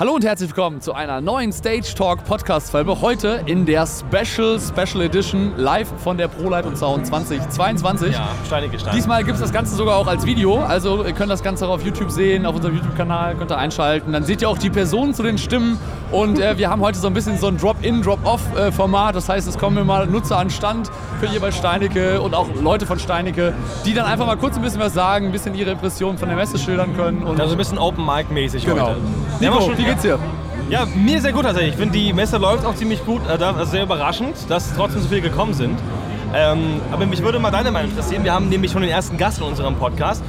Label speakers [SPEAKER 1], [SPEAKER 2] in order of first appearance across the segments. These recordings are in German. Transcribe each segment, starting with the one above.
[SPEAKER 1] Hallo und herzlich willkommen zu einer neuen Stage Talk Podcast Folge. Heute in der Special Special Edition live von der ProLight und Sound 2022.
[SPEAKER 2] Ja, steinig gestanden.
[SPEAKER 1] Diesmal gibt es das Ganze sogar auch als Video. Also ihr könnt das Ganze auch auf YouTube sehen, auf unserem YouTube-Kanal, könnt ihr einschalten. Dann seht ihr auch die Personen zu den Stimmen. Und äh, wir haben heute so ein bisschen so ein Drop-in, Drop-off-Format. Das heißt, es kommen immer Nutzer an Stand für jeweils Steinecke und auch Leute von Steinecke, die dann einfach mal kurz ein bisschen was sagen, ein bisschen ihre Impressionen von der Messe schildern können. Und
[SPEAKER 2] Also ein bisschen Open Mic mäßig
[SPEAKER 1] genau.
[SPEAKER 2] heute. Wir haben auch
[SPEAKER 1] Nico,
[SPEAKER 2] schon-
[SPEAKER 1] wie geht's dir?
[SPEAKER 2] Ja, mir sehr gut tatsächlich. Ich finde, die Messe läuft auch ziemlich gut. Äh, Das ist sehr überraschend, dass trotzdem so viele gekommen sind. Ähm, aber mich würde mal deine Meinung interessieren. Wir haben nämlich schon den ersten Gast in unserem Podcast.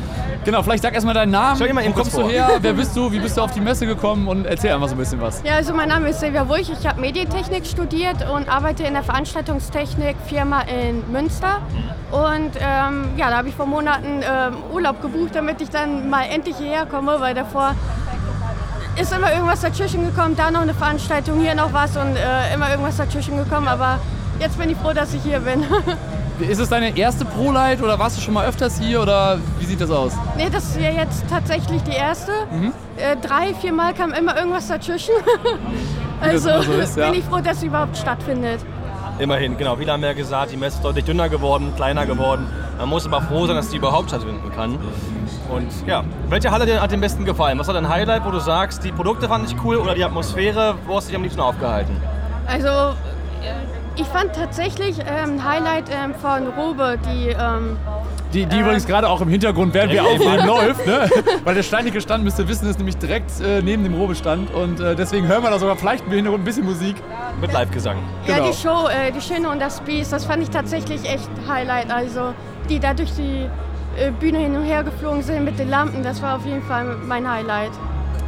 [SPEAKER 1] Genau, vielleicht sag erstmal deinen Namen.
[SPEAKER 2] Stell dir mal
[SPEAKER 1] Wo
[SPEAKER 2] eben kurz
[SPEAKER 1] kommst du
[SPEAKER 2] vor.
[SPEAKER 1] her? Wer bist du? Wie bist du auf die Messe gekommen? Und erzähl einfach so ein bisschen was.
[SPEAKER 3] Ja, also mein Name ist Silvia Wulch, ich habe Medientechnik studiert und arbeite in der Veranstaltungstechnik-Firma in Münster. Und ähm, ja, da habe ich vor Monaten ähm, Urlaub gebucht, damit ich dann mal endlich hierher komme, weil davor ist immer irgendwas dazwischen gekommen, da noch eine Veranstaltung, hier noch was und äh, immer irgendwas dazwischen gekommen, aber jetzt bin ich froh, dass ich hier bin.
[SPEAKER 1] Ist es deine erste ProLight oder warst du schon mal öfters hier oder wie sieht das aus?
[SPEAKER 3] nee, das ist ja jetzt tatsächlich die erste.
[SPEAKER 1] Mhm.
[SPEAKER 3] Äh, drei, vier Mal kam immer irgendwas dazwischen.
[SPEAKER 1] das
[SPEAKER 3] also
[SPEAKER 1] immer so ist, ja.
[SPEAKER 3] bin ich froh, dass sie überhaupt stattfindet.
[SPEAKER 2] Immerhin, genau. Viele haben ja gesagt, die Messe ist deutlich dünner geworden, kleiner geworden. Man muss aber froh sein, dass die überhaupt stattfinden kann. Und ja, welche Halle hat dir- hat dir am besten gefallen? Was war dein Highlight, wo du sagst, die Produkte fand ich cool oder die Atmosphäre? Wo hast du dich am liebsten aufgehalten?
[SPEAKER 3] Also ich fand tatsächlich ähm, ein Highlight ähm, von Robe, die ähm,
[SPEAKER 1] Die, die übrigens gerade auch im Hintergrund, während wir
[SPEAKER 2] Ja, ja,
[SPEAKER 1] aufnehmen, läuft, ne? Weil der steinige Stand, müsst ihr wissen, ist nämlich direkt äh, neben dem Robestand und äh, deswegen hören wir da sogar vielleicht im Hintergrund ein bisschen Musik.
[SPEAKER 2] Mit Live-Gesang.
[SPEAKER 3] ja,
[SPEAKER 1] Genau.
[SPEAKER 3] die Show, äh, die Schöne und das Biest, das fand ich tatsächlich echt Highlight. Also die da durch die äh, Bühne hin und her geflogen sind mit den Lampen, das war auf jeden Fall mein Highlight.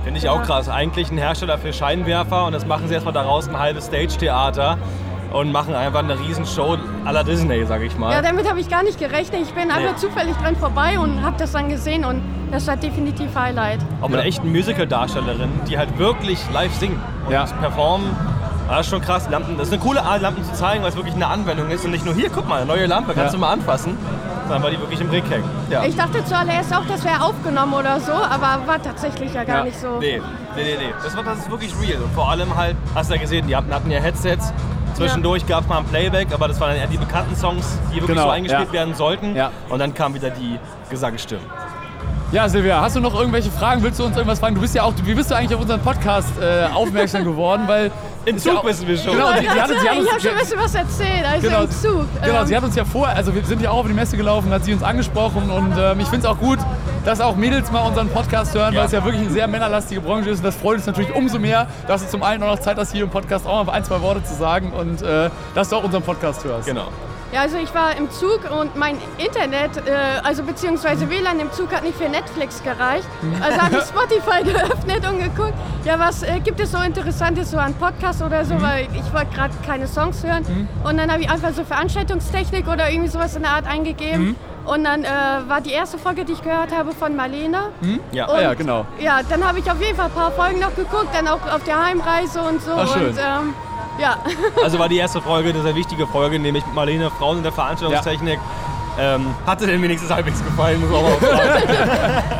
[SPEAKER 2] Finde ich auch krass. Eigentlich ein Hersteller für Scheinwerfer und das machen sie erstmal daraus ein halbes Stage-Theater und machen einfach eine Riesenshow à la Disney, sag ich mal.
[SPEAKER 3] Ja, damit habe ich gar nicht gerechnet. Ich bin einfach zufällig dran vorbei und habe das dann gesehen und das war definitiv Highlight.
[SPEAKER 2] Auch mit echten Musical-Darstellerinnen, die halt wirklich live singen und
[SPEAKER 1] Ja.
[SPEAKER 2] performen. Ah, Das ist schon krass. Lampen, das ist eine coole Art, Lampen zu zeigen, weil es wirklich eine Anwendung ist. Und nicht nur hier, guck mal, eine neue Lampe, kannst
[SPEAKER 1] Ja.
[SPEAKER 2] du mal anfassen. Sondern weil die wirklich im Blick hängen. Ja.
[SPEAKER 3] Ich dachte zuallererst auch, das wäre aufgenommen oder so, aber war tatsächlich ja gar
[SPEAKER 1] Ja,
[SPEAKER 3] nicht so.
[SPEAKER 2] Nee, nee, nee, nee. Das, war, das ist wirklich real. Und vor allem halt, hast du ja gesehen, die hatten, hatten ja Headsets. Zwischendurch gab es mal ein Playback, aber das waren dann eher die bekannten Songs, die wirklich
[SPEAKER 1] Genau,
[SPEAKER 2] so eingespielt
[SPEAKER 1] ja.
[SPEAKER 2] werden sollten.
[SPEAKER 1] Ja.
[SPEAKER 2] Und dann kamen wieder die Gesangsstimmen.
[SPEAKER 1] Ja, Silvia, hast du noch irgendwelche Fragen? Willst du uns irgendwas fragen? Du bist ja auch, wie bist du eigentlich auf unseren Podcast äh, aufmerksam geworden? Weil
[SPEAKER 2] In
[SPEAKER 1] ist ja
[SPEAKER 2] Zug
[SPEAKER 1] auch-
[SPEAKER 2] wissen wir schon.
[SPEAKER 1] Genau, die, die hat, uns-
[SPEAKER 3] ich
[SPEAKER 1] die hat
[SPEAKER 3] habe
[SPEAKER 1] uns,
[SPEAKER 3] schon ein bisschen was erzählt, also
[SPEAKER 1] Genau,
[SPEAKER 3] im Zug.
[SPEAKER 1] Genau,
[SPEAKER 3] ähm,
[SPEAKER 1] sie hat uns ja vor, also wir sind ja auch auf die Messe gelaufen, hat sie uns angesprochen und ähm, ich finde es auch gut, dass auch Mädels mal unseren Podcast hören,
[SPEAKER 2] Ja.
[SPEAKER 1] weil es ja wirklich eine sehr männerlastige Branche ist und das freut uns natürlich umso mehr, dass du zum einen auch noch Zeit hast, hier im Podcast auch mal ein, zwei Worte zu sagen und äh, dass du auch unseren Podcast hörst.
[SPEAKER 2] Genau.
[SPEAKER 3] Ja, also ich war im Zug und mein Internet, äh, also beziehungsweise WLAN im Zug hat nicht für Netflix gereicht. Also habe ich Spotify geöffnet und geguckt, ja, was äh, gibt es so Interessantes, so an Podcasts oder
[SPEAKER 1] Mhm.
[SPEAKER 3] so, weil ich wollte gerade keine Songs hören. Und dann habe ich einfach so Veranstaltungstechnik oder irgendwie sowas in der Art eingegeben.
[SPEAKER 1] Mhm.
[SPEAKER 3] Und dann äh, war die erste Folge, die ich gehört habe, von Marlene.
[SPEAKER 2] Ja.
[SPEAKER 3] Und
[SPEAKER 1] ja, genau.
[SPEAKER 3] Ja, dann habe ich auf jeden Fall ein paar Folgen noch geguckt, dann auch auf der Heimreise und so.
[SPEAKER 1] Ah, schön.
[SPEAKER 3] Und ähm, ja.
[SPEAKER 2] Also war die erste Folge eine sehr wichtige Folge, nämlich mit Marlene Frauen in der Veranstaltungstechnik. Ähm, hat dir denn wenigstens halbwegs gefallen? Muss man auch mal fragen.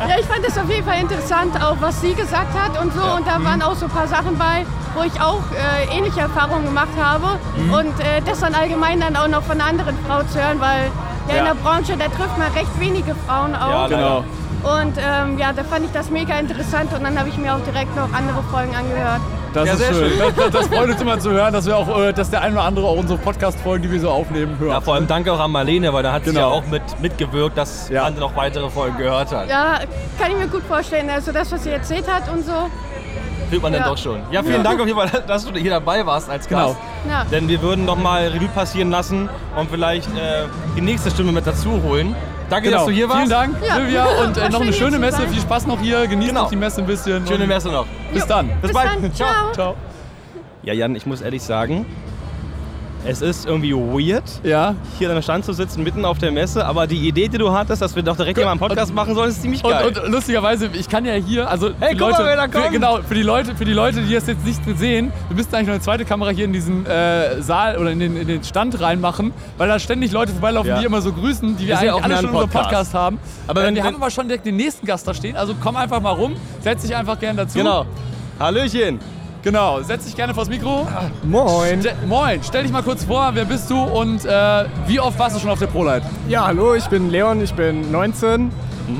[SPEAKER 3] Ja, ich fand es auf jeden Fall interessant, auch was sie gesagt hat und so. Und da
[SPEAKER 2] Mhm.
[SPEAKER 3] waren auch so ein paar Sachen bei, wo ich auch äh, ähnliche Erfahrungen gemacht habe.
[SPEAKER 2] Mhm.
[SPEAKER 3] Und äh, das dann allgemein dann auch noch von einer anderen Frau zu hören, weil ja, in
[SPEAKER 1] Ja.
[SPEAKER 3] der Branche, da trifft man recht wenige Frauen
[SPEAKER 2] Ja,
[SPEAKER 3] auch.
[SPEAKER 1] Genau.
[SPEAKER 3] und ähm, ja, da fand ich das mega interessant und dann habe ich mir auch direkt noch andere Folgen angehört.
[SPEAKER 1] Das
[SPEAKER 2] Ja,
[SPEAKER 1] ist
[SPEAKER 2] sehr
[SPEAKER 1] schön.
[SPEAKER 2] schön.
[SPEAKER 1] Das, das, das freut uns immer zu hören, dass wir auch, äh, dass der ein oder andere auch unsere Podcast-Folgen, die wir so aufnehmen,
[SPEAKER 2] ja,
[SPEAKER 1] hört.
[SPEAKER 2] vor allem danke auch an Marlene, weil da hat sie ja
[SPEAKER 1] Genau.
[SPEAKER 2] auch mit, mitgewirkt, dass
[SPEAKER 1] Ja.
[SPEAKER 2] man noch weitere Folgen gehört hat.
[SPEAKER 3] Ja, kann ich mir gut vorstellen. Also das, was sie erzählt hat und so.
[SPEAKER 2] Fühlt man dann
[SPEAKER 3] Ja.
[SPEAKER 2] doch schon. Ja, vielen Dank auf jeden Fall, dass du hier dabei warst als Gast.
[SPEAKER 1] Genau.
[SPEAKER 3] Ja.
[SPEAKER 2] Denn wir würden nochmal Revue passieren lassen und vielleicht äh, die nächste Stimme mit dazu holen. Danke, dass du hier warst.
[SPEAKER 1] Genau. Vielen Dank,
[SPEAKER 3] Ja.
[SPEAKER 1] Silvia, und äh,
[SPEAKER 3] War
[SPEAKER 1] noch eine
[SPEAKER 3] schön, hier
[SPEAKER 1] schöne
[SPEAKER 3] zu
[SPEAKER 1] Messe.
[SPEAKER 3] sein.
[SPEAKER 1] Viel Spaß noch hier. Genießt
[SPEAKER 2] Genau.
[SPEAKER 1] noch die Messe ein bisschen.
[SPEAKER 2] Schöne
[SPEAKER 1] und
[SPEAKER 2] Messe noch.
[SPEAKER 1] Bis
[SPEAKER 3] Jo.
[SPEAKER 1] dann.
[SPEAKER 2] Bis
[SPEAKER 3] Bis
[SPEAKER 2] bald.
[SPEAKER 3] dann.
[SPEAKER 2] Ciao.
[SPEAKER 3] Ciao.
[SPEAKER 1] Ciao.
[SPEAKER 2] Ja, Jan, ich muss ehrlich sagen, es ist irgendwie weird,
[SPEAKER 1] Ja.
[SPEAKER 2] hier an einem Stand zu sitzen, mitten auf der Messe. Aber die Idee, die du hattest, dass wir doch direkt hier mal einen Podcast machen sollen, ist ziemlich geil.
[SPEAKER 1] Und, und lustigerweise, ich kann ja hier, also
[SPEAKER 2] Hey,
[SPEAKER 1] für
[SPEAKER 2] guck
[SPEAKER 1] Leute,
[SPEAKER 2] mal, wer da
[SPEAKER 1] Für,
[SPEAKER 2] kommt.
[SPEAKER 1] genau, für die Leute, für die Leute, die das jetzt nicht sehen, wir müssten eigentlich noch eine zweite Kamera hier in diesen äh, Saal oder in den, in den Stand reinmachen, weil da ständig Leute vorbeilaufen,
[SPEAKER 2] Ja.
[SPEAKER 1] die immer so grüßen, die wir
[SPEAKER 2] Ist
[SPEAKER 1] eigentlich
[SPEAKER 2] ja auch
[SPEAKER 1] alle
[SPEAKER 2] mehr
[SPEAKER 1] schon
[SPEAKER 2] ein
[SPEAKER 1] in unserem
[SPEAKER 2] Podcast.
[SPEAKER 1] Podcast haben.
[SPEAKER 2] Aber
[SPEAKER 1] äh,
[SPEAKER 2] wenn-
[SPEAKER 1] wir haben
[SPEAKER 2] wenn-
[SPEAKER 1] aber schon direkt den nächsten Gast da stehen, also komm einfach mal rum, setz dich einfach gerne dazu.
[SPEAKER 2] Genau. Hallöchen.
[SPEAKER 1] Genau, setz dich gerne vors Mikro.
[SPEAKER 4] Moin.
[SPEAKER 1] Ste Moin, stell dich mal kurz vor, wer bist du und äh, wie oft warst du schon auf der ProLight?
[SPEAKER 4] Ja, hallo, ich bin Leon, ich bin 19.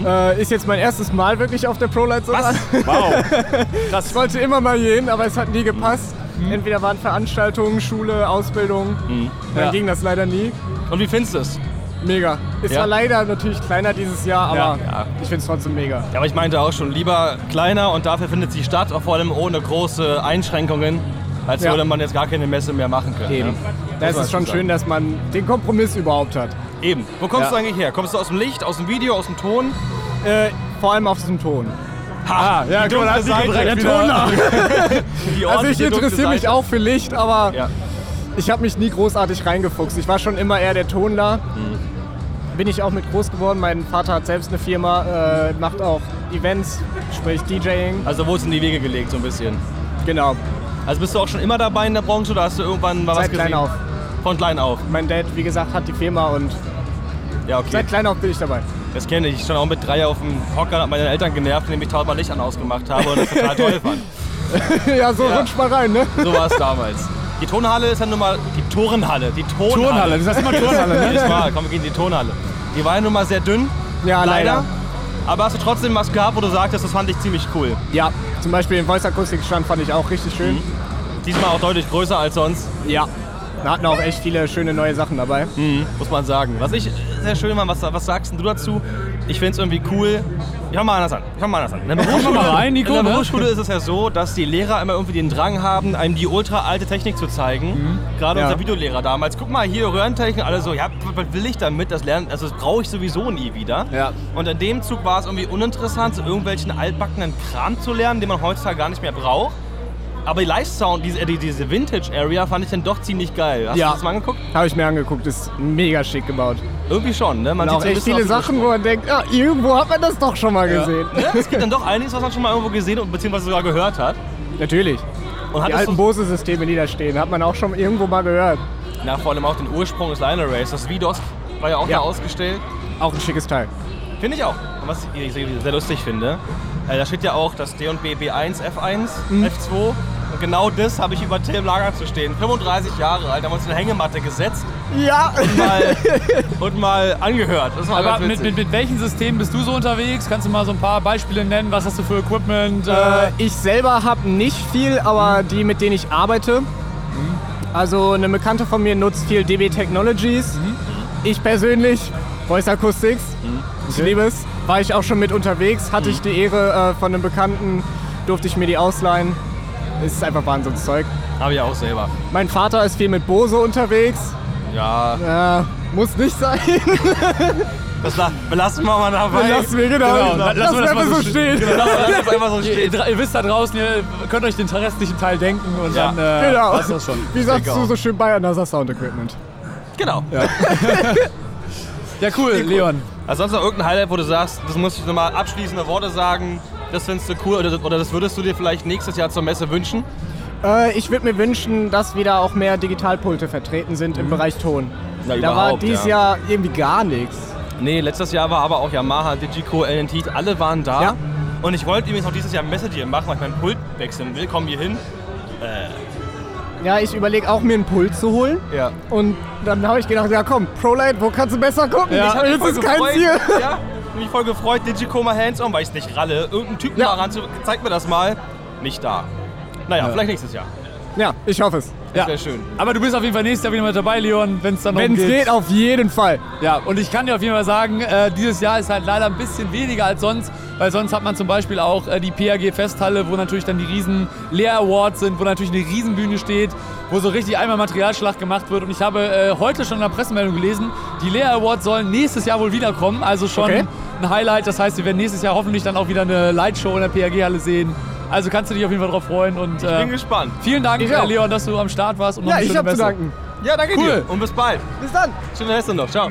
[SPEAKER 4] Äh, ist jetzt mein erstes Mal wirklich auf der ProLight sogar.
[SPEAKER 1] Wow. Krass.
[SPEAKER 4] Ich wollte immer mal gehen, aber es hat nie gepasst. Entweder waren Veranstaltungen, Schule, Ausbildung. Dann
[SPEAKER 1] Ja.
[SPEAKER 4] ging das leider nie.
[SPEAKER 2] Und wie findest du es?
[SPEAKER 4] Mega. Es
[SPEAKER 2] Ja.
[SPEAKER 4] war leider natürlich kleiner dieses Jahr, aber
[SPEAKER 2] Ja. Ja.
[SPEAKER 4] ich finde es trotzdem mega.
[SPEAKER 2] Ja, aber ich meinte auch schon, lieber kleiner und dafür findet sie statt, auch vor allem ohne große Einschränkungen, als
[SPEAKER 4] Ja.
[SPEAKER 2] würde man jetzt gar keine Messe mehr machen können.
[SPEAKER 4] Eben.
[SPEAKER 2] ne?
[SPEAKER 4] Da ist
[SPEAKER 2] Muss man
[SPEAKER 4] es schon
[SPEAKER 2] dazu sagen.
[SPEAKER 4] schön, dass man den Kompromiss überhaupt hat.
[SPEAKER 2] Eben. Wo kommst
[SPEAKER 1] Ja.
[SPEAKER 2] du eigentlich her? Kommst du aus dem Licht, aus dem Video, aus dem Ton?
[SPEAKER 4] Äh, vor allem auf dem Ton. Ah,
[SPEAKER 2] Ha,
[SPEAKER 1] ja,
[SPEAKER 2] die
[SPEAKER 1] guck mal, da
[SPEAKER 2] dunkle
[SPEAKER 1] hat sie
[SPEAKER 2] Seite.
[SPEAKER 1] direkt
[SPEAKER 2] Der
[SPEAKER 1] wieder-
[SPEAKER 2] Toner. Die
[SPEAKER 4] Also ich
[SPEAKER 2] ordentliche dunkle
[SPEAKER 4] interessiere mich
[SPEAKER 2] Seite.
[SPEAKER 4] auch für Licht, aber
[SPEAKER 2] Ja.
[SPEAKER 4] ich habe mich nie großartig reingefuchst. Ich war schon immer eher der Tonler. Bin ich auch mit groß geworden. Mein Vater hat selbst eine Firma, äh, macht auch Events, sprich DJing.
[SPEAKER 2] Also wurdest in die Wege gelegt so ein bisschen.
[SPEAKER 4] Genau,
[SPEAKER 2] Also bist du auch schon immer dabei in der Branche oder hast du irgendwann mal was
[SPEAKER 4] seit
[SPEAKER 2] gesehen?
[SPEAKER 4] klein auf.
[SPEAKER 2] Von klein auf.
[SPEAKER 4] Mein Dad, wie gesagt, hat die Firma und
[SPEAKER 2] Ja, okay.
[SPEAKER 4] seit klein auf bin ich dabei.
[SPEAKER 2] Das kenne ich. Ich stand auch mit drei auf dem Hocker und hab meine Eltern genervt, indem ich tausendmal Licht an ausgemacht habe und das total toll fand.
[SPEAKER 4] ja, so
[SPEAKER 2] Ja.
[SPEAKER 4] rutscht mal rein, ne?
[SPEAKER 2] So war es damals. Die Tonhalle ist ja nun mal. Die Turnhalle. Die Tonhalle.
[SPEAKER 1] Turnhalle, du sagst immer Turnhalle, ne?
[SPEAKER 2] Ja, Nicht wahr. Komm, wir gehen in die Tonhalle. Die war ja nun mal sehr dünn.
[SPEAKER 4] Ja, leider.
[SPEAKER 2] Aber hast du trotzdem was gehabt, wo du sagtest, das fand ich ziemlich cool.
[SPEAKER 4] Ja, zum Beispiel den Voice-Akustik-Stand fand ich auch richtig
[SPEAKER 2] Mhm.
[SPEAKER 4] schön.
[SPEAKER 2] Diesmal auch deutlich größer als sonst,
[SPEAKER 4] Ja. Da hatten auch echt viele schöne neue Sachen dabei.
[SPEAKER 2] Mhm, muss man sagen. Was ich sehr schön fand, was, was sagst denn du dazu? Ich finde es irgendwie cool. Ich fang mal anders an. Ich fang mal anders an. In der Berufsschule,
[SPEAKER 1] mal rein, Nico,
[SPEAKER 2] in
[SPEAKER 1] ne?
[SPEAKER 2] der Berufsschule ist es ja so, dass die Lehrer immer irgendwie den Drang haben, einem die ultra alte Technik zu zeigen.
[SPEAKER 4] Mhm.
[SPEAKER 2] Gerade
[SPEAKER 4] Ja.
[SPEAKER 2] unser Videolehrer damals. Guck mal hier, Röhrentechnik, alle so, ja, was will ich damit? Das lernen, also das brauche ich sowieso nie wieder.
[SPEAKER 1] Ja.
[SPEAKER 2] Und in dem Zug war es irgendwie uninteressant, so irgendwelchen altbackenen Kram zu lernen, den man heutzutage gar nicht mehr braucht. Aber die Live-Sound, diese, äh, die- diese Vintage-Area fand ich dann doch ziemlich geil. Hast
[SPEAKER 4] Ja.
[SPEAKER 2] du das mal angeguckt?
[SPEAKER 4] Habe ich mir angeguckt, ist mega schick gebaut.
[SPEAKER 2] Irgendwie schon, ne? Man
[SPEAKER 4] Und auch
[SPEAKER 2] so ein
[SPEAKER 4] echt
[SPEAKER 2] bisschen
[SPEAKER 4] viele
[SPEAKER 2] auf die-
[SPEAKER 4] Sachen, wo man denkt, ja, irgendwo hat man das doch schon mal gesehen.
[SPEAKER 2] Ne? Es gibt dann doch einiges, was man schon mal irgendwo gesehen und beziehungsweise sogar gehört hat.
[SPEAKER 4] Natürlich.
[SPEAKER 2] Und hat
[SPEAKER 4] Die
[SPEAKER 2] das
[SPEAKER 4] alten
[SPEAKER 2] so,
[SPEAKER 4] Bose-Systeme, die da stehen, hat man auch schon irgendwo mal gehört.
[SPEAKER 2] na, vor allem auch den Ursprung des Lionel Race. Das Vidos war ja auch
[SPEAKER 4] Ja.
[SPEAKER 2] da ausgestellt.
[SPEAKER 4] Auch ein schickes Teil.
[SPEAKER 2] Finde ich auch. Und was ich sehr lustig finde, äh, da steht ja auch das D&B B1, F1,
[SPEAKER 4] Mhm.
[SPEAKER 2] F2. Und genau das habe ich über Till im Lager zu stehen. 35 Jahre alt, haben wir uns eine Hängematte gesetzt
[SPEAKER 4] Ja!
[SPEAKER 2] mal, und mal Äh, angehört. Das war
[SPEAKER 1] Aber
[SPEAKER 2] ganz
[SPEAKER 1] mit,
[SPEAKER 2] witzig.
[SPEAKER 1] mit, mit welchen Systemen bist du so unterwegs? Kannst du mal so ein paar Beispiele nennen? Was hast du für Equipment?
[SPEAKER 4] Äh, ich selber habe nicht viel, aber die, mit denen ich arbeite. Also eine Bekannte von mir nutzt viel DB Technologies. Ich persönlich, Voice Acoustics. Ich liebe es. War ich auch schon mit unterwegs, hatte
[SPEAKER 1] Mhm.
[SPEAKER 4] ich die Ehre äh, von einem Bekannten, durfte ich mir die ausleihen. Es ist einfach Wahnsinnszeug.
[SPEAKER 2] Habe ich auch selber.
[SPEAKER 4] Mein Vater ist viel mit Bose unterwegs.
[SPEAKER 2] Ja,
[SPEAKER 4] Äh, muss nicht sein.
[SPEAKER 2] das la- belassen wir mal dabei.
[SPEAKER 4] Lass mir genau.
[SPEAKER 1] genau, la- lassen
[SPEAKER 4] Lass
[SPEAKER 1] wir das
[SPEAKER 4] einfach
[SPEAKER 1] mal so
[SPEAKER 4] so stehen.
[SPEAKER 2] Lassen wir das Genau, einfach so
[SPEAKER 1] ihr,
[SPEAKER 2] stehen.
[SPEAKER 1] ihr, ihr wisst da draußen, ihr könnt euch den restlichen Teil denken und
[SPEAKER 2] Ja.
[SPEAKER 1] dann äh,
[SPEAKER 4] Genau.
[SPEAKER 1] passt das schon.
[SPEAKER 4] Wie sagst
[SPEAKER 2] denke
[SPEAKER 4] du
[SPEAKER 2] auch.
[SPEAKER 4] so schön Bayern, das ist Sound Equipment.
[SPEAKER 2] Genau.
[SPEAKER 1] Ja, cool, Leon.
[SPEAKER 2] Also sonst noch irgendein Highlight, wo du sagst, das muss ich nochmal abschließende Worte sagen, das findest du cool oder, oder das würdest du dir vielleicht nächstes Jahr zur Messe wünschen?
[SPEAKER 4] Äh, ich würde mir wünschen, dass wieder auch mehr Digitalpulte vertreten sind im Bereich Ton.
[SPEAKER 2] Mhm. Na,
[SPEAKER 4] da war
[SPEAKER 2] überhaupt,
[SPEAKER 4] dieses Jahr irgendwie gar nichts.
[SPEAKER 2] Nee, letztes Jahr war aber auch Yamaha, Digico, LNT, alle waren da.
[SPEAKER 4] Ja.
[SPEAKER 2] Und ich wollte übrigens auch dieses Jahr ein Messedeal machen, weil ich meinen Pult wechseln will. Komm hier hin.
[SPEAKER 4] Ja, ich überlege auch, mir einen Pult zu holen.
[SPEAKER 2] Ja.
[SPEAKER 4] Und dann habe ich gedacht, ja komm, ProLight, wo kannst du besser gucken?
[SPEAKER 1] Ja,
[SPEAKER 4] ich hab jetzt ist kein
[SPEAKER 2] gefreut.
[SPEAKER 4] Ziel.
[SPEAKER 2] Ja, ich hab mich voll gefreut, Digico mal hands on, weil ich es nicht ralle. Irgendein Typ
[SPEAKER 4] Ja.
[SPEAKER 2] mal ran zu, zeig mir das mal. Nicht da. Naja, vielleicht nächstes Jahr.
[SPEAKER 4] Ja, ich hoffe es.
[SPEAKER 1] Ja.
[SPEAKER 2] Sehr schön.
[SPEAKER 1] Aber du bist auf jeden Fall nächstes Jahr wieder mit dabei, Leon, wenn es dann
[SPEAKER 4] Wenn es
[SPEAKER 1] umgeht.
[SPEAKER 4] geht, auf jeden Fall.
[SPEAKER 1] Ja, und ich kann dir auf jeden Fall sagen, äh, dieses Jahr ist halt leider ein bisschen weniger als sonst, weil sonst hat man zum Beispiel auch äh, die PAG-Festhalle, wo natürlich dann die riesen Lehr-Awards sind, wo natürlich eine Riesenbühne steht, wo so richtig einmal Materialschlag gemacht wird. Und ich habe äh, heute schon in der Pressemeldung gelesen, die Lehr-Awards sollen nächstes Jahr wohl wiederkommen, also schon
[SPEAKER 4] Okay.
[SPEAKER 1] ein Highlight. Das heißt, wir werden nächstes Jahr hoffentlich dann auch wieder eine Lightshow in der PAG-Halle sehen. Also kannst du dich auf jeden Fall drauf freuen und
[SPEAKER 2] Ich
[SPEAKER 1] äh,
[SPEAKER 2] bin gespannt.
[SPEAKER 1] vielen Dank,
[SPEAKER 4] Ich auch.
[SPEAKER 1] äh, Leon, dass du am Start warst. Und noch
[SPEAKER 4] Ja,
[SPEAKER 1] eine
[SPEAKER 4] ich
[SPEAKER 1] schöne
[SPEAKER 4] habe zu
[SPEAKER 1] Messe.
[SPEAKER 4] danken.
[SPEAKER 2] Ja, danke
[SPEAKER 1] Cool.
[SPEAKER 2] dir. Und bis bald.
[SPEAKER 4] Bis dann.
[SPEAKER 2] Schöne Reste noch. Ciao.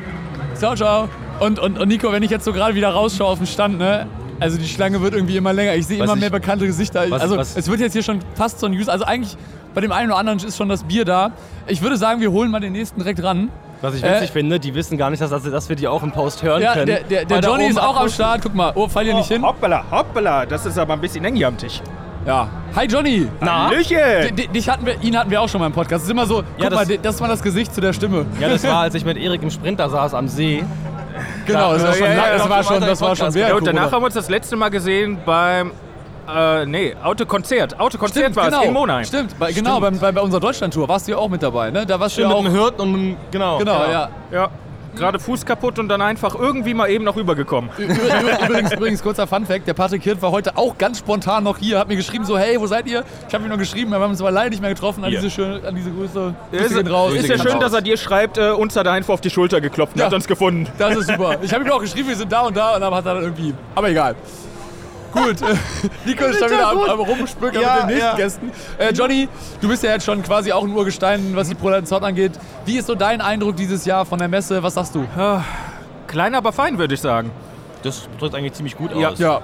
[SPEAKER 1] Ciao, ciao. Und, und, und Nico, wenn ich jetzt so gerade wieder rausschaue auf den Stand, ne? Also die Schlange wird irgendwie immer länger. Ich sehe
[SPEAKER 2] Was
[SPEAKER 1] immer
[SPEAKER 2] ich-
[SPEAKER 1] mehr bekannte Gesichter.
[SPEAKER 2] was-
[SPEAKER 1] also
[SPEAKER 2] was-
[SPEAKER 1] es wird jetzt hier schon fast so ein User. Also eigentlich bei dem einen oder anderen ist schon das Bier da. Ich würde sagen, wir holen mal den nächsten direkt ran.
[SPEAKER 2] Was ich
[SPEAKER 1] Äh,
[SPEAKER 2] witzig finde, die wissen gar nicht, dass, dass, dass wir die auch im Post hören
[SPEAKER 1] Ja,
[SPEAKER 2] können.
[SPEAKER 1] der, der, der
[SPEAKER 2] Weil da
[SPEAKER 1] Johnny
[SPEAKER 2] oben
[SPEAKER 1] ist auch am
[SPEAKER 2] abrufen.
[SPEAKER 1] Start. Guck mal, oh, fall hier nicht hin.
[SPEAKER 5] Hoppala, hoppala, das ist aber ein bisschen eng hier am Tisch.
[SPEAKER 1] Ja. Hi Johnny!
[SPEAKER 2] Na?
[SPEAKER 1] D-
[SPEAKER 4] Hallöchen!
[SPEAKER 1] d- Dich hatten wir, ihn hatten wir auch schon mal im Podcast. Es ist immer so, guck
[SPEAKER 2] das-
[SPEAKER 1] mal, d- das war das Gesicht zu der Stimme.
[SPEAKER 2] Ja, das war, als ich mit Erik im Sprinter saß am See.
[SPEAKER 1] Genau, das war schon,
[SPEAKER 4] ja, ja,
[SPEAKER 1] lang- das
[SPEAKER 2] noch
[SPEAKER 1] war
[SPEAKER 2] im
[SPEAKER 1] schon, das war
[SPEAKER 2] Podcast,
[SPEAKER 1] schon während
[SPEAKER 2] Ja,
[SPEAKER 5] Ja, und danach
[SPEAKER 1] Corona.
[SPEAKER 5] haben wir uns das letzte Mal gesehen beim. Äh, nee, Autokonzert. Autokonzert
[SPEAKER 1] Stimmt,
[SPEAKER 5] war
[SPEAKER 1] genau.
[SPEAKER 5] es in Monheim.
[SPEAKER 1] Stimmt, bei, genau, bei, bei, bei unserer Deutschlandtour warst du ja auch mit dabei, ne? Da warst du ja
[SPEAKER 2] Mit
[SPEAKER 1] auch.
[SPEAKER 2] einem Hirten und einem, genau.
[SPEAKER 1] Genau, ja.
[SPEAKER 5] Ja. Gerade Fuß kaputt und dann einfach irgendwie mal eben noch rübergekommen.
[SPEAKER 1] Ü- ü- ü- Übrigens, übrigens, kurzer Funfact: Der Patrick Hirt war heute auch ganz spontan noch hier, hat mir geschrieben, so, hey, wo seid ihr? Ich habe ihm nur geschrieben, aber wir haben uns aber leider nicht mehr getroffen. An
[SPEAKER 2] Hier.
[SPEAKER 1] diese, schöne, an diese Grüße. Grüße
[SPEAKER 5] Ist,
[SPEAKER 1] gehen raus.
[SPEAKER 5] ist
[SPEAKER 1] Grüße
[SPEAKER 5] ja
[SPEAKER 1] gehen
[SPEAKER 5] schön,
[SPEAKER 1] raus.
[SPEAKER 5] dass er dir schreibt, äh, uns hat er einfach auf die Schulter geklopft und
[SPEAKER 1] Ja.
[SPEAKER 5] hat uns gefunden.
[SPEAKER 1] Das ist super. Ich habe ihm auch geschrieben, wir sind da und da und dann hat er dann irgendwie. Aber egal. Gut, äh, Nico ist schon wieder am, am Rumspücken
[SPEAKER 2] Ja,
[SPEAKER 1] mit den nächsten
[SPEAKER 2] ja.
[SPEAKER 1] Gästen. Äh, Johnny, du bist ja jetzt schon quasi auch ein Urgestein, was die Proleten Sound angeht. Wie ist so dein Eindruck dieses Jahr von der Messe? Was sagst du?
[SPEAKER 2] Ah,
[SPEAKER 5] Klein, aber fein, würde ich sagen.
[SPEAKER 2] Das drückt eigentlich ziemlich gut
[SPEAKER 5] Ja.
[SPEAKER 2] aus,
[SPEAKER 1] Ja,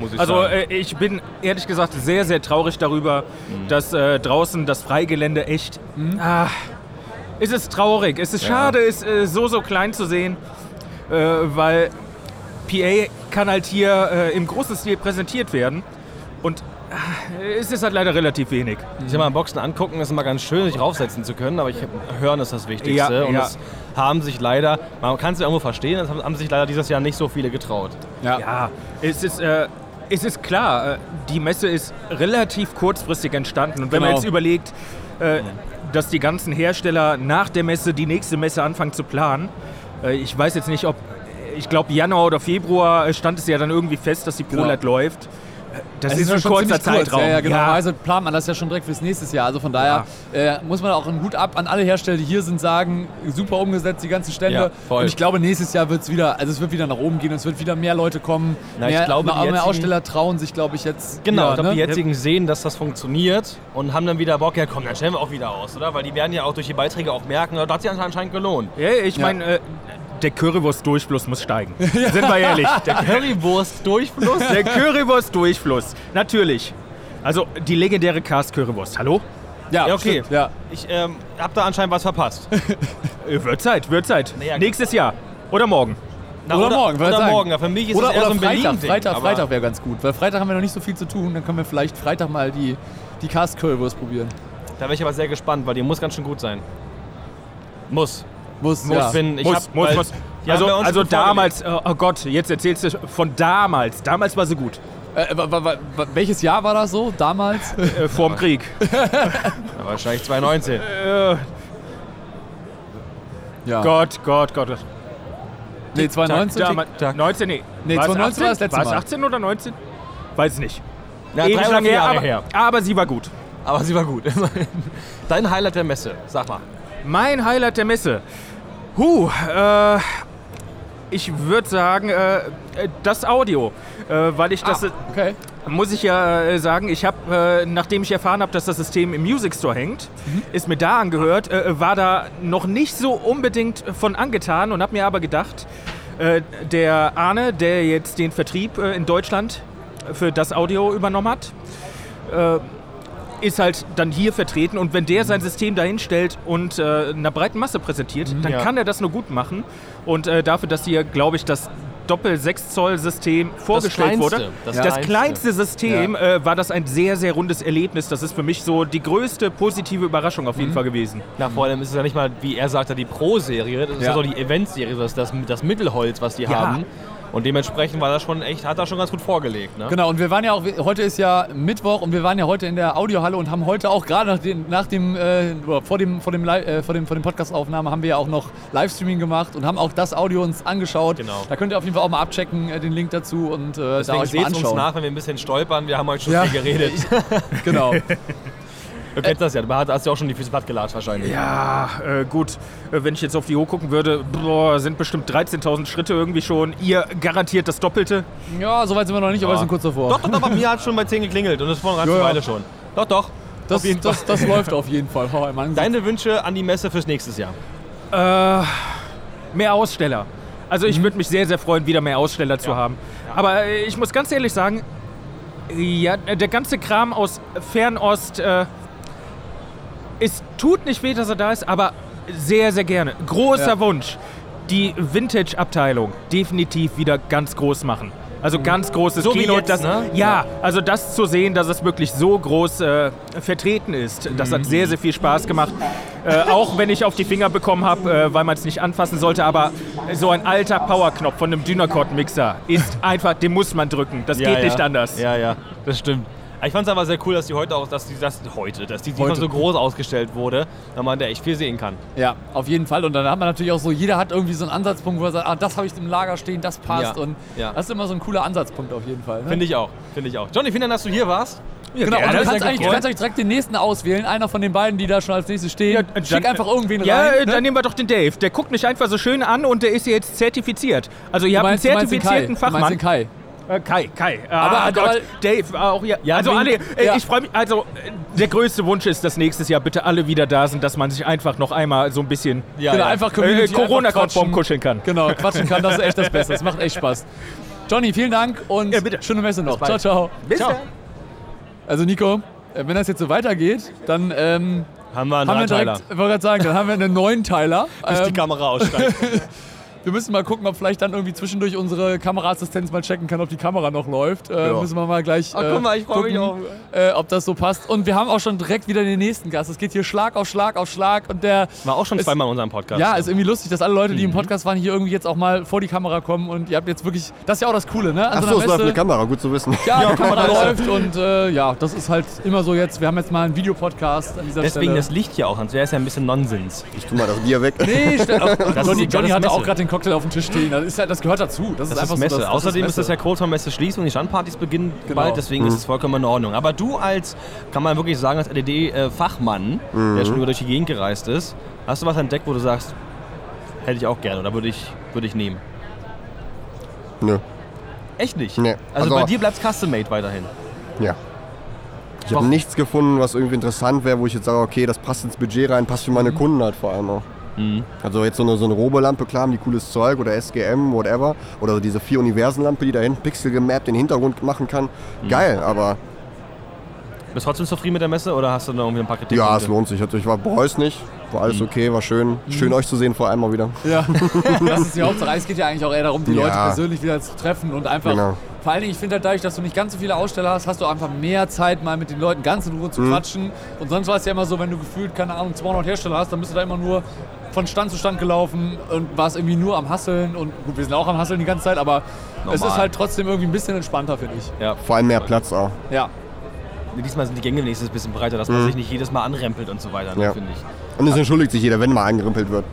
[SPEAKER 2] muss ich
[SPEAKER 5] Also
[SPEAKER 2] sagen.
[SPEAKER 5] äh, ich bin ehrlich gesagt sehr, sehr traurig darüber,
[SPEAKER 2] Mhm.
[SPEAKER 5] dass äh, draußen das Freigelände echt... Ah, es ist traurig, es ist schade, es äh, so, so klein zu sehen, äh, weil PA kann halt hier äh, im großen Stil präsentiert werden und ah, es ist halt leider relativ wenig.
[SPEAKER 2] Ich sag mal, Boxen angucken ist immer ganz schön, sich raufsetzen zu können, aber ich hören ist das Wichtigste.
[SPEAKER 5] Ja,
[SPEAKER 2] und
[SPEAKER 5] ja.
[SPEAKER 2] das haben sich leider, man kann es ja irgendwo verstehen, das haben, haben sich leider dieses Jahr nicht so viele getraut.
[SPEAKER 1] ja.
[SPEAKER 5] Ja, es ist, äh, es ist klar, äh, die Messe ist relativ kurzfristig entstanden. Und wenn man
[SPEAKER 1] Genau.
[SPEAKER 5] jetzt überlegt, äh, dass die ganzen Hersteller nach der Messe die nächste Messe anfangen zu planen, äh, ich weiß jetzt nicht, ob, ich glaube Januar oder Februar äh, stand es ja dann irgendwie fest, dass die ProLat läuft. Äh, Das,
[SPEAKER 1] Genau. Es
[SPEAKER 5] ist,
[SPEAKER 1] ja
[SPEAKER 5] ein
[SPEAKER 1] schon
[SPEAKER 5] kurzer
[SPEAKER 1] ziemlich kurz.
[SPEAKER 5] Zeitraum.
[SPEAKER 1] Ja, ja, genau. Also plant man das ja schon direkt fürs nächste Jahr. Also von daher äh, muss man auch einen Hut ab an alle Hersteller, die hier sind, sagen, super umgesetzt, die ganzen Stände.
[SPEAKER 2] Ja, voll.
[SPEAKER 1] und ich glaube, nächstes Jahr wird es wieder, also es wird wieder nach oben gehen und es wird wieder mehr Leute kommen.
[SPEAKER 2] Na, ich
[SPEAKER 1] mehr,
[SPEAKER 2] glaube, die
[SPEAKER 1] mehr, mehr
[SPEAKER 2] jetzigen-
[SPEAKER 1] Aussteller trauen sich, glaube ich, jetzt.
[SPEAKER 2] Genau, ich
[SPEAKER 1] wieder,
[SPEAKER 2] glaube,
[SPEAKER 1] ne?
[SPEAKER 2] die jetzigen sehen, dass das funktioniert und haben dann wieder Bock, ja komm, dann stellen wir auch wieder aus, oder? Weil die werden ja auch durch die Beiträge auch merken, da hat sich anscheinend gelohnt.
[SPEAKER 5] ja, ich meine, äh, der Currywurst-Durchfluss muss steigen. Sind wir ehrlich. Der
[SPEAKER 2] Currywurst durchfluss?
[SPEAKER 5] Der Currywurst-Durchfluss, natürlich. Also die legendäre Cast-Currywurst. Hallo?
[SPEAKER 1] ja,
[SPEAKER 2] Ja, okay.
[SPEAKER 1] stimmt, Ja.
[SPEAKER 2] Ich ähm, hab da anscheinend was verpasst.
[SPEAKER 5] Äh, Wird Zeit, wird Zeit.
[SPEAKER 2] Naja,
[SPEAKER 5] Nächstes Jahr. Oder morgen.
[SPEAKER 2] Na,
[SPEAKER 1] Oder morgen, wollte ich
[SPEAKER 2] Oder
[SPEAKER 1] sagen.
[SPEAKER 2] morgen, ja, für mich ist
[SPEAKER 1] Oder,
[SPEAKER 2] das eher
[SPEAKER 1] oder
[SPEAKER 2] so ein
[SPEAKER 1] Freitag,
[SPEAKER 2] Berlin-Ding.
[SPEAKER 1] Freitag,
[SPEAKER 2] aber-
[SPEAKER 1] Freitag wäre ganz gut, weil Freitag haben wir noch nicht so viel zu tun. Dann können wir vielleicht Freitag mal die, die Cast-Currywurst probieren.
[SPEAKER 2] Da wäre ich aber sehr gespannt, weil die muss ganz schön gut sein. Muss.
[SPEAKER 1] Muss,
[SPEAKER 2] Muss,
[SPEAKER 1] ja.
[SPEAKER 2] bin ich. hab, weil- Die haben
[SPEAKER 5] Also,
[SPEAKER 2] wir uns
[SPEAKER 5] also
[SPEAKER 2] schon vorgelegt.
[SPEAKER 5] damals, oh oh Gott, jetzt erzählst du von damals. Damals war sie gut.
[SPEAKER 1] Äh, wa- wa- wa- wa- welches Jahr war das so? Damals?
[SPEAKER 5] Äh, vorm Krieg. Äh,
[SPEAKER 2] Ja, wahrscheinlich 2019.
[SPEAKER 1] Ja.
[SPEAKER 5] Gott, Gott, Gott. Gott.
[SPEAKER 1] Nee, 2019?
[SPEAKER 5] Damals, 19, nee.
[SPEAKER 1] Nee,
[SPEAKER 5] War es
[SPEAKER 1] 2019 war das
[SPEAKER 5] 18?
[SPEAKER 1] letzte
[SPEAKER 5] War es
[SPEAKER 1] Mal.
[SPEAKER 5] 18 oder 19? Weiß nicht.
[SPEAKER 2] Ja,
[SPEAKER 5] Ewig
[SPEAKER 2] drei oder
[SPEAKER 5] lange
[SPEAKER 2] vier
[SPEAKER 5] her,
[SPEAKER 2] Jahre
[SPEAKER 5] aber,
[SPEAKER 2] her.
[SPEAKER 5] aber sie war gut.
[SPEAKER 2] Aber sie war gut. Dein Highlight der Messe, sag mal.
[SPEAKER 5] Mein Highlight der Messe. Huh, äh, ich würde sagen, äh, das Audio. Äh, weil ich das.
[SPEAKER 1] Okay.
[SPEAKER 5] muss ich ja äh, sagen, ich habe, äh, nachdem ich erfahren habe, dass das System im Music Store hängt, ist mir da angehört, äh, war da noch nicht so unbedingt von angetan und habe mir aber gedacht, äh, der Arne, der jetzt den Vertrieb äh, in Deutschland für das Audio übernommen hat, äh, ist halt dann hier vertreten und wenn der sein System dahin stellt und äh, einer breiten Masse präsentiert, dann
[SPEAKER 2] Ja.
[SPEAKER 5] kann er das nur gut machen und äh, dafür, dass hier, glaube ich, das Doppel 6 Zoll System vorgestellt
[SPEAKER 2] kleinste,
[SPEAKER 5] wurde.
[SPEAKER 2] das
[SPEAKER 5] das
[SPEAKER 2] kleinste.
[SPEAKER 5] kleinste letzte System äh, war das ein sehr, sehr rundes Erlebnis. Das ist für mich so die größte positive Überraschung auf jeden Fall gewesen.
[SPEAKER 2] Mhm. Na, vor allem ist es ja nicht mal, wie er sagte, die Pro-Serie. Das ist ja,
[SPEAKER 1] Ja.
[SPEAKER 2] so die Event-Serie, das, das, das Mittelholz, was die haben. Und dementsprechend war das schon echt, hat er schon ganz gut vorgelegt. Ne?
[SPEAKER 1] Genau, und wir waren ja auch, heute ist ja Mittwoch und wir waren ja heute in der Audiohalle und haben heute auch gerade nach dem, nach dem, äh, oder vor dem, vor dem, Li- äh, vor dem, vor dem Podcast-Aufnahme haben wir ja auch noch Livestreaming gemacht und haben auch das Audio uns angeschaut.
[SPEAKER 2] Genau.
[SPEAKER 1] Da könnt ihr auf jeden Fall auch mal abchecken, äh, den Link dazu und äh, da euch
[SPEAKER 2] Deswegen
[SPEAKER 1] mal
[SPEAKER 2] seht uns
[SPEAKER 1] anschauen.
[SPEAKER 2] nach, wenn wir ein bisschen stolpern. Wir haben heute schon
[SPEAKER 1] Ja.
[SPEAKER 2] viel geredet.
[SPEAKER 1] Genau.
[SPEAKER 2] Du kennst das ja. Du hast ja auch schon die Füße platt gelatscht wahrscheinlich.
[SPEAKER 5] Ja, äh, gut. Äh, wenn ich jetzt auf die Uhr gucken würde, boah, sind bestimmt 13.000 Schritte irgendwie schon. Ihr garantiert das Doppelte.
[SPEAKER 1] ja, soweit sind wir noch nicht, aber wir sind kurz davor.
[SPEAKER 2] Doch, doch, doch, bei mir hat schon bei 10 geklingelt. Und das ist vor einer ganzen
[SPEAKER 1] Ja, ja.
[SPEAKER 2] Weile schon. Doch, doch.
[SPEAKER 1] das,
[SPEAKER 2] jeden
[SPEAKER 1] das, das läuft auf jeden Fall. Oh, Mann.
[SPEAKER 2] Deine Wünsche an die Messe fürs nächste Jahr.
[SPEAKER 5] Äh, Mehr Aussteller. Also
[SPEAKER 2] Mhm.
[SPEAKER 5] ich würde mich sehr, sehr freuen, wieder mehr Aussteller zu haben. Aber äh, ich muss ganz ehrlich sagen, ja, äh, der ganze Kram aus Fernost, äh, es tut nicht weh, dass er da ist, aber sehr, sehr gerne. Großer
[SPEAKER 1] Ja.
[SPEAKER 5] Wunsch. Die Vintage-Abteilung definitiv wieder ganz groß machen. Also ganz großes
[SPEAKER 2] Mhm. So wie
[SPEAKER 5] Kino.
[SPEAKER 2] jetzt,
[SPEAKER 5] das,
[SPEAKER 2] ne?
[SPEAKER 5] Ja, also das zu sehen, dass es wirklich so groß äh, vertreten ist, das hat sehr, sehr viel Spaß gemacht. Äh, auch wenn ich auf die Finger bekommen habe, äh, weil man es nicht anfassen sollte, aber so ein alter Powerknopf von einem Dynacort-Mixer ist einfach, den muss man drücken. Das geht nicht anders.
[SPEAKER 2] Ja, ja.
[SPEAKER 1] Das stimmt.
[SPEAKER 2] Ich fand es aber sehr cool, dass die heute auch, dass die das heute, dass die diesmal
[SPEAKER 1] Heute.
[SPEAKER 2] so groß ausgestellt wurde, da man da echt viel sehen kann.
[SPEAKER 1] Ja, auf jeden Fall. Und dann hat man natürlich auch so, jeder hat irgendwie so einen Ansatzpunkt, wo er sagt, ah, das habe ich im Lager stehen, das passt.
[SPEAKER 2] Ja,
[SPEAKER 1] Und
[SPEAKER 2] ja.
[SPEAKER 1] das ist immer so ein cooler Ansatzpunkt auf jeden Fall. Ne?
[SPEAKER 2] Finde ich auch, finde ich auch. Johnny, vielen Dank, dass du hier warst.
[SPEAKER 1] Genau,
[SPEAKER 5] gerne.
[SPEAKER 1] also du
[SPEAKER 5] Sehr
[SPEAKER 1] kannst, eigentlich, du
[SPEAKER 5] gefreut.
[SPEAKER 1] kannst eigentlich direkt den nächsten auswählen, einer von den beiden, die da schon als nächstes stehen.
[SPEAKER 5] Ja, dann-
[SPEAKER 1] Schick einfach irgendwen
[SPEAKER 5] Ja, äh,
[SPEAKER 1] rein.
[SPEAKER 5] dann
[SPEAKER 1] ne?
[SPEAKER 5] nehmen wir doch den Dave. Der guckt mich einfach so schön an und der ist jetzt zertifiziert. Also ihr
[SPEAKER 1] Du
[SPEAKER 5] habt einen
[SPEAKER 1] meinst- du meinst den
[SPEAKER 5] zertifizierten
[SPEAKER 1] Kai. Du meinst
[SPEAKER 5] Fachmann.
[SPEAKER 1] den Kai.
[SPEAKER 5] Äh, Kai, Kai.
[SPEAKER 1] Aber-
[SPEAKER 5] Ah,
[SPEAKER 1] aber-
[SPEAKER 5] Gott. Dave, auch ja.
[SPEAKER 2] Ja,
[SPEAKER 5] also
[SPEAKER 2] wegen-
[SPEAKER 5] alle, äh,
[SPEAKER 1] ja.
[SPEAKER 5] ich freue mich. Also äh, der größte Wunsch ist, dass nächstes Jahr bitte alle wieder da sind, dass man sich einfach noch einmal so ein bisschen
[SPEAKER 2] Ja,
[SPEAKER 1] genau,
[SPEAKER 2] ja.
[SPEAKER 1] einfach
[SPEAKER 5] äh,
[SPEAKER 1] Community. einfach
[SPEAKER 5] Corona-konform
[SPEAKER 1] quatschen.
[SPEAKER 5] kuscheln kann.
[SPEAKER 1] Genau, quatschen kann, das ist echt das Beste. Das macht echt Spaß. Johnny, vielen Dank und
[SPEAKER 5] Ja, bitte.
[SPEAKER 1] schöne Messe noch. Ciao,
[SPEAKER 2] bald.
[SPEAKER 1] ciao.
[SPEAKER 5] Bis
[SPEAKER 2] Ciao.
[SPEAKER 5] dann.
[SPEAKER 1] Also Nico, äh, wenn das jetzt so weitergeht, dann ähm,
[SPEAKER 2] Haben wir einen
[SPEAKER 1] haben wir
[SPEAKER 2] Nahteiler.
[SPEAKER 1] direkt, ich wollte gerade sagen, dann haben wir einen neuen Teiler.
[SPEAKER 2] Bis die
[SPEAKER 1] Ähm,
[SPEAKER 2] Kamera aussteigt.
[SPEAKER 1] wir müssen mal gucken, ob vielleicht dann irgendwie zwischendurch unsere Kameraassistenz mal checken kann, ob die Kamera noch läuft. Äh,
[SPEAKER 2] Ja.
[SPEAKER 1] Müssen wir mal gleich
[SPEAKER 2] Ach, guck mal, ich freu mich
[SPEAKER 1] gucken, äh, ob das so passt. Und wir haben auch schon direkt wieder den nächsten Gast. Es geht hier Schlag auf Schlag auf Schlag und der
[SPEAKER 2] War auch schon
[SPEAKER 1] Es-
[SPEAKER 2] zweimal in unserem Podcast. Mhm.
[SPEAKER 1] Ja, ist irgendwie lustig, dass alle Leute, die im Podcast waren, hier irgendwie jetzt auch mal vor die Kamera kommen und ihr habt jetzt wirklich. Das ist ja auch das Coole, ne? An
[SPEAKER 6] Achso,
[SPEAKER 1] einer
[SPEAKER 6] es läuft
[SPEAKER 1] Messe-
[SPEAKER 6] eine Kamera, gut zu wissen. Also,
[SPEAKER 1] Ja, die Kamera läuft und äh, ja, das ist halt immer so jetzt. Wir haben jetzt mal einen Videopodcast an dieser
[SPEAKER 2] Deswegen das
[SPEAKER 1] Stelle.
[SPEAKER 2] Licht hier auch, sonst wäre es ja ein bisschen Nonsens.
[SPEAKER 6] Ich tu mal das Bier weg.
[SPEAKER 1] Nee, stell auf. Johnny,
[SPEAKER 2] ist-
[SPEAKER 1] Johnny
[SPEAKER 2] das ist
[SPEAKER 1] hatte auch
[SPEAKER 2] Messe.
[SPEAKER 1] gerade den Cocktail auf dem Tisch stehen. Das, ist ja, das gehört dazu. Das, ist
[SPEAKER 2] Das
[SPEAKER 1] einfach
[SPEAKER 2] ist Messe.
[SPEAKER 1] so. das- das
[SPEAKER 2] Außerdem ist,
[SPEAKER 1] Messe.
[SPEAKER 2] das ja kurz vor Messe schließt und die Standpartys beginnen
[SPEAKER 1] Genau.
[SPEAKER 2] bald, deswegen ist es vollkommen in Ordnung. Aber du als, kann man wirklich sagen, als LDD-Fachmann,
[SPEAKER 1] Mhm.
[SPEAKER 2] der schon über durch die Gegend gereist ist, hast du was entdeckt, wo du sagst, hätte ich auch gerne oder würde ich, würde ich nehmen?
[SPEAKER 6] Nö.
[SPEAKER 2] Echt nicht?
[SPEAKER 6] Nee.
[SPEAKER 2] Also,
[SPEAKER 6] Also-
[SPEAKER 2] bei dir bleibt es Custom-Made weiterhin.
[SPEAKER 6] Ja. Ich habe
[SPEAKER 2] Doch.
[SPEAKER 6] nichts gefunden, was irgendwie interessant wäre, wo ich jetzt sage, okay, das passt ins Budget rein, passt für meine
[SPEAKER 1] Mhm.
[SPEAKER 6] Kunden halt vor allem auch. Also jetzt so eine, so eine Robolampe, klar, haben die cooles Zeug oder SGM, whatever. Oder so diese vier Universenlampe, die da hinten Pixel gemappt den Hintergrund machen kann.
[SPEAKER 1] Mhm.
[SPEAKER 6] Geil, aber
[SPEAKER 2] Bist du trotzdem zufrieden mit der Messe oder hast du da irgendwie ein paar Kritikpunkte?
[SPEAKER 6] ja, es lohnt sich. Also ich war bereust nicht, war alles
[SPEAKER 1] Mhm.
[SPEAKER 6] okay, war schön. Schön euch zu sehen vor allem mal wieder.
[SPEAKER 2] Hm.
[SPEAKER 1] Ja, das ist die Hauptsache. Es geht ja eigentlich auch eher darum, die
[SPEAKER 6] Ja.
[SPEAKER 1] Leute persönlich wieder zu treffen und einfach.
[SPEAKER 6] Genau.
[SPEAKER 1] Vor allen Dingen, ich finde halt dadurch, dass du nicht ganz so viele Aussteller hast, hast du einfach mehr Zeit, mal mit den Leuten ganz in Ruhe
[SPEAKER 6] Mhm.
[SPEAKER 1] zu quatschen. Und sonst war es ja immer so, wenn du gefühlt, keine Ahnung, 200 Hersteller hast, dann bist du da immer nur von Stand zu Stand gelaufen und warst irgendwie nur am Hasseln. Und gut, wir sind auch am Hasseln die ganze Zeit, aber es
[SPEAKER 2] Normal.
[SPEAKER 1] ist halt trotzdem irgendwie ein bisschen entspannter, finde ich.
[SPEAKER 2] Ja.
[SPEAKER 6] Vor allem mehr Platz auch.
[SPEAKER 1] Ja.
[SPEAKER 2] Diesmal sind die Gänge wenigstens ein bisschen breiter, dass man
[SPEAKER 1] Mhm.
[SPEAKER 2] sich nicht jedes Mal anrempelt und so weiter, ne,
[SPEAKER 6] Ja.
[SPEAKER 2] finde ich.
[SPEAKER 6] Und es entschuldigt sich jeder, wenn mal angerimpelt wird.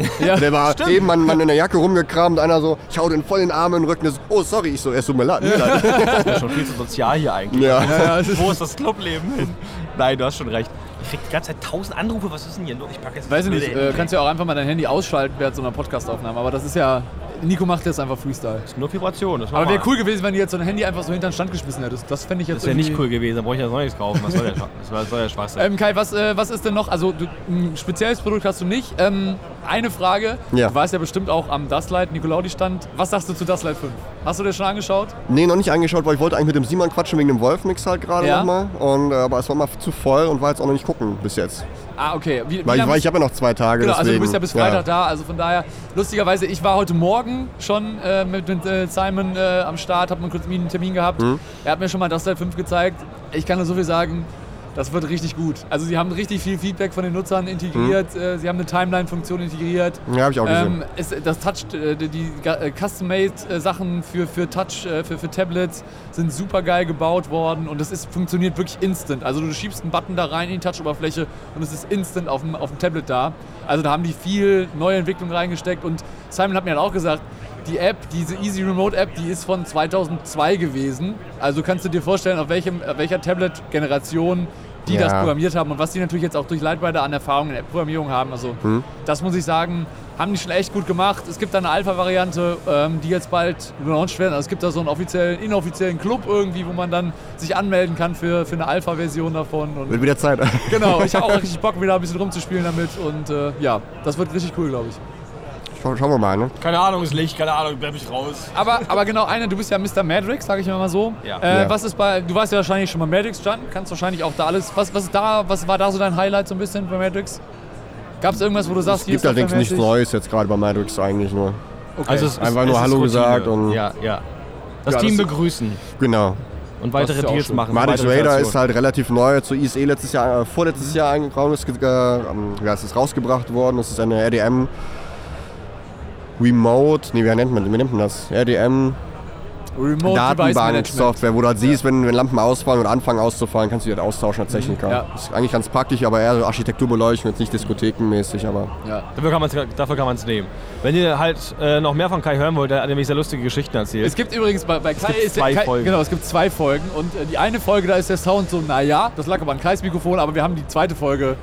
[SPEAKER 1] Ja,
[SPEAKER 6] Der war eben man, man in der Jacke rumgekramt, einer so, ich hau den voll in den Arm in den Rücken, ist, oh sorry, ich so, es tut mir leid. mir leid.
[SPEAKER 2] Das ist schon viel zu sozial hier eigentlich.
[SPEAKER 6] Ja.
[SPEAKER 2] Wo ist das Clubleben hin? Nein, du hast schon recht. Ich krieg die ganze Zeit tausend Anrufe, was ist denn hier los? Ich pack jetzt
[SPEAKER 1] Weiß ich nicht,
[SPEAKER 2] Bilder
[SPEAKER 1] äh,
[SPEAKER 2] hin.
[SPEAKER 1] kannst ja auch einfach mal dein Handy ausschalten während so einer Podcastaufnahme. Aber das ist ja, Nico macht jetzt einfach Freestyle.
[SPEAKER 2] Nur Vibration, das
[SPEAKER 1] Aber wäre cool gewesen, wenn du jetzt so ein Handy einfach so hinter den Stand geschmissen hättest. Das fände ich jetzt
[SPEAKER 2] Das wäre nicht
[SPEAKER 1] irgendwie-
[SPEAKER 2] cool gewesen, da brauche ich ja sonst nichts kaufen. Was soll der, Schwa- was soll der Schwachsinn?
[SPEAKER 1] Ähm, Kai, was, äh, was ist denn noch? Also, du, ein spezielles Produkt hast du nicht. Ähm, eine Frage.
[SPEAKER 6] Ja.
[SPEAKER 1] Du warst ja bestimmt auch am Dustlight, Nicolaudi-Stand. Was sagst du zu Dustlight 5? Hast du dir schon angeschaut?
[SPEAKER 6] Nee, noch nicht angeschaut, weil ich wollte eigentlich mit dem Simon quatschen wegen dem Wolfmix halt gerade
[SPEAKER 1] Ja.
[SPEAKER 6] nochmal. Und, äh, aber es war mal zu voll und war jetzt auch noch nicht gucken bis jetzt.
[SPEAKER 1] Ah, okay. Wie, wie
[SPEAKER 6] Weil ich,
[SPEAKER 1] lange
[SPEAKER 6] weil ich habe ja noch zwei Tage.
[SPEAKER 1] Genau, also du
[SPEAKER 6] deswegen,
[SPEAKER 1] bist ja bis Freitag da, also von daher, lustigerweise, ich war heute Morgen schon äh, mit, mit äh, Simon äh, am Start, hab mal kurz mit ihm einen Termin gehabt.
[SPEAKER 6] Hm.
[SPEAKER 1] Er hat mir schon mal das Teil 5 gezeigt. Ich kann nur so viel sagen, das wird richtig gut. Also sie haben richtig viel Feedback von den Nutzern integriert, äh, sie haben eine Timeline-Funktion integriert.
[SPEAKER 6] Hm. Ja, habe ich auch gesehen.
[SPEAKER 1] Ähm, es, das Touch, äh, die- die ga- äh, Custom-Made-Sachen für, für Touch, äh, für, für Tablets sind super geil gebaut worden und das ist, funktioniert wirklich instant. Also du schiebst einen Button da rein in die Touch-Oberfläche und es ist instant auf dem, auf dem Tablet da. Also da haben die viel neue Entwicklung reingesteckt und Simon hat mir dann auch gesagt, die App, diese Easy Remote App, die ist von 2002 gewesen. Also kannst du dir vorstellen, auf, welchem, auf welcher Tablet-Generation die
[SPEAKER 6] Ja.
[SPEAKER 1] das programmiert haben und was die natürlich jetzt auch durch Lightbrider an Erfahrung in der Programmierung haben. Also
[SPEAKER 6] Hm.
[SPEAKER 1] das muss ich sagen, haben die schon echt gut gemacht. Es gibt da eine Alpha-Variante, ähm, die jetzt bald gelauncht werden. Also es gibt da so einen offiziellen, inoffiziellen Club irgendwie, wo man dann sich anmelden kann für, für eine Alpha-Version davon. Und
[SPEAKER 6] Wird wieder Zeit.
[SPEAKER 1] genau, ich habe auch richtig Bock, wieder ein bisschen rumzuspielen damit. Und äh, ja, das wird richtig cool, glaube ich.
[SPEAKER 6] Schau, schauen wir mal, ne?
[SPEAKER 2] Keine Ahnung, ist Licht, keine Ahnung, bleib ich raus.
[SPEAKER 1] Aber, aber genau eine, du bist ja Mr. Madrix, sage ich mal so.
[SPEAKER 2] Ja.
[SPEAKER 1] Äh,
[SPEAKER 6] Ja.
[SPEAKER 1] Was ist bei, du warst ja wahrscheinlich schon mal Madrix stand, kannst wahrscheinlich auch da alles. Was, was, ist da, was war da so dein Highlight so ein bisschen bei Madrix? Gab es irgendwas, wo du sagst,
[SPEAKER 6] Es
[SPEAKER 1] hier
[SPEAKER 6] gibt
[SPEAKER 1] ist
[SPEAKER 6] allerdings nichts
[SPEAKER 1] vermäßigt?
[SPEAKER 6] Neues jetzt gerade bei Madrix eigentlich nur.
[SPEAKER 1] Okay.
[SPEAKER 2] Also es ist,
[SPEAKER 6] Einfach
[SPEAKER 2] es
[SPEAKER 6] nur
[SPEAKER 2] ist
[SPEAKER 6] Hallo
[SPEAKER 2] Routine.
[SPEAKER 6] gesagt und-
[SPEAKER 2] Ja, ja. das
[SPEAKER 6] Ja,
[SPEAKER 2] Team
[SPEAKER 6] das-
[SPEAKER 2] begrüßen
[SPEAKER 6] Genau.
[SPEAKER 2] und weitere
[SPEAKER 1] ist ja auch
[SPEAKER 2] Deals
[SPEAKER 1] schön.
[SPEAKER 2] machen.
[SPEAKER 6] Matic
[SPEAKER 2] weitere
[SPEAKER 6] Raider ist
[SPEAKER 2] Stationen.
[SPEAKER 6] halt relativ neu zu ISE letztes Jahr, äh, vorletztes Jahr eingekommen, ist, ge- äh, ähm, ja, es ist rausgebracht worden. Es ist eine RDM Remote, nee, wie nennt man, wie nennt man das? RDM
[SPEAKER 1] Remote
[SPEAKER 6] Datenbank-Software, wo du halt siehst, wenn, wenn Lampen ausfallen oder anfangen auszufallen, kannst du die halt austauschen als Techniker.
[SPEAKER 1] Mhm. ja.
[SPEAKER 6] Ist eigentlich ganz praktisch, aber eher so Architekturbeleuchtung, jetzt nicht diskothekenmäßig, aber
[SPEAKER 2] Dafür kann man's- Dafür kann man es nehmen. Wenn ihr halt äh, noch mehr von Kai hören wollt, der hat nämlich sehr lustige Geschichten erzählt.
[SPEAKER 1] Es gibt übrigens bei, bei Kai,
[SPEAKER 2] gibt
[SPEAKER 1] ist der-
[SPEAKER 2] zwei
[SPEAKER 1] Kai
[SPEAKER 2] Folgen.
[SPEAKER 1] genau, es gibt zwei Folgen und äh, die eine Folge, da ist der Sound so, naja, das lag aber an Kais Mikrofon, aber wir haben die zweite Folge,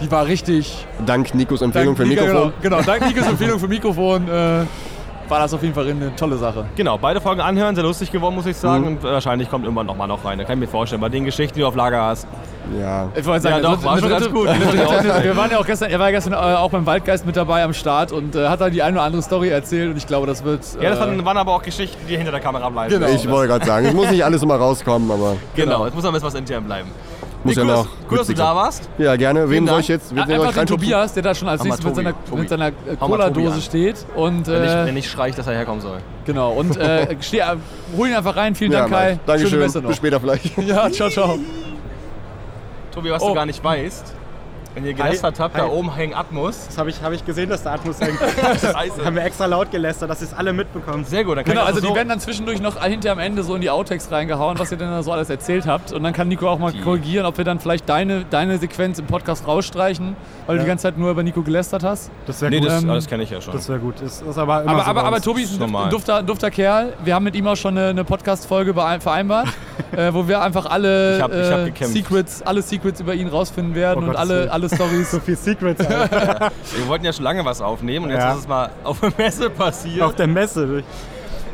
[SPEAKER 1] die war richtig.
[SPEAKER 6] dank Nikos Empfehlung für
[SPEAKER 1] Dank-
[SPEAKER 6] Mikrofon.
[SPEAKER 1] Genau, genau dank Nikos Empfehlung für Mikrofon äh, war das auf jeden Fall eine tolle Sache. Mhm.
[SPEAKER 2] Genau, beide Folgen anhören, sehr lustig geworden, muss ich sagen. Und wahrscheinlich kommt irgendwann nochmal noch rein. Da kann ich mir vorstellen, bei den Geschichten, die du auf Lager hast.
[SPEAKER 6] Ja.
[SPEAKER 1] Ich wollte sagen,
[SPEAKER 2] Ja,
[SPEAKER 1] der
[SPEAKER 2] doch,
[SPEAKER 1] dritte-
[SPEAKER 2] war schon
[SPEAKER 1] der
[SPEAKER 2] ganz
[SPEAKER 1] dritte-
[SPEAKER 2] gut.
[SPEAKER 1] der dritte- Wir waren ja auch gestern, er war ja gestern äh, auch beim Waldgeist mit dabei am Start und äh, hat da die eine oder andere Story erzählt und ich glaube, das wird.
[SPEAKER 2] Ja, das
[SPEAKER 1] äh,
[SPEAKER 2] waren waren aber auch Geschichten, die hinter der Kamera bleiben.
[SPEAKER 1] Genau.
[SPEAKER 6] Ich wollte gerade sagen, es muss nicht alles immer rauskommen, aber
[SPEAKER 2] Genau, jetzt muss am besten was intern bleiben.
[SPEAKER 6] muss ja
[SPEAKER 2] cool,
[SPEAKER 6] noch.
[SPEAKER 2] dass, cool, dass du da warst.
[SPEAKER 6] Ja, gerne. Wen soll
[SPEAKER 2] Dank.
[SPEAKER 6] ich jetzt? Wen
[SPEAKER 1] Ah,
[SPEAKER 6] soll ich
[SPEAKER 1] einfach den
[SPEAKER 6] reinschubsen?
[SPEAKER 1] Tobias, der da schon als
[SPEAKER 2] Hau mal
[SPEAKER 1] nächstes mit
[SPEAKER 2] Tobi
[SPEAKER 1] seiner,
[SPEAKER 2] an. Tobi.
[SPEAKER 1] mit seiner äh,
[SPEAKER 2] Hau mal Tobi
[SPEAKER 1] Cola-Dose
[SPEAKER 2] an.
[SPEAKER 1] steht. Und,
[SPEAKER 2] Wenn ich,
[SPEAKER 1] äh,
[SPEAKER 2] wenn ich schreit, dass er herkommen soll.
[SPEAKER 1] Genau, und äh, steh, äh, hol ihn einfach rein. Vielen
[SPEAKER 6] Ja,
[SPEAKER 1] Dank, Kai.
[SPEAKER 6] Mike. Dankeschön.
[SPEAKER 1] Schöne Besserung.
[SPEAKER 6] Bis später vielleicht.
[SPEAKER 1] Ja, ciao, ciao.
[SPEAKER 2] Tobi, was
[SPEAKER 1] Oh.
[SPEAKER 2] du gar nicht weißt, wenn ihr gelästert habt, da oben hängen Atmos.
[SPEAKER 7] Das habe ich, hab ich gesehen, dass der Atmos hängt. haben
[SPEAKER 2] Scheiße.
[SPEAKER 7] wir extra laut gelästert, dass es alle mitbekommen.
[SPEAKER 2] Sehr gut, dann kann
[SPEAKER 1] Genau,
[SPEAKER 2] ich das
[SPEAKER 1] also
[SPEAKER 2] so
[SPEAKER 1] die werden dann zwischendurch noch hinter am Ende so in die Outtakes reingehauen, was ihr denn da so alles erzählt habt. Und dann kann Nico auch mal korrigieren, ob wir dann vielleicht deine, deine Sequenz im Podcast rausstreichen, weil du die ganze Zeit nur über Nico gelästert hast.
[SPEAKER 7] Das wäre
[SPEAKER 2] Nee,
[SPEAKER 7] gut.
[SPEAKER 2] das,
[SPEAKER 1] Ähm,
[SPEAKER 2] das kenne ich ja schon.
[SPEAKER 7] das wäre gut. Das ist aber immer
[SPEAKER 1] Aber,
[SPEAKER 7] so
[SPEAKER 1] aber,
[SPEAKER 7] bei
[SPEAKER 1] aber
[SPEAKER 7] uns.
[SPEAKER 1] Tobi ist ein
[SPEAKER 2] normal.
[SPEAKER 1] duft- dufter, dufter Kerl. Wir haben mit ihm auch schon eine, eine Podcast-Folge beein- vereinbart, äh, wo wir einfach alle, äh,
[SPEAKER 2] Ich hab- ich hab gekämpft.
[SPEAKER 1] Secrets, alle Secrets über ihn rausfinden werden
[SPEAKER 7] Oh
[SPEAKER 1] und
[SPEAKER 7] Gottes
[SPEAKER 1] alle,
[SPEAKER 7] Willen.
[SPEAKER 1] alle Stories.
[SPEAKER 7] so viel Secrets Alter.
[SPEAKER 2] Wir wollten ja schon lange was aufnehmen und jetzt
[SPEAKER 7] Ja.
[SPEAKER 2] ist es mal auf der Messe
[SPEAKER 7] auf
[SPEAKER 2] passiert.
[SPEAKER 7] der Messe.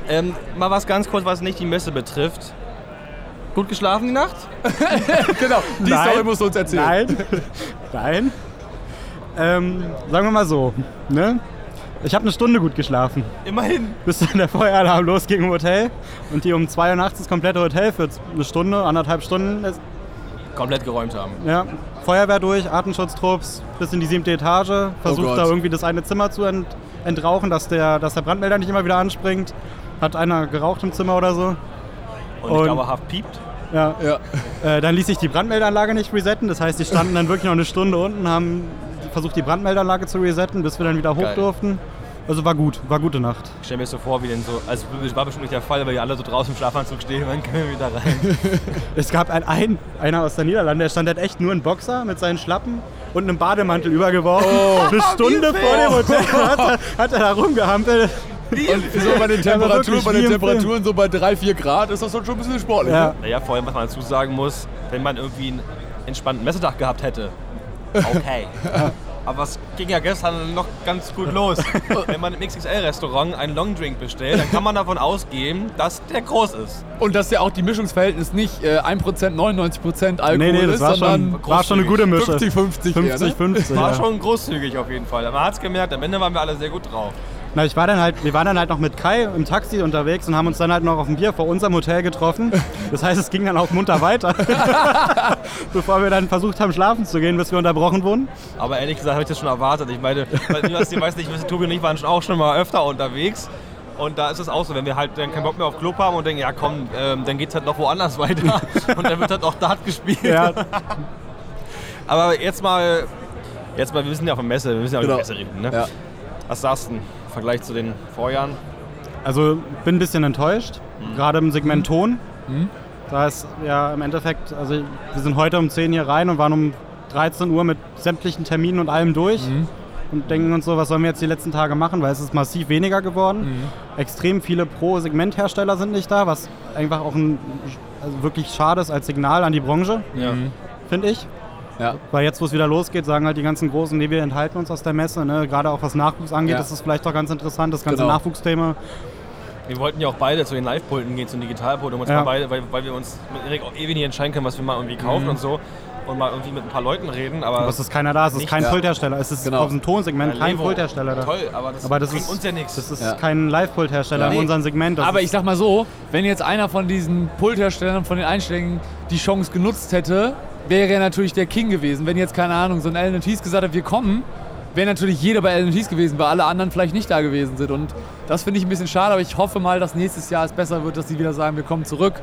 [SPEAKER 2] Ähm, mal was ganz kurz, was nicht die Messe betrifft. Gut geschlafen die Nacht?
[SPEAKER 1] genau, die
[SPEAKER 7] Nein.
[SPEAKER 1] Story musst du uns erzählen.
[SPEAKER 7] Nein. Nein. Ähm, sagen wir mal so. Ne? Ich habe eine Stunde gut geschlafen,
[SPEAKER 2] Immerhin.
[SPEAKER 7] bis dann der Feueralarm losging im Hotel. Und die um 2 Uhr nachts das komplette Hotel für eine Stunde, anderthalb Stunden. es-
[SPEAKER 2] Komplett geräumt haben.
[SPEAKER 7] Ja, Feuerwehr durch, Artenschutztrupps, bis in die siebte Etage. Versucht
[SPEAKER 1] Oh Gott.
[SPEAKER 7] da irgendwie das eine Zimmer zu ent entrauchen, dass der, dass der Brandmelder nicht immer wieder anspringt. Hat einer geraucht im Zimmer oder so.
[SPEAKER 2] Und,
[SPEAKER 7] Und-
[SPEAKER 2] ich dauerhaft piept.
[SPEAKER 7] Ja,
[SPEAKER 1] Ja.
[SPEAKER 7] Äh, dann ließ sich die Brandmeldeanlage nicht resetten. Das heißt, die standen dann wirklich noch eine Stunde unten, haben versucht, die Brandmeldeanlage zu resetten, bis wir dann wieder hoch
[SPEAKER 2] Geil.
[SPEAKER 7] durften. Also war gut, war gute Nacht.
[SPEAKER 2] Ich stell mir so vor, wie denn so. Also, das war bestimmt nicht der Fall, weil die alle so draußen im Schlafanzug stehen, wann können wir wieder rein?
[SPEAKER 7] Es gab einen, einen einer aus der Niederlande, der stand halt echt nur in Boxer mit seinen Schlappen und einem Bademantel übergeworfen.
[SPEAKER 1] Oh.
[SPEAKER 7] Eine Stunde vor dem Hotel hat er, hat er da rumgehampelt.
[SPEAKER 1] Und so bei den
[SPEAKER 7] Aber
[SPEAKER 1] Temperaturen,
[SPEAKER 7] wirklich
[SPEAKER 1] bei den
[SPEAKER 7] wie im Film.
[SPEAKER 1] Temperaturen so bei 3, 4 Grad ist das dann schon ein bisschen sportlich.
[SPEAKER 7] Ja.
[SPEAKER 1] Ne?
[SPEAKER 2] naja, vor allem, was man dazu sagen muss, wenn man irgendwie einen entspannten Messetag gehabt hätte. Okay. Aber es ging ja gestern noch ganz gut los. Wenn man im XXL-Restaurant einen Longdrink bestellt, dann kann man davon ausgehen, dass der groß ist.
[SPEAKER 1] Und dass ja auch die Mischungsverhältnis nicht äh, 1%, 99% Alkohol
[SPEAKER 7] Nee, nee, das
[SPEAKER 1] ist,
[SPEAKER 7] war
[SPEAKER 1] sondern
[SPEAKER 7] schon, war schon eine gute Mische.
[SPEAKER 1] 50, 50.
[SPEAKER 7] 50, 50.
[SPEAKER 2] War
[SPEAKER 7] ja.
[SPEAKER 2] schon großzügig auf jeden Fall. Man hat's gemerkt, am Ende waren wir alle sehr gut drauf.
[SPEAKER 7] Na, ich war dann halt, wir waren dann halt noch mit Kai im Taxi unterwegs und haben uns dann halt noch auf dem Bier vor unserem Hotel getroffen. Das heißt, es ging dann auch munter weiter, bevor wir dann versucht haben, schlafen zu gehen, bis wir unterbrochen wurden.
[SPEAKER 2] Aber ehrlich gesagt habe ich das schon erwartet. Ich meine, weil, was ihr weiß nicht, wissen, Tobi und ich waren schon auch schon mal öfter unterwegs. Und da ist es auch so, wenn wir halt dann keinen Bock mehr auf Club haben und denken, ja komm, ähm, dann geht's halt noch woanders weiter. Und dann wird halt auch Dart gespielt.
[SPEAKER 7] Ja,
[SPEAKER 2] Aber jetzt mal, jetzt mal, wir sind ja auf der Messe, wir müssen ja
[SPEAKER 1] Genau.
[SPEAKER 2] über die Messe reden. Ne?
[SPEAKER 1] Ja.
[SPEAKER 2] Was sagst du denn im Vergleich zu den Vorjahren?
[SPEAKER 7] also bin ein bisschen enttäuscht, gerade im
[SPEAKER 1] Mhm.
[SPEAKER 7] Segment Ton. Da ist ja im Endeffekt, also wir sind heute um 10 hier rein und waren um 13 Uhr mit sämtlichen Terminen und allem durch.
[SPEAKER 1] Mhm.
[SPEAKER 7] Und denken uns so, was sollen wir jetzt die letzten Tage machen, weil es ist massiv weniger geworden.
[SPEAKER 1] Mhm.
[SPEAKER 7] Extrem viele Pro-Segmenthersteller sind nicht da, was einfach auch ein also wirklich schade ist als Signal an die Branche,
[SPEAKER 2] Ja.
[SPEAKER 7] finde ich.
[SPEAKER 1] Ja.
[SPEAKER 7] Weil jetzt, wo es wieder losgeht, sagen halt die ganzen Großen, nee, wir enthalten uns aus der Messe. Ne? Gerade auch was Nachwuchs angeht,
[SPEAKER 1] Ja.
[SPEAKER 7] ist das vielleicht auch ganz interessant, das ganze
[SPEAKER 1] Genau.
[SPEAKER 7] Nachwuchsthema.
[SPEAKER 2] Wir wollten ja auch beide zu den Live-Pulten gehen, zum Digitalpult, um uns
[SPEAKER 7] Ja.
[SPEAKER 2] mal beide, weil, weil wir uns mit Erik auch ewig nicht entscheiden können, was wir mal irgendwie kaufen und so. Und mal irgendwie mit ein paar Leuten reden. Aber
[SPEAKER 7] Aber Mhm. es ist keiner da, es ist
[SPEAKER 2] Nicht
[SPEAKER 7] kein
[SPEAKER 1] da.
[SPEAKER 7] Pulthersteller. Es ist
[SPEAKER 1] Genau.
[SPEAKER 7] auf dem Tonsegment kein
[SPEAKER 2] Levo.
[SPEAKER 7] Pulthersteller da.
[SPEAKER 2] Toll, aber das,
[SPEAKER 7] Aber das
[SPEAKER 2] bringt
[SPEAKER 7] ist,
[SPEAKER 2] uns ja nichts.
[SPEAKER 7] Das ist
[SPEAKER 1] Ja.
[SPEAKER 7] kein Live-Pulthersteller
[SPEAKER 1] Nee.
[SPEAKER 7] in unserem Segment. Das
[SPEAKER 1] Aber ich
[SPEAKER 7] ist,
[SPEAKER 1] sag mal so, wenn jetzt einer von diesen Pultherstellern, von den Einschlägen die Chance genutzt hätte, wäre er natürlich der King gewesen. Wenn jetzt, keine Ahnung, so ein Alan Tees gesagt hat, wir kommen, wäre natürlich jeder bei LMTs gewesen, weil alle anderen vielleicht nicht da gewesen sind. Und das finde ich ein bisschen schade, aber ich hoffe mal, dass nächstes Jahr es besser wird, dass sie wieder sagen, wir kommen zurück.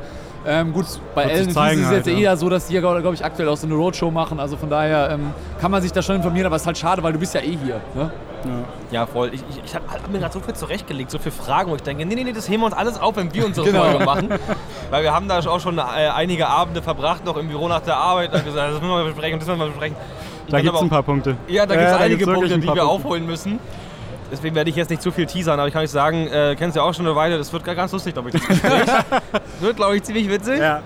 [SPEAKER 1] Ähm, gut, bei
[SPEAKER 7] Wird sich
[SPEAKER 1] LMTs ist
[SPEAKER 7] zeigen
[SPEAKER 1] es
[SPEAKER 7] halt,
[SPEAKER 1] jetzt
[SPEAKER 7] ja.
[SPEAKER 1] eher so, dass die ja, glaube ich, aktuell auch so eine Roadshow machen. Also von daher ähm, kann man sich da schon informieren, aber es ist halt schade, weil du bist ja eh hier. Ne?
[SPEAKER 2] Ja, voll. Ich, ich, ich habe hab mir gerade so viel zurechtgelegt, so viele Fragen, wo ich denke, nee, nee, nee, das heben wir uns alles auf, wenn wir unsere
[SPEAKER 1] Genau.
[SPEAKER 2] Folge machen. Weil wir haben da auch schon äh, einige Abende verbracht, noch im Büro nach der Arbeit, und gesagt, das müssen wir besprechen, das müssen wir besprechen. Und
[SPEAKER 7] Da
[SPEAKER 2] dann
[SPEAKER 7] gibt es
[SPEAKER 2] aber
[SPEAKER 7] ein paar Punkte.
[SPEAKER 2] Ja, da gibt es
[SPEAKER 7] Ja, Äh, da
[SPEAKER 2] einige
[SPEAKER 7] gibt's wirklich
[SPEAKER 2] Punkte,
[SPEAKER 7] ein
[SPEAKER 2] die
[SPEAKER 7] paar
[SPEAKER 2] wir
[SPEAKER 7] Punkte.
[SPEAKER 2] aufholen müssen. Deswegen werde ich jetzt nicht zu viel teasern, aber ich kann euch sagen, äh, kennst ja auch schon eine Weile, das wird gar- ganz lustig, glaube ich. Das Gespräch. wird, glaube ich, ziemlich witzig.
[SPEAKER 7] Ja.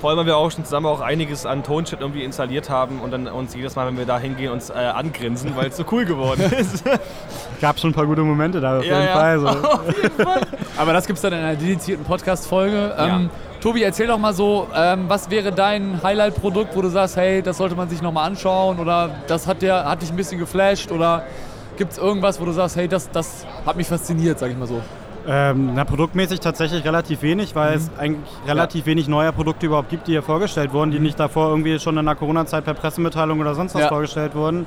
[SPEAKER 2] Vor allem, weil wir auch schon zusammen auch einiges an Tonshit irgendwie installiert haben und dann uns jedes Mal, wenn wir da hingehen, uns äh, angrinsen, weil es so cool geworden ist.
[SPEAKER 7] Gab schon ein paar gute Momente da auf
[SPEAKER 2] Ja,
[SPEAKER 7] jeden
[SPEAKER 2] ja.
[SPEAKER 7] Fall. So.
[SPEAKER 1] Aber das gibt es dann in einer dedizierten Podcast-Folge. Ähm, Tobi, erzähl doch mal so, ähm, was wäre dein Highlight-Produkt, wo du sagst, hey, das sollte man sich nochmal anschauen oder das hat, dir, hat dich ein bisschen geflasht oder gibt es irgendwas, wo du sagst, hey, das, das hat mich fasziniert, sag ich mal so.
[SPEAKER 7] Ähm, na, produktmäßig tatsächlich relativ wenig, weil es
[SPEAKER 2] Mhm.
[SPEAKER 7] eigentlich relativ wenig neuer Produkte überhaupt gibt, die hier vorgestellt wurden,
[SPEAKER 2] Mhm.
[SPEAKER 7] die nicht davor irgendwie schon in der Corona-Zeit per Pressemitteilung oder sonst was
[SPEAKER 1] Ja.
[SPEAKER 7] vorgestellt wurden.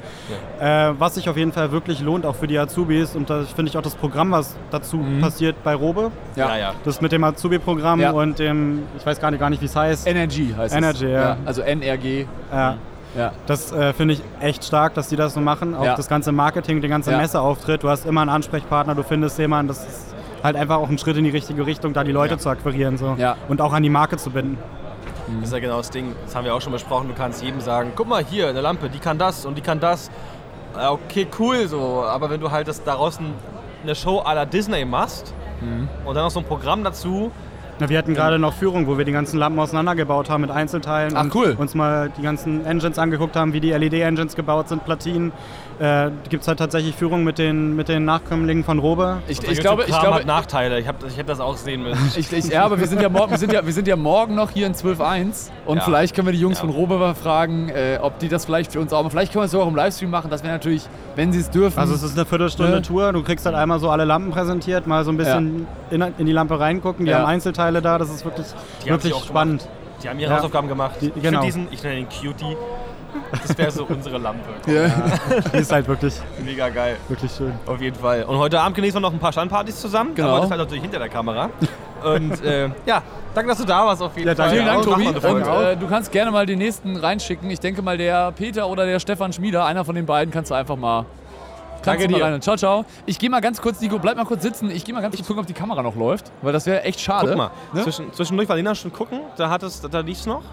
[SPEAKER 7] Äh, was sich auf jeden Fall wirklich lohnt, auch für die Azubis. Und da finde ich auch das Programm, was dazu passiert bei Robe.
[SPEAKER 2] ja. Mhm. ja.
[SPEAKER 7] Das mit dem Azubi-Programm
[SPEAKER 1] Ja.
[SPEAKER 7] und dem, ich weiß gar nicht, gar nicht wie es heißt.
[SPEAKER 1] Energy heißt es.
[SPEAKER 7] Energy, ja.
[SPEAKER 1] Also NRG.
[SPEAKER 7] ja.
[SPEAKER 1] Ja.
[SPEAKER 7] Das äh, finde ich echt stark, dass die das so machen. Auch
[SPEAKER 1] Ja.
[SPEAKER 7] das ganze Marketing, den ganzen
[SPEAKER 1] Ja.
[SPEAKER 7] Messeauftritt. Du hast immer einen Ansprechpartner, du findest jemanden. Das ist halt einfach auch ein Schritt in die richtige Richtung, da die Leute zu akquirieren so.
[SPEAKER 1] Ja.
[SPEAKER 7] und auch an die Marke zu binden.
[SPEAKER 2] Das ist ja genau das Ding, das haben wir auch schon besprochen, du kannst jedem sagen, guck mal hier, eine Lampe, die kann das und die kann das. Ja, Okay, cool so, aber wenn du halt das daraus ein- eine Show à la Disney machst
[SPEAKER 7] Mhm.
[SPEAKER 2] und dann noch so ein Programm dazu,
[SPEAKER 7] Na, wir hatten gerade noch Führung, wo wir die ganzen Lampen auseinandergebaut haben mit Einzelteilen
[SPEAKER 1] Genau. Ach,
[SPEAKER 7] und
[SPEAKER 1] cool.
[SPEAKER 7] uns mal die ganzen Engines angeguckt haben, wie die LED-Engines gebaut sind, Platinen. Äh, Gibt es halt tatsächlich Führung mit den, mit den Nachkömmlingen von Robe.
[SPEAKER 1] Ich,
[SPEAKER 2] so
[SPEAKER 1] ich glaube, ich
[SPEAKER 2] YouTube-Kram
[SPEAKER 1] glaube,
[SPEAKER 2] hat Nachteile. Ich, hab, das- ich hätte das auch sehen müssen.
[SPEAKER 1] Ich, ich, ja, aber wir sind ja, morgen, wir sind ja, wir sind ja morgen noch hier in 12.1 und
[SPEAKER 2] Ja.
[SPEAKER 1] vielleicht können wir die Jungs
[SPEAKER 2] Ja.
[SPEAKER 1] von Robe mal fragen, äh, ob die das vielleicht für uns auch machen. Vielleicht können wir es sogar auch im Livestream machen, das wäre natürlich, wenn sie es dürfen.
[SPEAKER 7] Also es ist eine Viertelstunde
[SPEAKER 1] Ne?
[SPEAKER 7] Tour, du kriegst halt einmal so alle Lampen präsentiert, mal so ein bisschen in, in die Lampe reingucken, die
[SPEAKER 1] Ja.
[SPEAKER 7] haben Einzelteile da, das ist wirklich,
[SPEAKER 2] Die haben sie
[SPEAKER 7] wirklich
[SPEAKER 2] auch
[SPEAKER 7] spannend.
[SPEAKER 2] Die haben ihre
[SPEAKER 7] Ja.
[SPEAKER 2] Hausaufgaben gemacht.
[SPEAKER 7] Die-
[SPEAKER 2] Ich
[SPEAKER 7] genau.
[SPEAKER 2] finde diesen, ich nenne ihn Cutie. Das wäre so unsere Lampe.
[SPEAKER 7] Die ist halt wirklich,
[SPEAKER 2] Mega geil.
[SPEAKER 7] wirklich schön.
[SPEAKER 2] Auf jeden Fall. Und heute Abend genießen wir noch ein paar Standpartys zusammen.
[SPEAKER 1] Genau.
[SPEAKER 2] Aber das halt natürlich hinter der Kamera. Und äh, ja, danke, dass du da warst auf jeden
[SPEAKER 7] Ja,
[SPEAKER 2] Fall.
[SPEAKER 7] danke
[SPEAKER 1] Vielen Dank,
[SPEAKER 2] Mach
[SPEAKER 1] Tobi.
[SPEAKER 2] mal eine Folge.
[SPEAKER 1] Und äh, du kannst gerne mal den nächsten reinschicken. Ich denke mal, der Peter oder der Stefan Schmieder, einer von den beiden, kannst du einfach mal. Kannst
[SPEAKER 2] Danke
[SPEAKER 1] du mal
[SPEAKER 2] dir.
[SPEAKER 1] rein. Ciao, ciao. Ich gehe mal ganz kurz, Nico, bleib mal kurz sitzen. Ich gehe mal ganz kurz gucken, ob die Kamera noch läuft, weil das wäre echt schade.
[SPEAKER 2] Guck mal,
[SPEAKER 1] Ne?
[SPEAKER 2] zwischen, zwischendurch war Lena schon gucken, da, hat es, da lief es noch.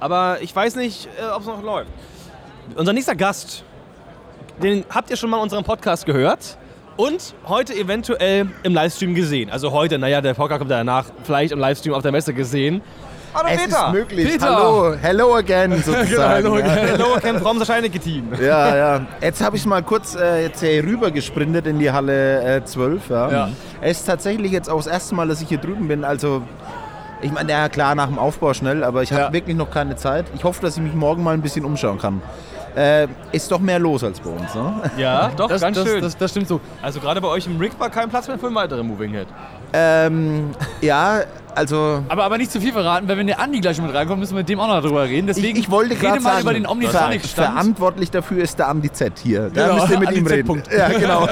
[SPEAKER 2] Aber ich weiß nicht, äh, ob es noch läuft. Unser nächster Gast, den habt ihr schon mal in unserem Podcast gehört und heute eventuell im Livestream gesehen. Also heute, naja, der Podcast kommt ja danach, vielleicht im Livestream auf der Messe gesehen. Hallo
[SPEAKER 6] Es ist
[SPEAKER 2] Peter! Genau,
[SPEAKER 6] möglich.
[SPEAKER 1] Peter. Genau,
[SPEAKER 6] Hallo, hello again sozusagen.
[SPEAKER 1] Hallo,
[SPEAKER 6] ja.
[SPEAKER 2] Hello, Camp From the Team.
[SPEAKER 8] Ja, ja. Jetzt habe ich mal kurz äh, jetzt hier rüber gesprintet in die Halle äh, 12. Ja.
[SPEAKER 1] Ja.
[SPEAKER 8] Es ist tatsächlich jetzt auch das erste Mal, dass ich hier drüben bin. Also, ich meine, ja klar, nach dem Aufbau schnell, aber ich habe
[SPEAKER 1] Ja.
[SPEAKER 8] wirklich noch keine Zeit. Ich hoffe, dass ich mich morgen mal ein bisschen umschauen kann. Äh, ist doch mehr los als bei uns. Ne?
[SPEAKER 2] Ja, doch,
[SPEAKER 1] das,
[SPEAKER 2] ganz
[SPEAKER 1] das,
[SPEAKER 2] schön.
[SPEAKER 1] Das, das stimmt so.
[SPEAKER 2] also gerade bei euch im Rig war kein Platz mehr für einen weiteren Moving Head.
[SPEAKER 8] Ähm, ja, also.
[SPEAKER 1] Aber, aber nicht zu viel verraten, weil wenn der Andi gleich mit reinkommt, müssen wir mit dem auch noch drüber reden.
[SPEAKER 8] Ich,
[SPEAKER 1] Deswegen
[SPEAKER 8] ich wollte
[SPEAKER 1] rede
[SPEAKER 8] gerade
[SPEAKER 1] mal
[SPEAKER 8] sagen,
[SPEAKER 1] über den
[SPEAKER 8] ver
[SPEAKER 1] Omnitronic-Stand.
[SPEAKER 8] verantwortlich dafür ist der Amdi Z hier. Da
[SPEAKER 1] Genau,
[SPEAKER 8] müsst ihr mit
[SPEAKER 1] Amdi
[SPEAKER 8] ihm
[SPEAKER 1] Z.
[SPEAKER 8] reden.
[SPEAKER 1] Punkt.
[SPEAKER 8] Ja, genau.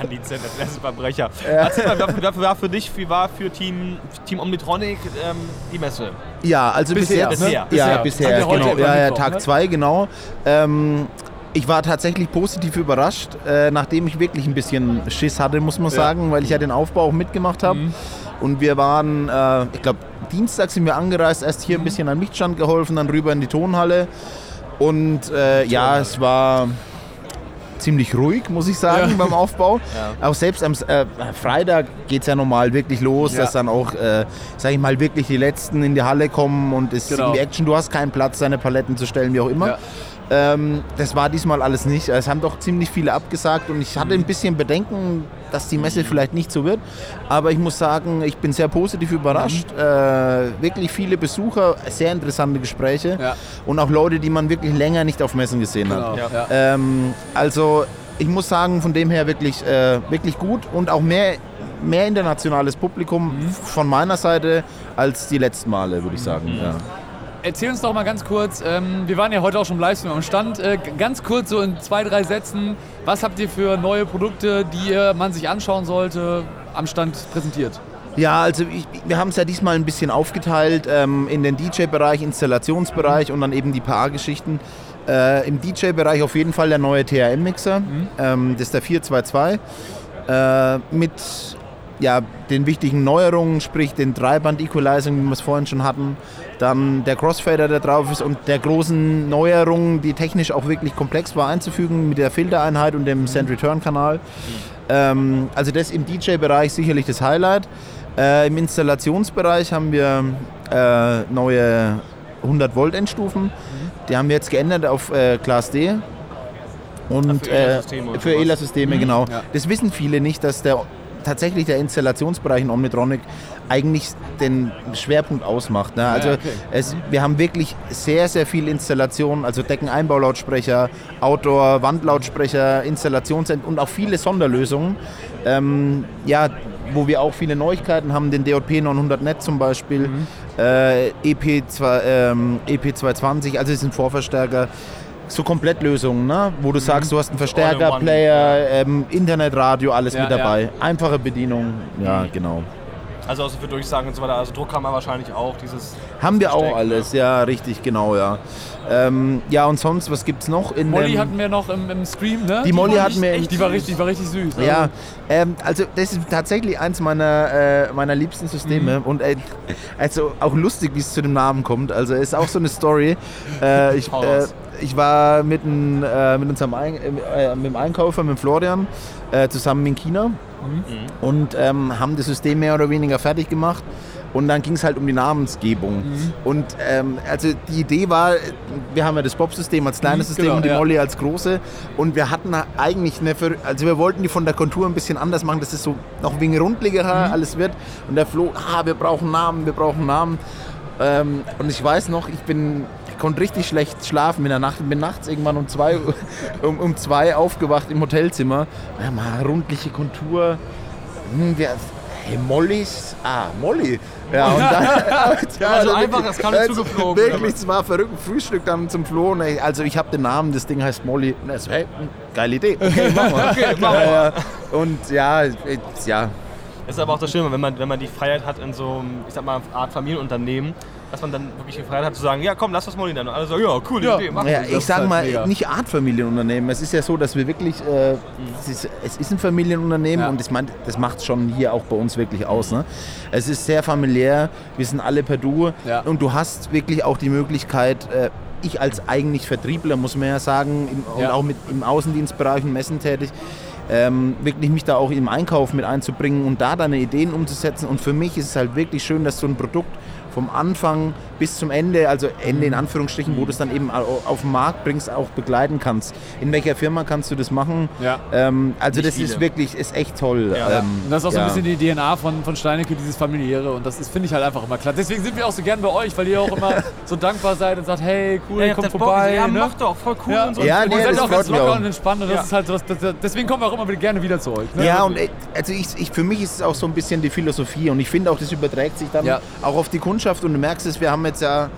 [SPEAKER 2] Andi Z, der Presseverbrecher. Erzähl mal, wer- wer war für dich, wie war für Team, Team Omnitronic ähm, die Messe?
[SPEAKER 8] Ja, also
[SPEAKER 1] Bisher,
[SPEAKER 8] bisher.
[SPEAKER 2] ne?
[SPEAKER 8] Ja,
[SPEAKER 1] Bisher.
[SPEAKER 8] bisher,
[SPEAKER 1] Haben wir heute
[SPEAKER 8] genau.
[SPEAKER 1] über
[SPEAKER 8] Ja, ja,
[SPEAKER 1] Mittwoch, ne?
[SPEAKER 8] Tag 2, genau. Ähm, ich war tatsächlich positiv überrascht, äh, nachdem ich wirklich ein bisschen Schiss hatte, muss man sagen, weil ich ja den Aufbau auch mitgemacht habe.
[SPEAKER 1] Mhm.
[SPEAKER 8] Und wir waren, äh, ich glaube, Dienstag sind wir angereist, erst
[SPEAKER 1] Mhm.
[SPEAKER 8] hier ein bisschen am Lichtstand geholfen, dann rüber in die Tonhalle. Und äh, ja, es war ziemlich ruhig, muss ich sagen, beim Aufbau. Auch selbst am S- äh, Freitag geht es ja normal wirklich los, dass dann auch, äh, sag ich mal, wirklich die Letzten in die Halle kommen und es ist
[SPEAKER 1] Genau.
[SPEAKER 8] irgendwie Action. Du hast keinen Platz, deine Paletten zu stellen, wie auch immer.
[SPEAKER 1] Ja.
[SPEAKER 8] Ähm, das war diesmal alles nicht. Es haben doch ziemlich viele abgesagt und ich hatte
[SPEAKER 1] Mhm.
[SPEAKER 8] ein bisschen Bedenken, dass die Messe vielleicht nicht so wird. Aber ich muss sagen, ich bin sehr positiv überrascht.
[SPEAKER 1] Mhm.
[SPEAKER 8] Äh, wirklich viele Besucher, sehr interessante Gespräche
[SPEAKER 1] Ja.
[SPEAKER 8] und auch Leute, die man wirklich länger nicht auf Messen gesehen hat.
[SPEAKER 1] Genau, ja.
[SPEAKER 8] Ähm, also ich muss sagen, von dem her wirklich, äh, wirklich gut und auch mehr, mehr
[SPEAKER 1] Mhm. Mhm.
[SPEAKER 8] internationales Publikum von meiner Seite als die letzten Male, würde ich sagen. Ja.
[SPEAKER 1] erzähl uns doch mal ganz kurz, ähm, wir waren ja heute auch schon im Livestream am Stand, äh, g- ganz kurz so in zwei, drei Sätzen, was habt ihr für neue Produkte, die äh, man sich anschauen sollte, am Stand präsentiert?
[SPEAKER 8] Ja, also ich, wir haben es ja diesmal ein bisschen aufgeteilt ähm, in den DJ-Bereich, Installationsbereich und dann eben die PA-Geschichten. Äh, Im DJ-Bereich auf jeden Fall der neue TRM-Mixer, ähm, das ist der 422, äh, mit ja, den wichtigen Neuerungen, sprich den Dreiband-Equalizing, wie wir es vorhin schon hatten, dann der Crossfader, der drauf ist und der großen Neuerung, die technisch auch wirklich komplex war einzufügen, mit der Filtereinheit und dem Send-Return-Kanal. Ähm, also das im DJ-Bereich sicherlich das Highlight. Äh, Im Installationsbereich haben wir äh, neue 100 Volt Endstufen. Die haben wir jetzt geändert auf äh, Class D. Und
[SPEAKER 2] für
[SPEAKER 8] für ELA-Systeme,
[SPEAKER 2] ELA-Systeme und
[SPEAKER 8] äh, für
[SPEAKER 2] sowas. Mhm.
[SPEAKER 8] ELA-Systeme genau. Das wissen viele nicht, dass der tatsächlich der Installationsbereich in Omnitronic eigentlich den Schwerpunkt ausmacht. Ne? Also es, wir haben wirklich sehr, sehr viel Installationen, also Deckeneinbaulautsprecher, Outdoor, Wandlautsprecher, Installations- und auch viele Sonderlösungen. Ähm, ja, wo wir auch viele Neuigkeiten haben, den DJP 900 Net zum Beispiel,
[SPEAKER 1] Mhm.
[SPEAKER 8] äh, EP2, ähm, EP220, also es sind Vorverstärker. So Komplettlösungen, ne? wo
[SPEAKER 1] Mhm.
[SPEAKER 8] du sagst, du hast einen Verstärker,
[SPEAKER 2] All-in-one,
[SPEAKER 8] Player, ähm, Internetradio, alles
[SPEAKER 1] Ja, Mhm.
[SPEAKER 8] mit dabei. Einfache Bedienung, ja, genau.
[SPEAKER 2] Also außer für Durchsagen und so weiter. Also Druckkammer wahrscheinlich auch. Dieses
[SPEAKER 8] Haben wir auch
[SPEAKER 2] Verstärker.
[SPEAKER 8] alles, ja, richtig, genau, ja. Ähm, ja, und sonst, was gibt's noch? In
[SPEAKER 1] Molly
[SPEAKER 8] dem,
[SPEAKER 1] hatten wir noch im, im Stream, ne?
[SPEAKER 8] Ähm, die Molly hatten wir
[SPEAKER 1] die war richtig, war richtig süß. ne?
[SPEAKER 8] Ja, ähm, also das ist tatsächlich eins meiner, äh, meiner liebsten
[SPEAKER 1] Mhm.
[SPEAKER 8] Systeme und äh, also auch lustig, wie es zu dem Namen kommt. Also ist auch so eine Story. Äh, ich,
[SPEAKER 2] Hau
[SPEAKER 8] äh,
[SPEAKER 2] raus.
[SPEAKER 8] ich war mit, n, äh, mit unserem Ein äh, mit dem Einkäufer, mit dem Florian, äh, zusammen in China
[SPEAKER 1] Mhm.
[SPEAKER 8] und ähm, haben das System mehr oder weniger fertig gemacht. Und dann ging es halt um die Namensgebung.
[SPEAKER 1] Mhm.
[SPEAKER 8] Und ähm, also die Idee war, wir haben ja das Bob-System als kleines
[SPEAKER 1] Mhm,
[SPEAKER 8] System
[SPEAKER 1] genau,
[SPEAKER 8] und die
[SPEAKER 1] ja.
[SPEAKER 8] Molly Olli als große und wir hatten eigentlich eine, Ver- also wir wollten die von der Kontur ein bisschen anders machen, dass es so noch ein wenig rundlicher
[SPEAKER 2] Mhm.
[SPEAKER 8] alles wird und der Flo, ah, wir brauchen Namen, wir brauchen Namen ähm, und ich weiß noch, ich bin ich konnte richtig schlecht schlafen in der Nacht. Bin nachts irgendwann um zwei, Uhr- um, um zwei aufgewacht im Hotelzimmer. Ja, mal rundliche Kontur. Hm, wer, hey, Mollys? Ah, Molly. Ja, und dann, ja,
[SPEAKER 2] Also
[SPEAKER 8] dann
[SPEAKER 2] einfach, das kam nicht zugeflogen,
[SPEAKER 8] Wirklich, es war verrückt. Frühstück dann zum Flo. Und ich, also ich habe den Namen, das Ding heißt Molly. Und er so, hey, hm, geile Idee. Okay, machen wir. Ja, ja. und ja, äh, ja,
[SPEAKER 2] Ist aber auch das Schöne, wenn man, wenn man die Freiheit hat in so einem, ich sag mal, Art Familienunternehmen, dass man dann wirklich die Freiheit hat zu sagen, ja komm, lass das Molly dann. Und alle so, ja, cool,
[SPEAKER 1] Ja.
[SPEAKER 2] Idee, mach
[SPEAKER 8] Ja,
[SPEAKER 2] das.
[SPEAKER 8] ich sag
[SPEAKER 1] halt
[SPEAKER 8] mal,
[SPEAKER 1] mega.
[SPEAKER 8] nicht Artfamilienunternehmen. Es ist ja so, dass wir wirklich, äh, es, ist, es ist ein Familienunternehmen
[SPEAKER 1] Ja.
[SPEAKER 8] und das, meint, das macht schon hier auch bei uns wirklich aus. Ne? Es ist sehr familiär, wir sind alle per Du
[SPEAKER 1] Ja.
[SPEAKER 8] und du hast wirklich auch die Möglichkeit, äh, ich als eigentlich Vertriebler, muss man ja sagen, im,
[SPEAKER 1] Ja.
[SPEAKER 8] und auch mit, im Außendienstbereich und Messen tätig, ähm, wirklich mich da auch im Einkauf mit einzubringen und da deine Ideen umzusetzen. Und für mich ist es halt wirklich schön, dass so ein Produkt vom Anfang bis zum Ende, also Ende in Anführungsstrichen, wo du es dann eben au- auf den Markt bringst, auch begleiten kannst. In welcher Firma kannst du das machen?
[SPEAKER 1] Ja.
[SPEAKER 8] Ähm, also
[SPEAKER 2] Nicht
[SPEAKER 8] das ist
[SPEAKER 2] viele.
[SPEAKER 8] wirklich, ist echt toll.
[SPEAKER 2] Ja.
[SPEAKER 8] Ähm,
[SPEAKER 1] Und das ist auch so
[SPEAKER 8] ja.
[SPEAKER 1] ein bisschen die DNA von, von Steinecke, dieses familiäre. Und das ist- finde ich halt einfach immer klar. Deswegen sind wir auch so gern bei euch, weil ihr auch immer so dankbar seid und sagt, hey, cool,
[SPEAKER 2] Ja, ihr habt
[SPEAKER 1] kommt
[SPEAKER 2] das Bock,
[SPEAKER 1] vorbei.
[SPEAKER 2] ja,
[SPEAKER 1] ne?
[SPEAKER 2] mach doch, voll cool und so.
[SPEAKER 8] Ja,
[SPEAKER 1] und
[SPEAKER 8] nee,
[SPEAKER 1] ihr seid
[SPEAKER 8] das
[SPEAKER 1] auch ganz
[SPEAKER 8] freut mich
[SPEAKER 1] locker
[SPEAKER 8] auch.
[SPEAKER 1] und entspannt. Und das
[SPEAKER 2] Ja.
[SPEAKER 1] ist halt so, das, das, deswegen kommen wir auch immer wieder gerne wieder zu euch. Ne?
[SPEAKER 8] Ja, und äh, also ich, ich, für mich ist es auch so ein bisschen die Philosophie und ich finde auch, das überträgt sich dann
[SPEAKER 1] Ja.
[SPEAKER 8] auch auf die Kundschaft und du merkst es, wir haben jetzt ja,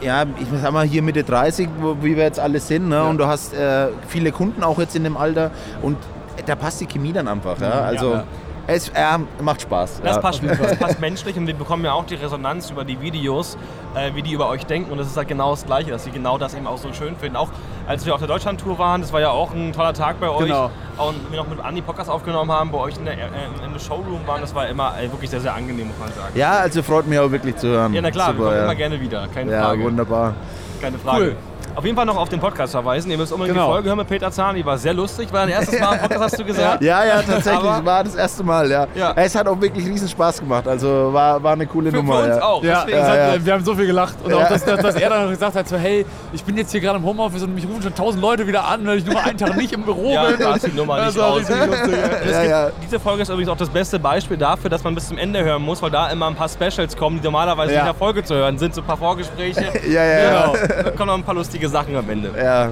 [SPEAKER 8] ja, ich sag mal hier Mitte 30, wo, wie wir jetzt alle sind ne? und du hast äh, viele Kunden auch jetzt in dem Alter und äh, da passt die Chemie dann einfach, ja, also
[SPEAKER 1] Ja.
[SPEAKER 8] es äh, macht Spaß.
[SPEAKER 2] Das
[SPEAKER 8] ja.
[SPEAKER 2] passt, das passt menschlich und wir bekommen ja auch die Resonanz über die Videos, äh, wie die über euch denken. Und das ist halt genau das Gleiche, dass sie genau das eben auch so schön finden. Auch als wir auf der Deutschland-Tour waren, das war ja auch ein toller Tag bei euch.
[SPEAKER 1] Genau.
[SPEAKER 2] Und wir noch mit Andi Podcast aufgenommen haben, bei euch in der, äh, in der Showroom waren, das war immer äh, wirklich sehr, sehr angenehm, muss man sagen.
[SPEAKER 8] Ja, also freut mich auch wirklich zu hören.
[SPEAKER 2] Ja, na klar, wir
[SPEAKER 8] Super,
[SPEAKER 2] kommen
[SPEAKER 8] ja.
[SPEAKER 2] immer gerne wieder, keine
[SPEAKER 8] Ja,
[SPEAKER 2] Frage.
[SPEAKER 8] wunderbar.
[SPEAKER 2] Keine Frage.
[SPEAKER 1] Cool.
[SPEAKER 2] Auf jeden Fall noch auf den Podcast verweisen. Ihr müsst unbedingt
[SPEAKER 1] Genau.
[SPEAKER 2] die Folge hören mit Peter Zahn. Die war sehr lustig. War dein erstes Mal im Podcast, hast du gesagt?
[SPEAKER 8] Ja, ja, tatsächlich,
[SPEAKER 2] Aber-
[SPEAKER 8] war das erste Mal, ja.
[SPEAKER 2] Ja.
[SPEAKER 8] Es hat auch wirklich riesen Spaß gemacht, also war, war eine coole
[SPEAKER 2] Für,
[SPEAKER 8] Nummer.
[SPEAKER 2] für uns
[SPEAKER 8] ja.
[SPEAKER 2] auch.
[SPEAKER 1] Ja,
[SPEAKER 2] Deswegen
[SPEAKER 1] es
[SPEAKER 8] Ja,
[SPEAKER 1] hat,
[SPEAKER 8] ja.
[SPEAKER 1] äh, wir haben so viel gelacht. Und auch,
[SPEAKER 8] Ja.
[SPEAKER 1] dass, dass, dass er dann noch gesagt hat, so, hey, ich bin jetzt hier gerade im Homeoffice und mich rufen schon tausend Leute wieder an, weil ich nur mal einen Tag nicht im Büro
[SPEAKER 2] Ja,
[SPEAKER 1] bin.
[SPEAKER 2] da ist die Nummer
[SPEAKER 1] Das
[SPEAKER 2] nicht
[SPEAKER 1] war
[SPEAKER 2] raus.
[SPEAKER 1] richtig lustig, ja.
[SPEAKER 2] Es
[SPEAKER 8] Ja,
[SPEAKER 2] gibt,
[SPEAKER 8] ja.
[SPEAKER 2] Diese Folge ist übrigens auch das beste Beispiel dafür, dass man bis zum Ende hören muss, weil da immer ein paar Specials kommen, die normalerweise
[SPEAKER 8] Ja.
[SPEAKER 2] in der Folge zu hören sind. So ein paar Vorgespräche. Genau.
[SPEAKER 8] Ja, ja, ja.
[SPEAKER 2] Da kommen noch ein paar lustige Sachen am Ende.
[SPEAKER 8] Ja,